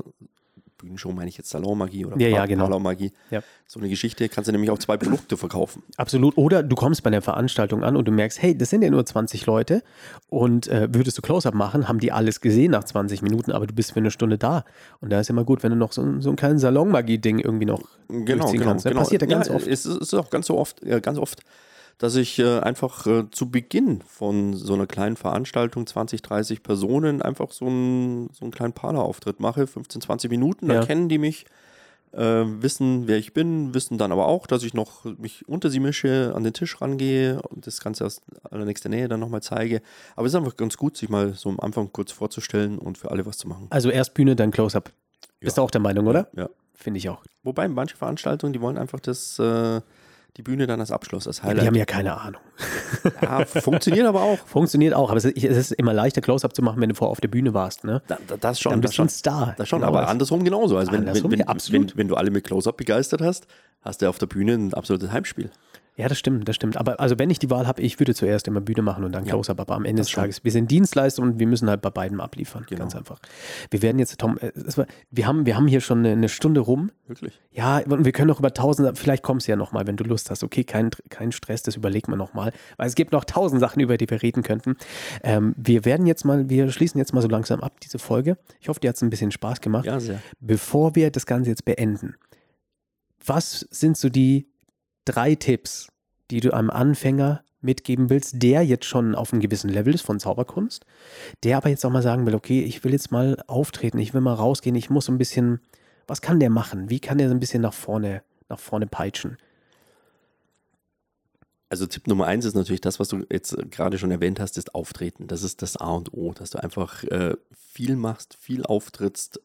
Speaker 2: Bühnenshow meine ich jetzt Salonmagie oder
Speaker 1: Ja, ja,
Speaker 2: Pa-
Speaker 1: genau.
Speaker 2: Parlourmagie.
Speaker 1: Ja.
Speaker 2: So eine Geschichte kannst du nämlich auch zwei Produkte verkaufen.
Speaker 1: Absolut. Oder du kommst bei der Veranstaltung an und du merkst, hey, das sind ja nur 20 Leute und äh, würdest du Close-Up machen, haben die alles gesehen nach 20 Minuten, aber du bist für eine Stunde da. Und da ist immer gut, wenn du noch so, ein- so einen kleinen Salonmagie-Ding irgendwie noch
Speaker 2: Genau,
Speaker 1: durchziehen kannst. Das passiert ja ganz oft.
Speaker 2: Es ist, es ist auch ganz so oft, äh, ganz oft, dass ich äh, einfach äh, zu Beginn von so einer kleinen Veranstaltung, 20, 30 Personen, einfach so einen, so einen kleinen Parlerauftritt mache, 15, 20 Minuten, dann
Speaker 1: Ja.
Speaker 2: kennen die mich, äh, wissen, wer ich bin, wissen dann aber auch, dass ich noch mich unter sie mische, an den Tisch rangehe und das Ganze aus allernächster Nähe dann nochmal zeige. Aber es ist einfach ganz gut, sich mal so am Anfang kurz vorzustellen und für alle was zu machen.
Speaker 1: Also erst Bühne, dann Close-Up. Bist du auch der Meinung, oder?
Speaker 2: Ja.
Speaker 1: Finde ich auch.
Speaker 2: Wobei manche Veranstaltungen, die wollen einfach das, äh, die Bühne dann als Abschluss, als
Speaker 1: Die haben
Speaker 2: Highlight.
Speaker 1: ja keine Ahnung.
Speaker 2: ja, funktioniert aber auch.
Speaker 1: Funktioniert auch, aber es ist, es ist immer leichter, Close-Up zu machen, wenn du vorher auf der Bühne warst. Ne?
Speaker 2: Da, da, das schon,
Speaker 1: Dann
Speaker 2: das
Speaker 1: bist du
Speaker 2: schon.
Speaker 1: ein Star.
Speaker 2: Das schon,
Speaker 1: Genau
Speaker 2: aber
Speaker 1: das.
Speaker 2: andersrum genauso. Also wenn,
Speaker 1: Andersrum,
Speaker 2: wenn, wenn,
Speaker 1: ja, absolut.
Speaker 2: Wenn, wenn du alle mit Close-Up begeistert hast, hast du auf der Bühne ein absolutes Heimspiel.
Speaker 1: Ja, das stimmt, das stimmt. Aber also wenn ich die Wahl habe, ich würde zuerst immer Bühne machen und dann Close-Up, aber am Ende des
Speaker 2: schon.
Speaker 1: Tages, wir sind Dienstleister und wir müssen halt bei beidem abliefern,
Speaker 2: Genau.
Speaker 1: ganz einfach. Wir werden jetzt, Tom, äh, es war, wir, haben, wir haben hier schon eine, eine Stunde rum.
Speaker 2: Wirklich.
Speaker 1: Ja, und wir können noch über tausend, vielleicht kommst du ja nochmal, wenn du Lust hast. Okay, kein, kein Stress, das überlegen wir nochmal, weil es gibt noch tausend Sachen, über die wir reden könnten. Ähm, wir werden jetzt mal, wir schließen jetzt mal so langsam ab, diese Folge. Ich hoffe, dir hat es ein bisschen Spaß gemacht.
Speaker 2: Ja, sehr.
Speaker 1: Bevor wir das Ganze jetzt beenden, was sind so die drei Tipps, die du einem Anfänger mitgeben willst, der jetzt schon auf einem gewissen Level ist von Zauberkunst, der aber jetzt auch mal sagen will, okay, ich will jetzt mal auftreten, ich will mal rausgehen, ich muss so ein bisschen, was kann der machen? Wie kann der so ein bisschen nach vorne, nach vorne peitschen?
Speaker 2: Also Tipp Nummer eins ist natürlich das, was du jetzt äh, gerade schon erwähnt hast, ist Auftreten. Das ist das A und O, dass du einfach äh, viel machst, viel auftrittst.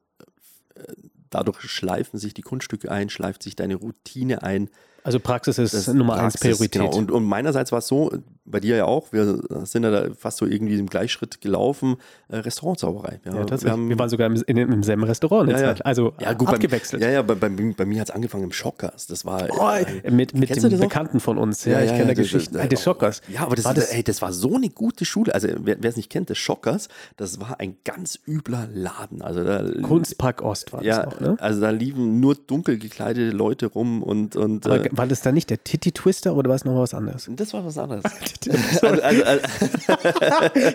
Speaker 2: Äh, Dadurch schleifen sich die Kunststücke ein, schleift sich deine Routine ein.
Speaker 1: Also Praxis ist
Speaker 2: Das
Speaker 1: Nummer
Speaker 2: Praxis,
Speaker 1: eins Priorität.
Speaker 2: Genau. Und, und meinerseits war es so, bei dir ja auch, wir sind ja da fast so irgendwie im Gleichschritt gelaufen, äh, Restaurantsauberei.
Speaker 1: ja, tatsächlich.
Speaker 2: wir
Speaker 1: Wir,
Speaker 2: haben-
Speaker 1: waren sogar im, in, im selben Restaurant. eine
Speaker 2: ja, ja.
Speaker 1: Zeit. Also
Speaker 2: ja, gut,
Speaker 1: abgewechselt.
Speaker 2: Bei, ja, ja, bei, bei, bei mir hat es angefangen im Schockers. Das war. äh,
Speaker 1: mit mit
Speaker 2: Kennst du
Speaker 1: dem
Speaker 2: das auch?
Speaker 1: Bekannten von uns. Ja, ich kenne da
Speaker 2: das-
Speaker 1: Geschichten.
Speaker 2: das-
Speaker 1: Äh, des Schockers.
Speaker 2: Ja, aber das,
Speaker 1: war
Speaker 2: ist-
Speaker 1: das,
Speaker 2: ey, das war so eine gute Schule. Also, wer es nicht kennt, das Schockers, das war ein ganz übler Laden. Also, da,
Speaker 1: Kunstpark Ost war
Speaker 2: ja,
Speaker 1: das auch, ne?
Speaker 2: also da liefen nur dunkel gekleidete Leute rum und. und
Speaker 1: Aber
Speaker 2: äh,
Speaker 1: war das dann nicht der Titty Twister oder war es nochmal was anderes?
Speaker 2: das war was anderes. also, also, also,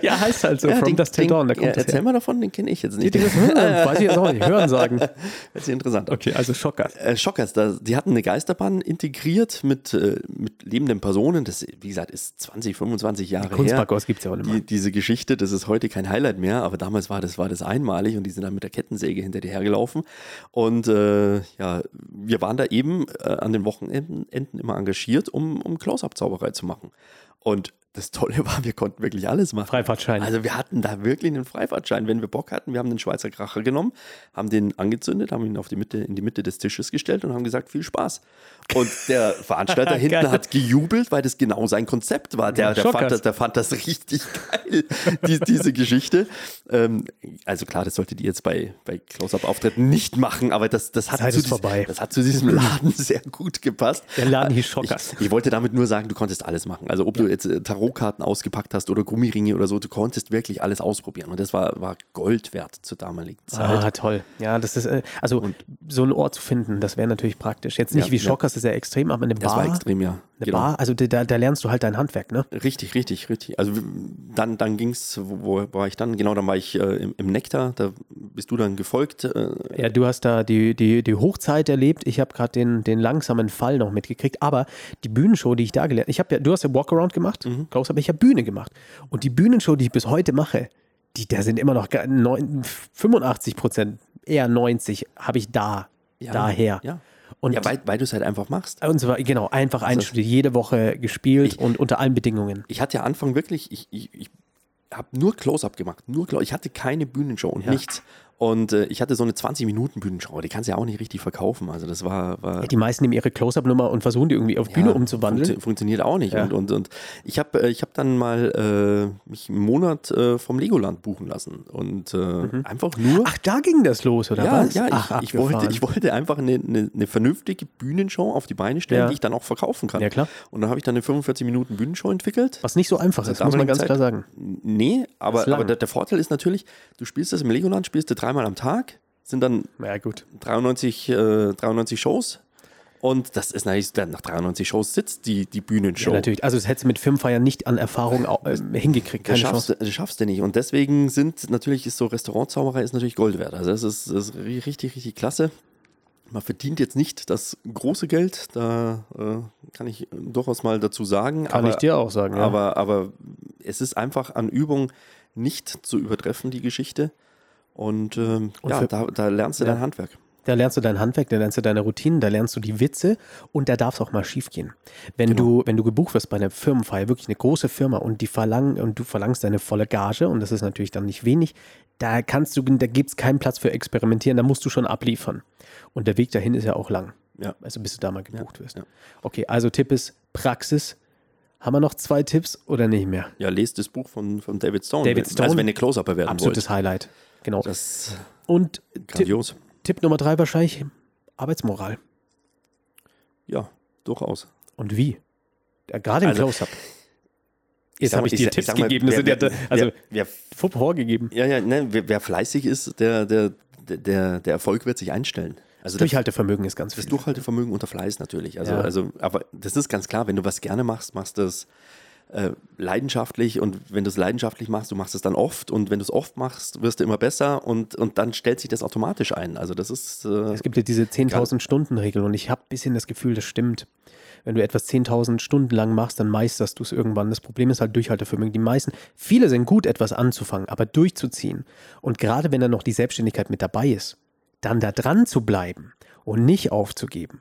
Speaker 1: ja, heißt halt so, From
Speaker 2: den-
Speaker 1: Dust Till
Speaker 2: den-
Speaker 1: Dawn, da
Speaker 2: ja,
Speaker 1: kommt das
Speaker 2: Erzähl
Speaker 1: her.
Speaker 2: mal davon, den kenne ich jetzt nicht.
Speaker 1: Titty Twister, hm, weiß ich jetzt auch nicht, hören sagen.
Speaker 2: Das ist interessant.
Speaker 1: Okay, also Schocker.
Speaker 2: Äh, Schockers, da, die hatten eine Geisterbahn integriert mit, äh, mit lebenden Personen. Das, wie gesagt, ist 20, 25 Jahre her.
Speaker 1: Kunstparkhaus gibt es ja auch nicht mehr.
Speaker 2: Die, diese Geschichte, das ist heute kein Highlight mehr, aber damals war das, war das einmalig und die sind dann mit der Kettensäge hinter dir hergelaufen. Und äh, ja, wir waren da eben äh, an den Wochenenden Enden immer engagiert, um, um Close-Up-Zauberei zu machen. Und das Tolle war, wir konnten wirklich alles machen.
Speaker 1: Freifahrtschein.
Speaker 2: Also wir hatten da wirklich einen Freifahrtschein, wenn wir Bock hatten. Wir haben den Schweizer Kracher genommen, haben den angezündet, haben ihn auf die Mitte, in die Mitte des Tisches gestellt und haben gesagt, viel Spaß. Und der Veranstalter
Speaker 1: Geil.
Speaker 2: hinten hat gejubelt, weil das genau sein Konzept war. Der, der,
Speaker 1: Schockers.
Speaker 2: fand, das, der fand das richtig geil, die, diese Geschichte. Ähm, also klar, das solltet ihr jetzt bei, bei Close-Up-Auftritten nicht machen, aber das, das, hat
Speaker 1: Zeit
Speaker 2: zu
Speaker 1: ist
Speaker 2: diesem,
Speaker 1: vorbei.
Speaker 2: das hat zu diesem Laden sehr gut gepasst.
Speaker 1: Der Laden hieß Schockers.
Speaker 2: Ich, ich wollte damit nur sagen, du konntest alles machen. Also ob du jetzt äh, Tarotkarten ausgepackt hast oder Gummiringe oder so, du konntest wirklich alles ausprobieren. Und das war, war Gold wert zur damaligen Zeit.
Speaker 1: Ah, toll. Ja, das ist, äh, also so einen Ort zu finden, das wäre natürlich praktisch. Jetzt nicht
Speaker 2: Ja,
Speaker 1: wie
Speaker 2: ja.
Speaker 1: Schockers, das ist ja extrem, aber eine
Speaker 2: das
Speaker 1: Bar,
Speaker 2: war extrem, ja. Genau.
Speaker 1: eine Bar, also da, da lernst du halt dein Handwerk, ne?
Speaker 2: Richtig, richtig, richtig. Also w- dann, dann ging es, wo, wo war ich dann? Genau, dann war ich äh, im, im Nektar, da bist du dann gefolgt. Äh,
Speaker 1: Ja, du hast da die, die, die Hochzeit erlebt. Ich habe gerade den, den langsamen Fall noch mitgekriegt. Aber die Bühnenshow, die ich da gelernt ich habe, ja, du hast ja Walkaround gemacht,
Speaker 2: Mhm.
Speaker 1: Klaus, aber ich habe Bühne gemacht. Und die Bühnenshow, die ich bis heute mache, die, da sind immer noch ga- neun- 85 Prozent, eher 90 habe ich da,
Speaker 2: Ja,
Speaker 1: daher.
Speaker 2: ja.
Speaker 1: Und,
Speaker 2: ja, weil, weil du es halt einfach machst.
Speaker 1: und zwar, genau, einfach eine Stunde, jede Woche gespielt und unter allen Bedingungen.
Speaker 2: Ich hatte ja Anfang wirklich, ich, ich, ich habe nur Close-Up gemacht, nur Close Ich hatte keine Bühnenshow und nichts. Und äh, ich hatte so eine 20-Minuten-Bühnenschau, die kannst du ja auch nicht richtig verkaufen. Also das war. war
Speaker 1: Die meisten nehmen ihre Close-Up-Nummer und versuchen die irgendwie auf Bühne
Speaker 2: ja,
Speaker 1: umzuwandeln.
Speaker 2: funkti- funktioniert auch nicht.
Speaker 1: Ja.
Speaker 2: Und, und, und ich habe äh, ich hab dann mal äh, mich einen Monat äh, vom Legoland buchen lassen. Und äh, einfach nur.
Speaker 1: Mhm. Ach, da ging das los, oder
Speaker 2: ja,
Speaker 1: was?
Speaker 2: ja, ich,
Speaker 1: Ach,
Speaker 2: ich, wollte,
Speaker 1: abgefahren.
Speaker 2: ich wollte einfach eine, eine, eine vernünftige Bühnenshow auf die Beine stellen,
Speaker 1: Ja.
Speaker 2: die ich dann auch verkaufen kann.
Speaker 1: Ja, klar.
Speaker 2: Und dann habe ich dann eine 45-Minuten-Bühnenshow entwickelt.
Speaker 1: Was nicht so einfach ist,
Speaker 2: Zur
Speaker 1: muss man
Speaker 2: Also damaligen
Speaker 1: ganz
Speaker 2: Zeit-
Speaker 1: klar sagen.
Speaker 2: Nee, aber,
Speaker 1: Ist lang.
Speaker 2: aber der, der Vorteil ist natürlich, du spielst das im Legoland, spielst du dreimal am Tag, sind dann
Speaker 1: Ja, gut.
Speaker 2: 93, äh, 93 Shows. Und das ist natürlich, dann nach 93 Shows sitzt die, die Bühnenshow.
Speaker 1: Ja, natürlich. Also, das hättest du mit Filmfeiern nicht an Erfahrung au- ähm, hingekriegt.
Speaker 2: Das
Speaker 1: Keine
Speaker 2: schaffst,
Speaker 1: Chance.
Speaker 2: du- das schaffst du nicht. Und deswegen sind natürlich ist so Restaurantzauberei ist natürlich Gold wert. Also das ist, das ist ri- richtig, richtig klasse. Man verdient jetzt nicht das große Geld, da äh, kann ich durchaus mal dazu sagen.
Speaker 1: Kann
Speaker 2: aber,
Speaker 1: ich dir auch sagen. ja.
Speaker 2: aber, aber es ist einfach an Übung nicht zu übertreffen, die Geschichte. Und, ähm,
Speaker 1: Und
Speaker 2: ja,
Speaker 1: für-
Speaker 2: da, da lernst du
Speaker 1: Ja.
Speaker 2: dein Handwerk.
Speaker 1: Da lernst du dein Handwerk, da lernst du deine Routinen, da lernst du die Witze und da darf es auch mal schief gehen. Wenn,
Speaker 2: Genau.
Speaker 1: du, wenn du gebucht wirst bei einer Firmenfeier, wirklich eine große Firma und die verlangen und du verlangst deine volle Gage und das ist natürlich dann nicht wenig, da kannst du, da gibt es keinen Platz für Experimentieren, da musst du schon abliefern. Und der Weg dahin ist ja auch lang.
Speaker 2: Ja.
Speaker 1: Also bis du da mal gebucht wirst.
Speaker 2: ja.
Speaker 1: Okay, also Tipp ist Praxis. Haben wir noch zwei Tipps oder nicht mehr?
Speaker 2: Ja, lest das Buch von, von David Stone.
Speaker 1: David
Speaker 2: Wenn-
Speaker 1: Stone.
Speaker 2: Also wenn ihr Close-Up bewerten
Speaker 1: Absolutes Highlight. Genau.
Speaker 2: wollt. Das ist
Speaker 1: und Tipp,
Speaker 2: grandios.
Speaker 1: Tipp Nummer drei wahrscheinlich Arbeitsmoral.
Speaker 2: Ja, durchaus.
Speaker 1: Und wie? Ja, gerade im
Speaker 2: Also,
Speaker 1: Close-Up.
Speaker 2: Ich
Speaker 1: Jetzt
Speaker 2: sag
Speaker 1: habe
Speaker 2: mal-
Speaker 1: ich dir
Speaker 2: sag-
Speaker 1: Tipps
Speaker 2: sag mal,
Speaker 1: gegeben. Das
Speaker 2: wer-
Speaker 1: sind ja,
Speaker 2: wer-
Speaker 1: da- also,
Speaker 2: wer, wer
Speaker 1: Fupp vorgegeben.
Speaker 2: Ja, ja, ne, wer, wer fleißig ist, der, der, der, der Erfolg wird sich einstellen. Also der,
Speaker 1: Durchhaltevermögen ist ganz
Speaker 2: das
Speaker 1: wichtig.
Speaker 2: Durchhaltevermögen unter Fleiß natürlich. Also,
Speaker 1: Ja.
Speaker 2: also, aber das ist ganz klar, wenn du was gerne machst, machst du es äh, leidenschaftlich und wenn du es leidenschaftlich machst, du machst es dann oft und wenn du es oft machst, wirst du immer besser und, und dann stellt sich das automatisch ein. Also das ist äh,
Speaker 1: Es gibt ja diese 10.000 Stunden Regel und ich habe ein bisschen das Gefühl, das stimmt. Wenn du etwas 10.000 Stunden lang machst, dann meisterst du es irgendwann. Das Problem ist halt Durchhaltevermögen. Die meisten, viele sind gut, etwas anzufangen, aber durchzuziehen. Und gerade wenn dann noch die Selbstständigkeit mit dabei ist, dann da dran zu bleiben und nicht aufzugeben,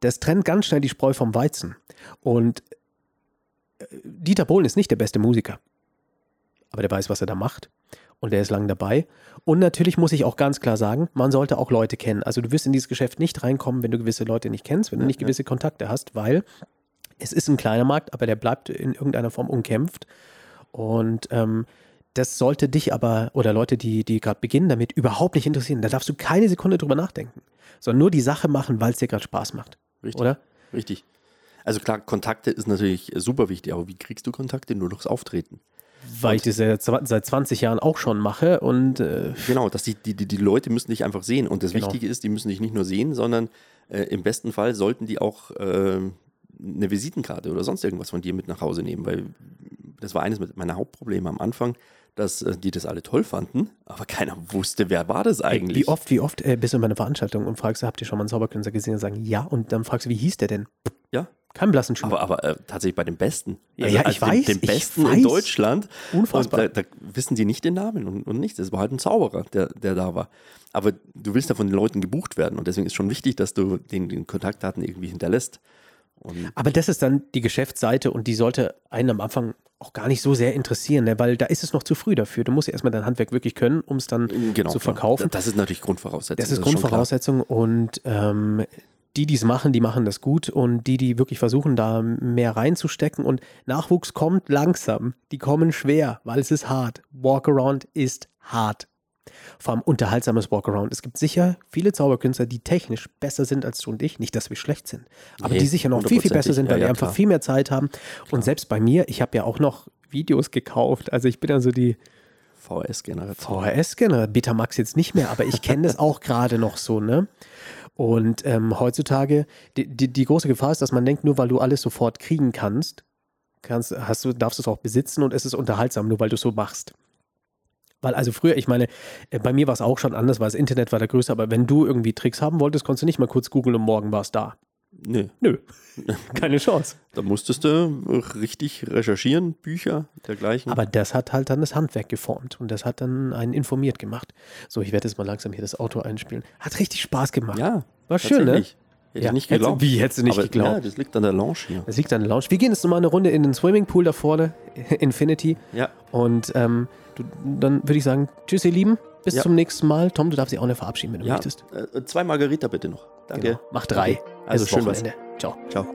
Speaker 1: das trennt ganz schnell die Spreu vom Weizen. Und äh, Dieter Bohlen ist nicht der beste Musiker, aber der weiß, was er da macht. Und der ist lang dabei. Und natürlich muss ich auch ganz klar sagen, man sollte auch Leute kennen. Also du wirst in dieses Geschäft nicht reinkommen, wenn du gewisse Leute nicht kennst, wenn du
Speaker 2: Ja,
Speaker 1: nicht
Speaker 2: ja.
Speaker 1: gewisse Kontakte hast, weil es ist ein kleiner Markt, aber der bleibt in irgendeiner Form umkämpft. Und ähm, das sollte dich aber oder Leute, die, die gerade beginnen damit, überhaupt nicht interessieren. Da darfst du keine Sekunde drüber nachdenken, sondern nur die Sache machen, weil es dir gerade Spaß macht.
Speaker 2: richtig.
Speaker 1: Oder?
Speaker 2: richtig. Also klar, Kontakte ist natürlich super wichtig, aber wie kriegst du Kontakte? Nur durchs Auftreten.
Speaker 1: Weil ich das ja zwa- seit 20 Jahren auch schon mache und äh,
Speaker 2: Genau, dass die, die, die, die Leute müssen dich einfach sehen. Und das
Speaker 1: Genau.
Speaker 2: Wichtige ist, die müssen dich nicht nur sehen, sondern äh, im besten Fall sollten die auch äh, eine Visitenkarte oder sonst irgendwas von dir mit nach Hause nehmen. Weil das war eines mit- meiner Hauptprobleme am Anfang, dass äh, die das alle toll fanden, aber keiner wusste, wer war das eigentlich.
Speaker 1: wie oft, wie oft äh, bist du in einer Veranstaltung und fragst, habt ihr schon mal einen Zauberkünstler gesehen? Und sagen, ja. Und dann fragst du, wie hieß der denn?
Speaker 2: Ja,
Speaker 1: Kein blassen Schimmer.
Speaker 2: aber, aber äh, tatsächlich bei den Besten. Also
Speaker 1: Ja, ja, ich weiß,
Speaker 2: Den, den
Speaker 1: ich
Speaker 2: Besten
Speaker 1: weiß.
Speaker 2: in Deutschland.
Speaker 1: Unfassbar.
Speaker 2: Und da, da wissen die nicht den Namen und, und nichts. Das war halt ein Zauberer, der, der da war. Aber du willst ja von den Leuten gebucht werden und deswegen ist schon wichtig, dass du den, den Kontaktdaten irgendwie hinterlässt. Und
Speaker 1: Aber das ist dann die Geschäftsseite und die sollte einen am Anfang auch gar nicht so sehr interessieren, ne? weil da ist es noch zu früh dafür. Du musst ja erstmal dein Handwerk wirklich können, um es dann
Speaker 2: genau,
Speaker 1: zu
Speaker 2: klar.
Speaker 1: verkaufen.
Speaker 2: Das ist natürlich Grundvoraussetzung.
Speaker 1: Das ist
Speaker 2: schon klar.
Speaker 1: Grundvoraussetzung und ähm, die, die es machen, die machen das gut und die, die wirklich versuchen, da mehr reinzustecken und Nachwuchs kommt langsam, die kommen schwer, weil es ist hart. Walkaround ist hart. Vor allem unterhaltsames Walkaround. Es gibt sicher viele Zauberkünstler, die technisch besser sind als du und ich. Nicht, dass wir schlecht sind, aber
Speaker 2: Nee,
Speaker 1: die sicher noch viel, viel besser sind,
Speaker 2: hundertprozentig. Ja,
Speaker 1: weil
Speaker 2: ja,
Speaker 1: die einfach
Speaker 2: klar.
Speaker 1: viel mehr Zeit haben. Und selbst bei mir, ich habe ja auch noch Videos gekauft. Also ich bin also die,
Speaker 2: VHS-Generation.
Speaker 1: VHS generell, Betamax jetzt nicht mehr, aber ich kenne das auch gerade noch so, ne? Und ähm, heutzutage, die, die, die große Gefahr ist, dass man denkt, nur weil du alles sofort kriegen kannst, kannst hast du, darfst du es auch besitzen und es ist unterhaltsam, nur weil du es so machst. Weil also früher, ich meine, äh, bei mir war es auch schon anders, weil das Internet war da größer, aber wenn du irgendwie Tricks haben wolltest, konntest du nicht mal kurz googeln und morgen war es da.
Speaker 2: Nö,
Speaker 1: Nö, keine Chance.
Speaker 2: da musstest du richtig recherchieren, Bücher, dergleichen.
Speaker 1: Aber das hat halt dann das Handwerk geformt und das hat dann einen informiert gemacht. So, ich werde jetzt mal langsam hier das Auto einspielen. Hat richtig Spaß gemacht.
Speaker 2: ja,
Speaker 1: War schön, ne?
Speaker 2: tatsächlich. Hätte
Speaker 1: Ja,
Speaker 2: ich nicht
Speaker 1: hättest-
Speaker 2: geglaubt.
Speaker 1: wie hättest du nicht
Speaker 2: aber,
Speaker 1: geglaubt?
Speaker 2: Ja, das liegt an der Lounge hier.
Speaker 1: Es liegt an der Lounge. Wir gehen jetzt nochmal eine Runde in den Swimmingpool da vorne, Infinity.
Speaker 2: Ja,
Speaker 1: Und ähm, du, dann würde ich sagen, tschüss ihr Lieben, Bis
Speaker 2: Ja.
Speaker 1: zum nächsten Mal. Tom, du darfst dich auch nicht verabschieden, wenn du
Speaker 2: Ja,
Speaker 1: möchtest. Genau.
Speaker 2: äh, zwei Margarita bitte noch. Danke.
Speaker 1: Mach drei.
Speaker 2: Also
Speaker 1: Bis
Speaker 2: schön was.
Speaker 1: Wochenende. Ciao.
Speaker 2: Ciao.